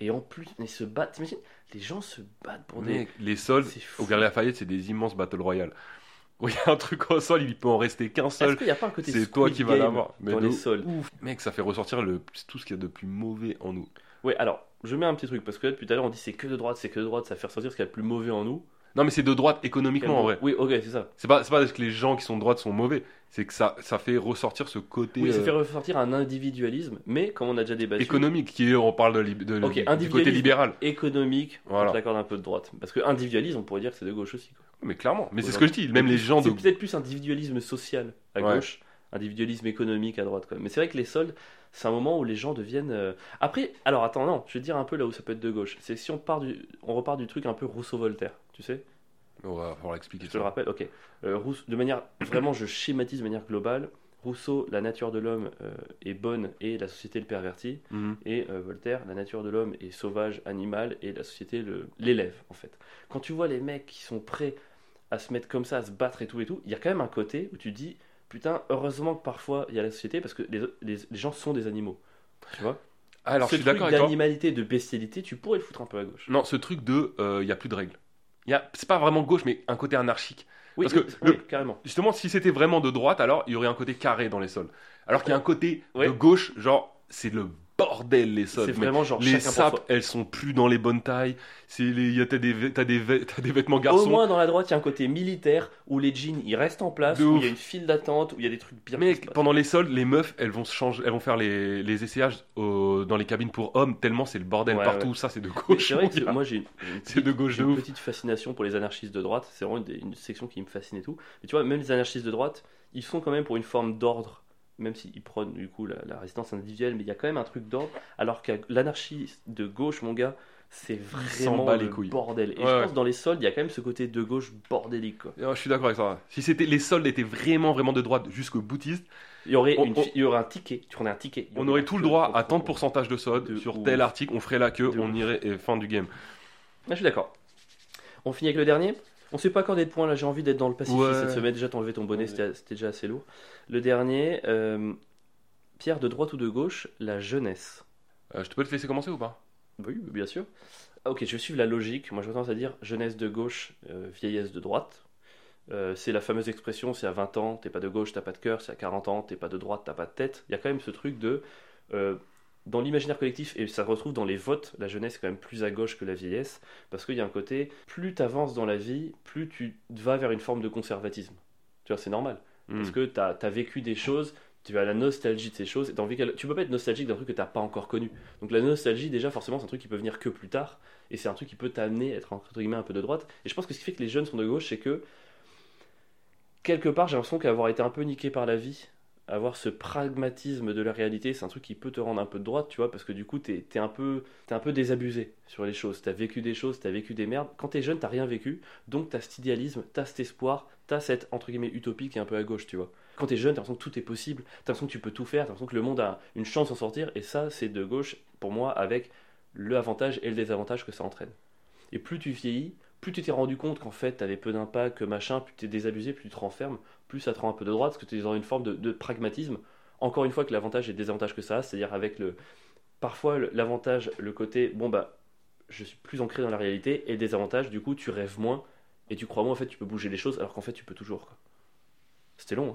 Speaker 1: Et en plus, ils se battent. T'imagines Les gens se battent pour des.
Speaker 2: Mec, les soldes
Speaker 1: C'est fou.
Speaker 2: au Gary Lafayette, c'est des immenses battle royales. Où il y a un truc au sol, il peut en rester qu'un
Speaker 1: Est-ce
Speaker 2: seul.
Speaker 1: qu'il n'y a pas un côté
Speaker 2: C'est toi
Speaker 1: Squid
Speaker 2: qui vas
Speaker 1: Game
Speaker 2: l'avoir. Mais
Speaker 1: dans
Speaker 2: de
Speaker 1: les
Speaker 2: ouf.
Speaker 1: soldes
Speaker 2: Mec, ça fait ressortir le, tout ce qu'il y a de plus mauvais en nous.
Speaker 1: Ouais, alors, je mets un petit truc, parce que là, depuis tout à l'heure, on dit c'est que de droite, c'est que de droite, ça fait ressortir ce qu'il y a de plus mauvais en nous.
Speaker 2: Non, mais c'est de droite économiquement en vrai.
Speaker 1: Oui, ok, c'est ça.
Speaker 2: C'est pas, c'est pas parce que les gens qui sont de droite sont mauvais, c'est que ça, ça fait ressortir ce côté
Speaker 1: Oui, ça
Speaker 2: euh,
Speaker 1: fait ressortir un individualisme, mais comme on a déjà débattu.
Speaker 2: économique qui est, on parle de, lib- de-
Speaker 1: Ok,
Speaker 2: du
Speaker 1: individualisme.
Speaker 2: côté libéral.
Speaker 1: économique,
Speaker 2: Voilà.
Speaker 1: on t'accorde un peu de droite. Parce que individualisme, on pourrait dire que c'est de gauche aussi. quoi.
Speaker 2: Mais clairement, mais c'est ce que je dis, même les gens de
Speaker 1: C'est peut-être plus individualisme social à
Speaker 2: Ouais.
Speaker 1: gauche, individualisme économique à droite. Quoi. Mais c'est vrai que les soldes, c'est un moment où les gens deviennent. euh, Après, alors attends, non, je vais te dire un peu là où ça peut être de gauche. C'est si on, part du... on repart du truc un peu Rousseau-Voltaire, tu sais
Speaker 2: On va falloir expliquer
Speaker 1: Je te le
Speaker 2: ça.
Speaker 1: rappelle, ok. Euh, Rousseau- de manière vraiment, je schématise de manière globale. Rousseau, la nature de l'homme euh, est bonne et la société le pervertit.
Speaker 2: Mhm.
Speaker 1: et euh, Voltaire, la nature de l'homme est sauvage, animale, et la société le- l'élève, en fait. Quand tu vois les mecs qui sont prêts à se mettre comme ça, à se battre et tout, et tout, il y a quand même un côté où tu te dis, putain, heureusement que parfois il y a la société, parce que les, les- les gens sont des animaux. Tu vois
Speaker 2: Alors,
Speaker 1: Ce
Speaker 2: je suis d'accord
Speaker 1: truc
Speaker 2: avec toi.
Speaker 1: d'animalité, de bestialité, tu pourrais le foutre un peu à gauche.
Speaker 2: Non, ce truc de il n'y a plus de règles. Y a- C'est pas vraiment gauche, mais un côté anarchique.
Speaker 1: Oui,
Speaker 2: Parce que
Speaker 1: oui,
Speaker 2: le-
Speaker 1: carrément.
Speaker 2: Justement, si c'était vraiment de droite, alors il y aurait un côté carré dans les sols. Alors qu'il y a un côté
Speaker 1: Ouais.
Speaker 2: de gauche, genre, c'est le bordel les sols.
Speaker 1: C'est
Speaker 2: mec.
Speaker 1: vraiment genre
Speaker 2: Les
Speaker 1: chacun pour
Speaker 2: sapes,
Speaker 1: soi.
Speaker 2: elles sont plus dans les bonnes tailles. C'est les, y a- t'as des, vê- t'as des, vê- t'as des vêtements garçons.
Speaker 1: Au moins dans la droite, il y a un côté militaire où les jeans ils restent en place,
Speaker 2: De
Speaker 1: où
Speaker 2: ouf.
Speaker 1: il y a une file d'attente, où il y a des trucs bien. qui se
Speaker 2: Mec,
Speaker 1: passent.
Speaker 2: pendant les soldes, les meufs, elles vont se changer, elles vont faire les, les essayages au- dans les cabines pour hommes. Tellement c'est le bordel
Speaker 1: Ouais,
Speaker 2: partout. Ça, c'est de
Speaker 1: Mais
Speaker 2: gauche.
Speaker 1: C'est vrai
Speaker 2: mon
Speaker 1: que
Speaker 2: gars.
Speaker 1: moi j'ai une- j'ai une
Speaker 2: C'est de gauche
Speaker 1: J'ai
Speaker 2: de
Speaker 1: une
Speaker 2: ouf.
Speaker 1: petite fascination pour les anarchistes de droite, c'est vraiment une, des- une section qui me fascine et tout. Mais tu vois, même les anarchistes de droite, ils sont quand même pour une forme d'ordre, même s'ils prônent du coup la, la résistance individuelle, mais il y a quand même un truc d'ordre, alors que l'anarchiste de gauche, mon gars, c'est
Speaker 2: s'en
Speaker 1: vraiment
Speaker 2: bat les
Speaker 1: le
Speaker 2: couilles.
Speaker 1: bordel. Et
Speaker 2: Ouais,
Speaker 1: je
Speaker 2: ouais.
Speaker 1: pense que dans les soldes, il y a quand même ce côté de gauche bordélique. Quoi.
Speaker 2: Non, je suis d'accord avec ça. Si c'était les soldes étaient vraiment vraiment de droite jusqu'au boutiste,
Speaker 1: Il, y aurait
Speaker 2: On-
Speaker 1: une
Speaker 2: on-
Speaker 1: fi- il y aurait un ticket, tu prenais un ticket. Il y
Speaker 2: on aurait tout le droit à tant de
Speaker 1: Ouais,
Speaker 2: pourcentage de soldes
Speaker 1: De
Speaker 2: sur
Speaker 1: ouf.
Speaker 2: tel article, on ferait la queue,
Speaker 1: De
Speaker 2: on
Speaker 1: ouf.
Speaker 2: irait et fin du game.
Speaker 1: Ah, je suis d'accord. On finit avec le dernier on s'est pas accordé de points là, j'ai envie d'être dans le pacifisme
Speaker 2: Ouais.
Speaker 1: cette semaine. Déjà, t'enlever ton bonnet,
Speaker 2: Ouais.
Speaker 1: c'était c'était déjà assez lourd. Le dernier, euh, Pierre de droite ou de gauche, la jeunesse.
Speaker 2: Euh, je te peux te laisser commencer ou pas
Speaker 1: Oui, bien sûr. Ah, Ok, je vais suivre la logique. Moi, j'ai tendance à dire jeunesse de gauche, euh, vieillesse de droite. Euh, c'est la fameuse expression c'est à 20 ans, t'es pas de gauche, t'as pas de cœur, c'est à 40 ans, t'es pas de droite, t'as pas de tête. Il y a quand même ce truc de. euh, dans l'imaginaire collectif, et ça se retrouve dans les votes, la jeunesse est quand même plus à gauche que la vieillesse, parce qu'il y a un côté, plus tu avances dans la vie, plus tu vas vers une forme de conservatisme. Tu vois, c'est normal. Parce
Speaker 2: Hmm.
Speaker 1: que tu as, vécu des choses, tu as la nostalgie de ces choses, et t'as envie qu'elles- tu peux pas être nostalgique d'un truc que tu pas encore connu. Donc la nostalgie, déjà, forcément, c'est un truc qui peut venir que plus tard, et c'est un truc qui peut t'amener à être entre guillemets un peu de droite. Et je pense que ce qui fait que les jeunes sont de gauche, c'est que quelque part, j'ai l'impression qu'avoir été un peu niqué par la vie, avoir ce pragmatisme de la réalité, c'est un truc qui peut te rendre un peu de droite, tu vois, parce que du coup, t'es es un, peu- t'es un peu désabusé sur les choses. T'as vécu des choses, t'as vécu des merdes. Quand t'es jeune, t'as rien vécu, donc t'as cet idéalisme, t'as cet espoir, t'as cette, entre guillemets, utopie qui est un peu à gauche, tu vois. Quand t'es jeune, t'as l'impression que tout est possible, t'as l'impression que tu peux tout faire, t'as l'impression que le monde a une chance d'en sortir, et ça, c'est de gauche, pour moi, avec le avantage et le désavantage que ça entraîne. Et plus tu vieillis, plus tu t'es rendu compte qu'en fait, t'avais peu d'impact, que machin, plus t'es désabusé, plus tu te renfermes, plus ça te rend un peu de droite, parce que t'es dans une forme de, de pragmatisme. Encore une fois, que l'avantage et le désavantage que ça a, c'est-à-dire avec le. Parfois, le- l'avantage, le côté, bon bah, je suis plus ancré dans la réalité, et le désavantage, du coup, tu rêves moins, et tu crois moins, en fait, tu peux bouger les choses, alors qu'en fait, tu peux toujours, quoi. C'était long,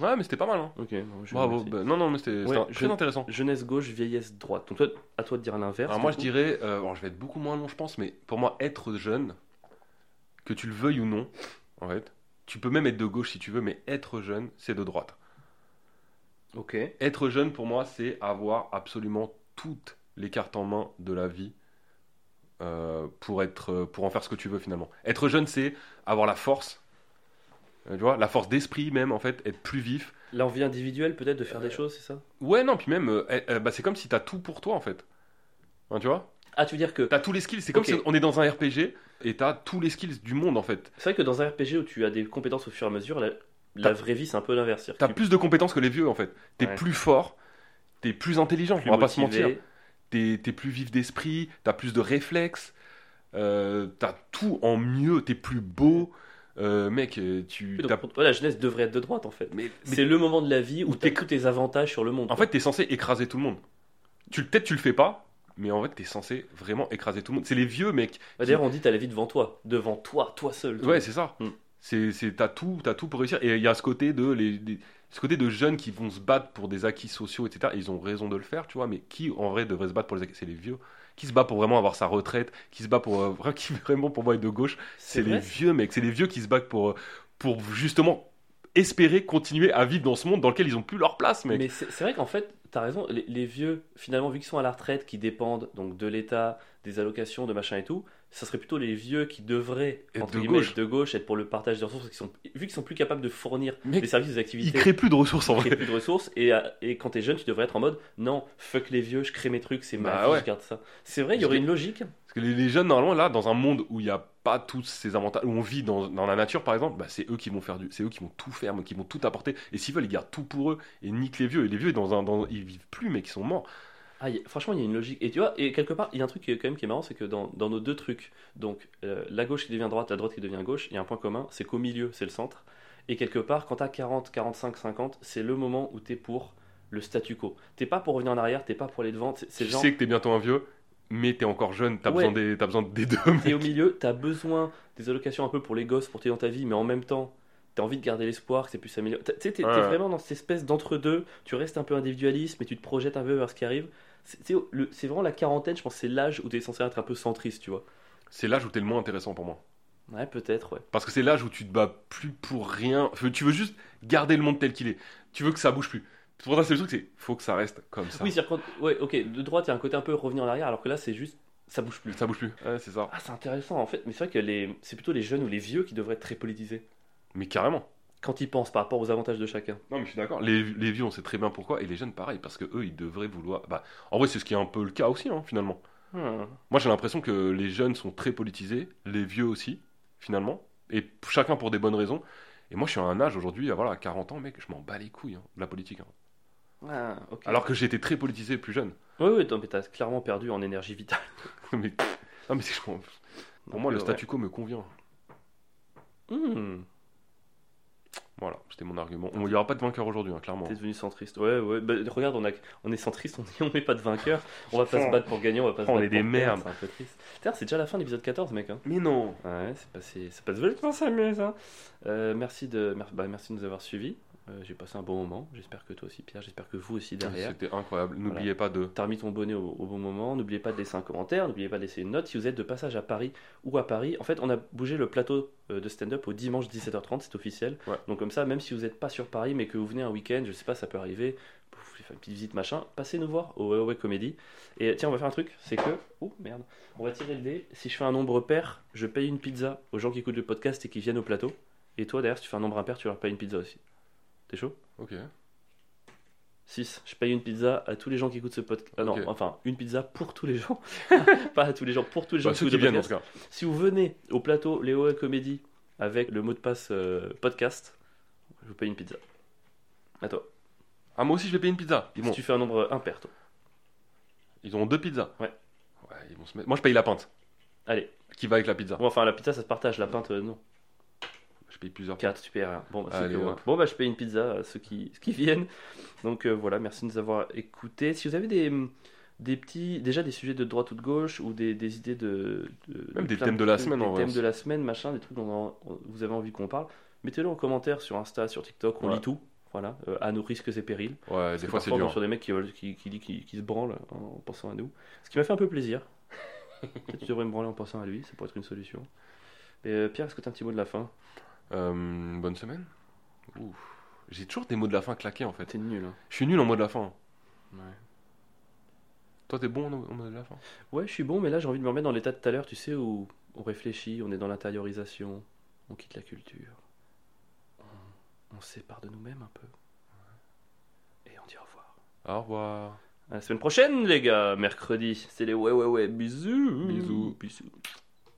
Speaker 1: hein.
Speaker 2: Ouais, mais c'était pas mal. Hein.
Speaker 1: Ok, bon, je-
Speaker 2: Bravo.
Speaker 1: merci.
Speaker 2: Bah, non, non, mais c'était
Speaker 1: Ouais,
Speaker 2: c'était très
Speaker 1: je-
Speaker 2: intéressant.
Speaker 1: Jeunesse gauche, vieillesse droite. Donc toi, à toi de dire l'inverse.
Speaker 2: Alors moi,
Speaker 1: du
Speaker 2: je
Speaker 1: coup.
Speaker 2: dirais, euh, alors, je vais être beaucoup moins long, je pense, mais pour moi, être jeune, que tu le veuilles ou non, en fait, tu peux même être de gauche si tu veux, mais être jeune, c'est de droite.
Speaker 1: Ok.
Speaker 2: Être jeune, pour moi, c'est avoir absolument toutes les cartes en main de la vie euh, pour, être, euh, pour en faire ce que tu veux finalement. Être jeune, c'est avoir la force, euh, tu vois, la force d'esprit même, en fait, être plus vif.
Speaker 1: L'envie individuelle peut-être de faire
Speaker 2: Euh,
Speaker 1: des choses, c'est ça
Speaker 2: Ouais, non, puis même, euh, eh, euh, bah, c'est comme si t'as tout pour toi, en fait. Hein, tu vois
Speaker 1: Ah, tu veux dire que
Speaker 2: T'as tous les skills, c'est comme
Speaker 1: Ok.
Speaker 2: si on est dans un RPG et t'as tous les skills du monde, en fait.
Speaker 1: c'est vrai que dans un RPG où tu as des compétences au fur et à mesure, la, la
Speaker 2: T'as-
Speaker 1: vraie vie c'est un peu l'inverse. C'est-à-dire
Speaker 2: T'as
Speaker 1: que tu-
Speaker 2: plus de compétences que les vieux, en fait. T'es
Speaker 1: Ouais.
Speaker 2: plus fort, t'es plus intelligent,
Speaker 1: plus
Speaker 2: on va pas se
Speaker 1: motivé.
Speaker 2: mentir. t'es t'es plus vif d'esprit, t'as plus de réflexes, euh, t'as tout en mieux, t'es plus beau, euh, mec, euh, tu
Speaker 1: Oui, donc,
Speaker 2: t'as-
Speaker 1: pour toi, la jeunesse devrait être de droite en fait.
Speaker 2: mais, mais
Speaker 1: C'est le moment de la vie où
Speaker 2: Où
Speaker 1: t'as
Speaker 2: t'es-
Speaker 1: tous tes avantages sur le monde.
Speaker 2: en fait t'es censé écraser tout le monde. Tu le- peut-être tu le fais pas, mais en fait t'es censé vraiment écraser tout le monde. C'est les vieux mec.
Speaker 1: Bah, D'ailleurs, on dit t'as la vie devant toi, devant toi, toi seul. toi.
Speaker 2: Ouais, c'est ça.
Speaker 1: Mm.
Speaker 2: C'est c'est- t'as tout, t'as tout pour réussir. Et il y a ce côté de les, des- ce côté de jeunes qui vont se battre pour des acquis sociaux, etc. Et ils ont raison de le faire, tu vois. Mais qui en vrai devrait se battre pour les acquis C'est les vieux. Qui se bat pour vraiment avoir sa retraite Qui se bat pour euh, vra- qui vraiment pour moi est de gauche C'est les
Speaker 1: vrai,
Speaker 2: vieux mecs, c'est les vieux qui se battent pour, euh, pour justement espérer continuer à vivre dans ce monde dans lequel ils n'ont plus leur place, mec.
Speaker 1: Mais c'est c'est vrai qu'en fait, t'as raison, les, les vieux, finalement, vu qu'ils sont à la retraite, qui dépendent donc de l'État, des allocations, de machin et tout, ça serait plutôt les vieux qui devraient
Speaker 2: Être
Speaker 1: entre
Speaker 2: de
Speaker 1: guillemets,
Speaker 2: gauche.
Speaker 1: être de gauche, être pour le partage des ressources, qui sont, vu qu'ils sont plus capables de fournir
Speaker 2: Mec,
Speaker 1: des services, des
Speaker 2: Ils
Speaker 1: activités,
Speaker 2: créent plus de ressources en
Speaker 1: ils créent
Speaker 2: vrai.
Speaker 1: plus de ressources, et, à- et quand t'es jeune, tu devrais être en mode non, fuck les vieux, je crée mes trucs, c'est ma
Speaker 2: Bah
Speaker 1: vie,
Speaker 2: ouais.
Speaker 1: je garde ça. C'est vrai, il y
Speaker 2: Parce
Speaker 1: aurait
Speaker 2: que-
Speaker 1: une logique.
Speaker 2: Parce que les, les jeunes, normalement, là, dans un monde où il n'y a pas tous ces avantages, où on vit dans, dans la nature, par exemple, bah, c'est eux qui vont faire du, c'est eux qui vont tout faire, mais qui vont tout apporter. Et s'ils veulent, ils gardent tout pour eux et niquent les vieux. Et les vieux, dans un, dans, ils vivent plus, mec, ils sont morts.
Speaker 1: Ah, il y a- franchement, il y a une logique. Et tu vois, et quelque part, il y a un truc qui est quand même qui est marrant, c'est que dans, dans nos deux trucs, donc euh, la gauche qui devient droite, la droite qui devient gauche, il y a un point commun, c'est qu'au milieu, c'est le centre. Et quelque part, quand t'as 40, 45, 50, c'est le moment où t'es pour le statu quo. T'es pas pour revenir en arrière, t'es pas pour aller devant, c'est c'est
Speaker 2: Tu
Speaker 1: genre...
Speaker 2: sais que t'es bientôt un vieux, mais t'es encore jeune, t'as
Speaker 1: Ouais.
Speaker 2: besoin des, t'as besoin des deux.
Speaker 1: Et
Speaker 2: mec.
Speaker 1: au milieu, t'as besoin des allocations un peu pour les gosses, pour t'aider dans ta vie, mais en même temps, t'as envie de garder l'espoir que c'est plus amélioré. T'as- Tu sais, t'es
Speaker 2: Ouais,
Speaker 1: t'es
Speaker 2: ouais.
Speaker 1: vraiment dans cette espèce d'entre-deux, tu restes un peu individualiste, mais tu te projettes un peu vers ce qui arrive. C'est- C'est le- c'est vraiment la quarantaine, je pense, c'est l'âge où t'es censé être un peu centriste, tu vois.
Speaker 2: C'est l'âge où t'es le moins intéressant pour moi.
Speaker 1: Ouais, peut-être, ouais.
Speaker 2: Parce que c'est l'âge où tu te bats plus pour rien. Enfin, Tu veux juste garder le monde tel qu'il est. Tu veux que ça bouge plus. C'est Pour ça, c'est le truc, c'est faut que ça reste comme ça.
Speaker 1: Oui, c'est-à-dire quand- ouais, ok, de droite, il y a un côté un peu revenir en arrière, alors que là, c'est juste, ça bouge plus.
Speaker 2: Ça bouge plus. Ouais, c'est ça.
Speaker 1: Ah, c'est intéressant, en fait, mais c'est vrai que les... c'est plutôt les jeunes ou les vieux qui devraient être très politisés.
Speaker 2: Mais carrément.
Speaker 1: Quand ils pensent par rapport aux avantages de chacun.
Speaker 2: Non, mais je suis d'accord. Les, les vieux, on sait très bien pourquoi. Et les jeunes, pareil. Parce que eux, ils devraient vouloir. Bah, en vrai, c'est ce qui est un peu le cas aussi, hein, finalement.
Speaker 1: Hmm.
Speaker 2: Moi, j'ai l'impression que les jeunes sont très politisés. Les vieux aussi, finalement. Et chacun pour des bonnes raisons. Et moi, je suis à un âge aujourd'hui, voilà, à 40 ans, mec, je m'en bats les couilles hein, de la politique. hein.
Speaker 1: Ah, ok.
Speaker 2: Alors que j'étais très politisé plus jeune.
Speaker 1: Oui, oui, non, mais t'as clairement perdu en énergie vitale.
Speaker 2: mais... Non, mais c'est- Pour moi, le
Speaker 1: Donc, euh, ouais.
Speaker 2: statu quo me convient.
Speaker 1: Hmm.
Speaker 2: Voilà, c'était mon argument. On- Il n'y aura pas de vainqueur aujourd'hui, hein, clairement.
Speaker 1: T'es devenu centriste. Ouais, ouais. Bah, regarde, on, a, on est centriste, on dit on n'est pas de vainqueur. On va pas se battre pour gagner, on va pas se
Speaker 2: On
Speaker 1: battre
Speaker 2: est des
Speaker 1: pour
Speaker 2: merdes.
Speaker 1: perdre, C'est un peu triste. Putain, c'est déjà la fin de l'épisode 14, mec. hein.
Speaker 2: Mais non
Speaker 1: Ouais, c'est passé, c'est passé vite, ça s'amuse. hein. Euh, merci, de, mer- bah, merci de nous avoir suivis. Euh, J'ai passé un bon moment. J'espère que toi aussi, Pierre. J'espère que vous aussi derrière.
Speaker 2: C'était incroyable. N'oubliez pas de.
Speaker 1: T'as remis ton bonnet au, au bon moment. N'oubliez pas de laisser un commentaire. N'oubliez pas de laisser une note. Si vous êtes de passage à Paris ou à Paris, en fait, on a bougé le plateau euh, de stand-up au dimanche 17h30. C'est officiel.
Speaker 2: Ouais.
Speaker 1: Donc, comme ça, même si vous n'êtes pas sur Paris, mais que vous venez un week-end, je sais pas, ça peut arriver. Vous voulez faire une petite visite, machin. Passez nous voir au Huawei Comedy. Et tiens, on va faire un truc. C'est que. Oh merde. On va tirer le dé. Si je fais un nombre pair, je paye une pizza aux gens qui écoutent le podcast et qui viennent au plateau. Et toi, derrière, si tu fais un nombre impair, tu leur payes une pizza aussi. T'es chaud
Speaker 2: Ok. Bah,
Speaker 1: 6. Je paye une pizza à tous les gens qui écoutent ce podcast. Ah non,
Speaker 2: Ok.
Speaker 1: enfin, une pizza pour tous les gens. pas à tous les gens, pour tous les gens
Speaker 2: Bah,
Speaker 1: qui
Speaker 2: ceux
Speaker 1: écoutent
Speaker 2: qui
Speaker 1: le
Speaker 2: viennent en
Speaker 1: podcast.
Speaker 2: tout cas.
Speaker 1: Si vous venez au plateau Léo et Comédie avec le mot de passe euh, podcast, je vous paye une pizza. À toi.
Speaker 2: Ah, moi aussi je vais payer une pizza. Ils, vont-
Speaker 1: Si tu fais un nombre impair, toi.
Speaker 2: ils auront deux pizzas.
Speaker 1: Ouais.
Speaker 2: Ouais, ils vont se mettre- Moi je paye la pinte.
Speaker 1: Allez.
Speaker 2: Qui va avec la pizza
Speaker 1: Bon, enfin, la pizza, ça se partage. La pinte, euh, non.
Speaker 2: Je paye plusieurs.
Speaker 1: 4, tu payes rien. Bon, bah, c'est
Speaker 2: Allez,
Speaker 1: que moi.
Speaker 2: hop.
Speaker 1: Bon, bah, je paye une pizza à ceux qui, ceux qui viennent. Donc euh, voilà, merci de nous avoir écoutés. Si vous avez des, des petits, déjà des sujets de droite ou de gauche, ou des, des idées de, de-
Speaker 2: Même des
Speaker 1: plein
Speaker 2: thèmes de la
Speaker 1: trucs,
Speaker 2: semaine, en
Speaker 1: des
Speaker 2: vrai.
Speaker 1: thèmes de la semaine, machin, des trucs dont on- on- vous avez envie qu'on parle, mettez-le en commentaire sur Insta, sur TikTok, on
Speaker 2: Ouais.
Speaker 1: lit tout. Voilà, euh, à nos risques et périls.
Speaker 2: Ouais,
Speaker 1: Parce
Speaker 2: des
Speaker 1: que
Speaker 2: fois c'est
Speaker 1: parfois, on tombe
Speaker 2: dur.
Speaker 1: sur des mecs qui, veulent- qui, qui, qui- qui se branlent en pensant à nous. Ce qui m'a fait un peu plaisir. Peut-être tu devrais me branler en pensant à lui, ça pourrait être une solution. Mais euh, Pierre, est-ce que tu as un petit mot de la fin
Speaker 2: Euh, bonne semaine. Ouf. J'ai toujours des mots de la fin claqués en fait.
Speaker 1: T'es nul. hein.
Speaker 2: Je suis nul en mots de la fin.
Speaker 1: Ouais.
Speaker 2: Toi t'es bon en en mots de la fin
Speaker 1: je suis bon, mais là j'ai envie de me remettre dans l'état de tout à l'heure, tu sais, où on réfléchit, on est dans l'intériorisation, on quitte la culture, on, on se sépare de nous-mêmes un peu. Et on dit au revoir.
Speaker 2: Au revoir.
Speaker 1: À la semaine prochaine, les gars, mercredi, c'est les ouais, ouais, ouais, bisous.
Speaker 2: Bisous.
Speaker 1: Bisous.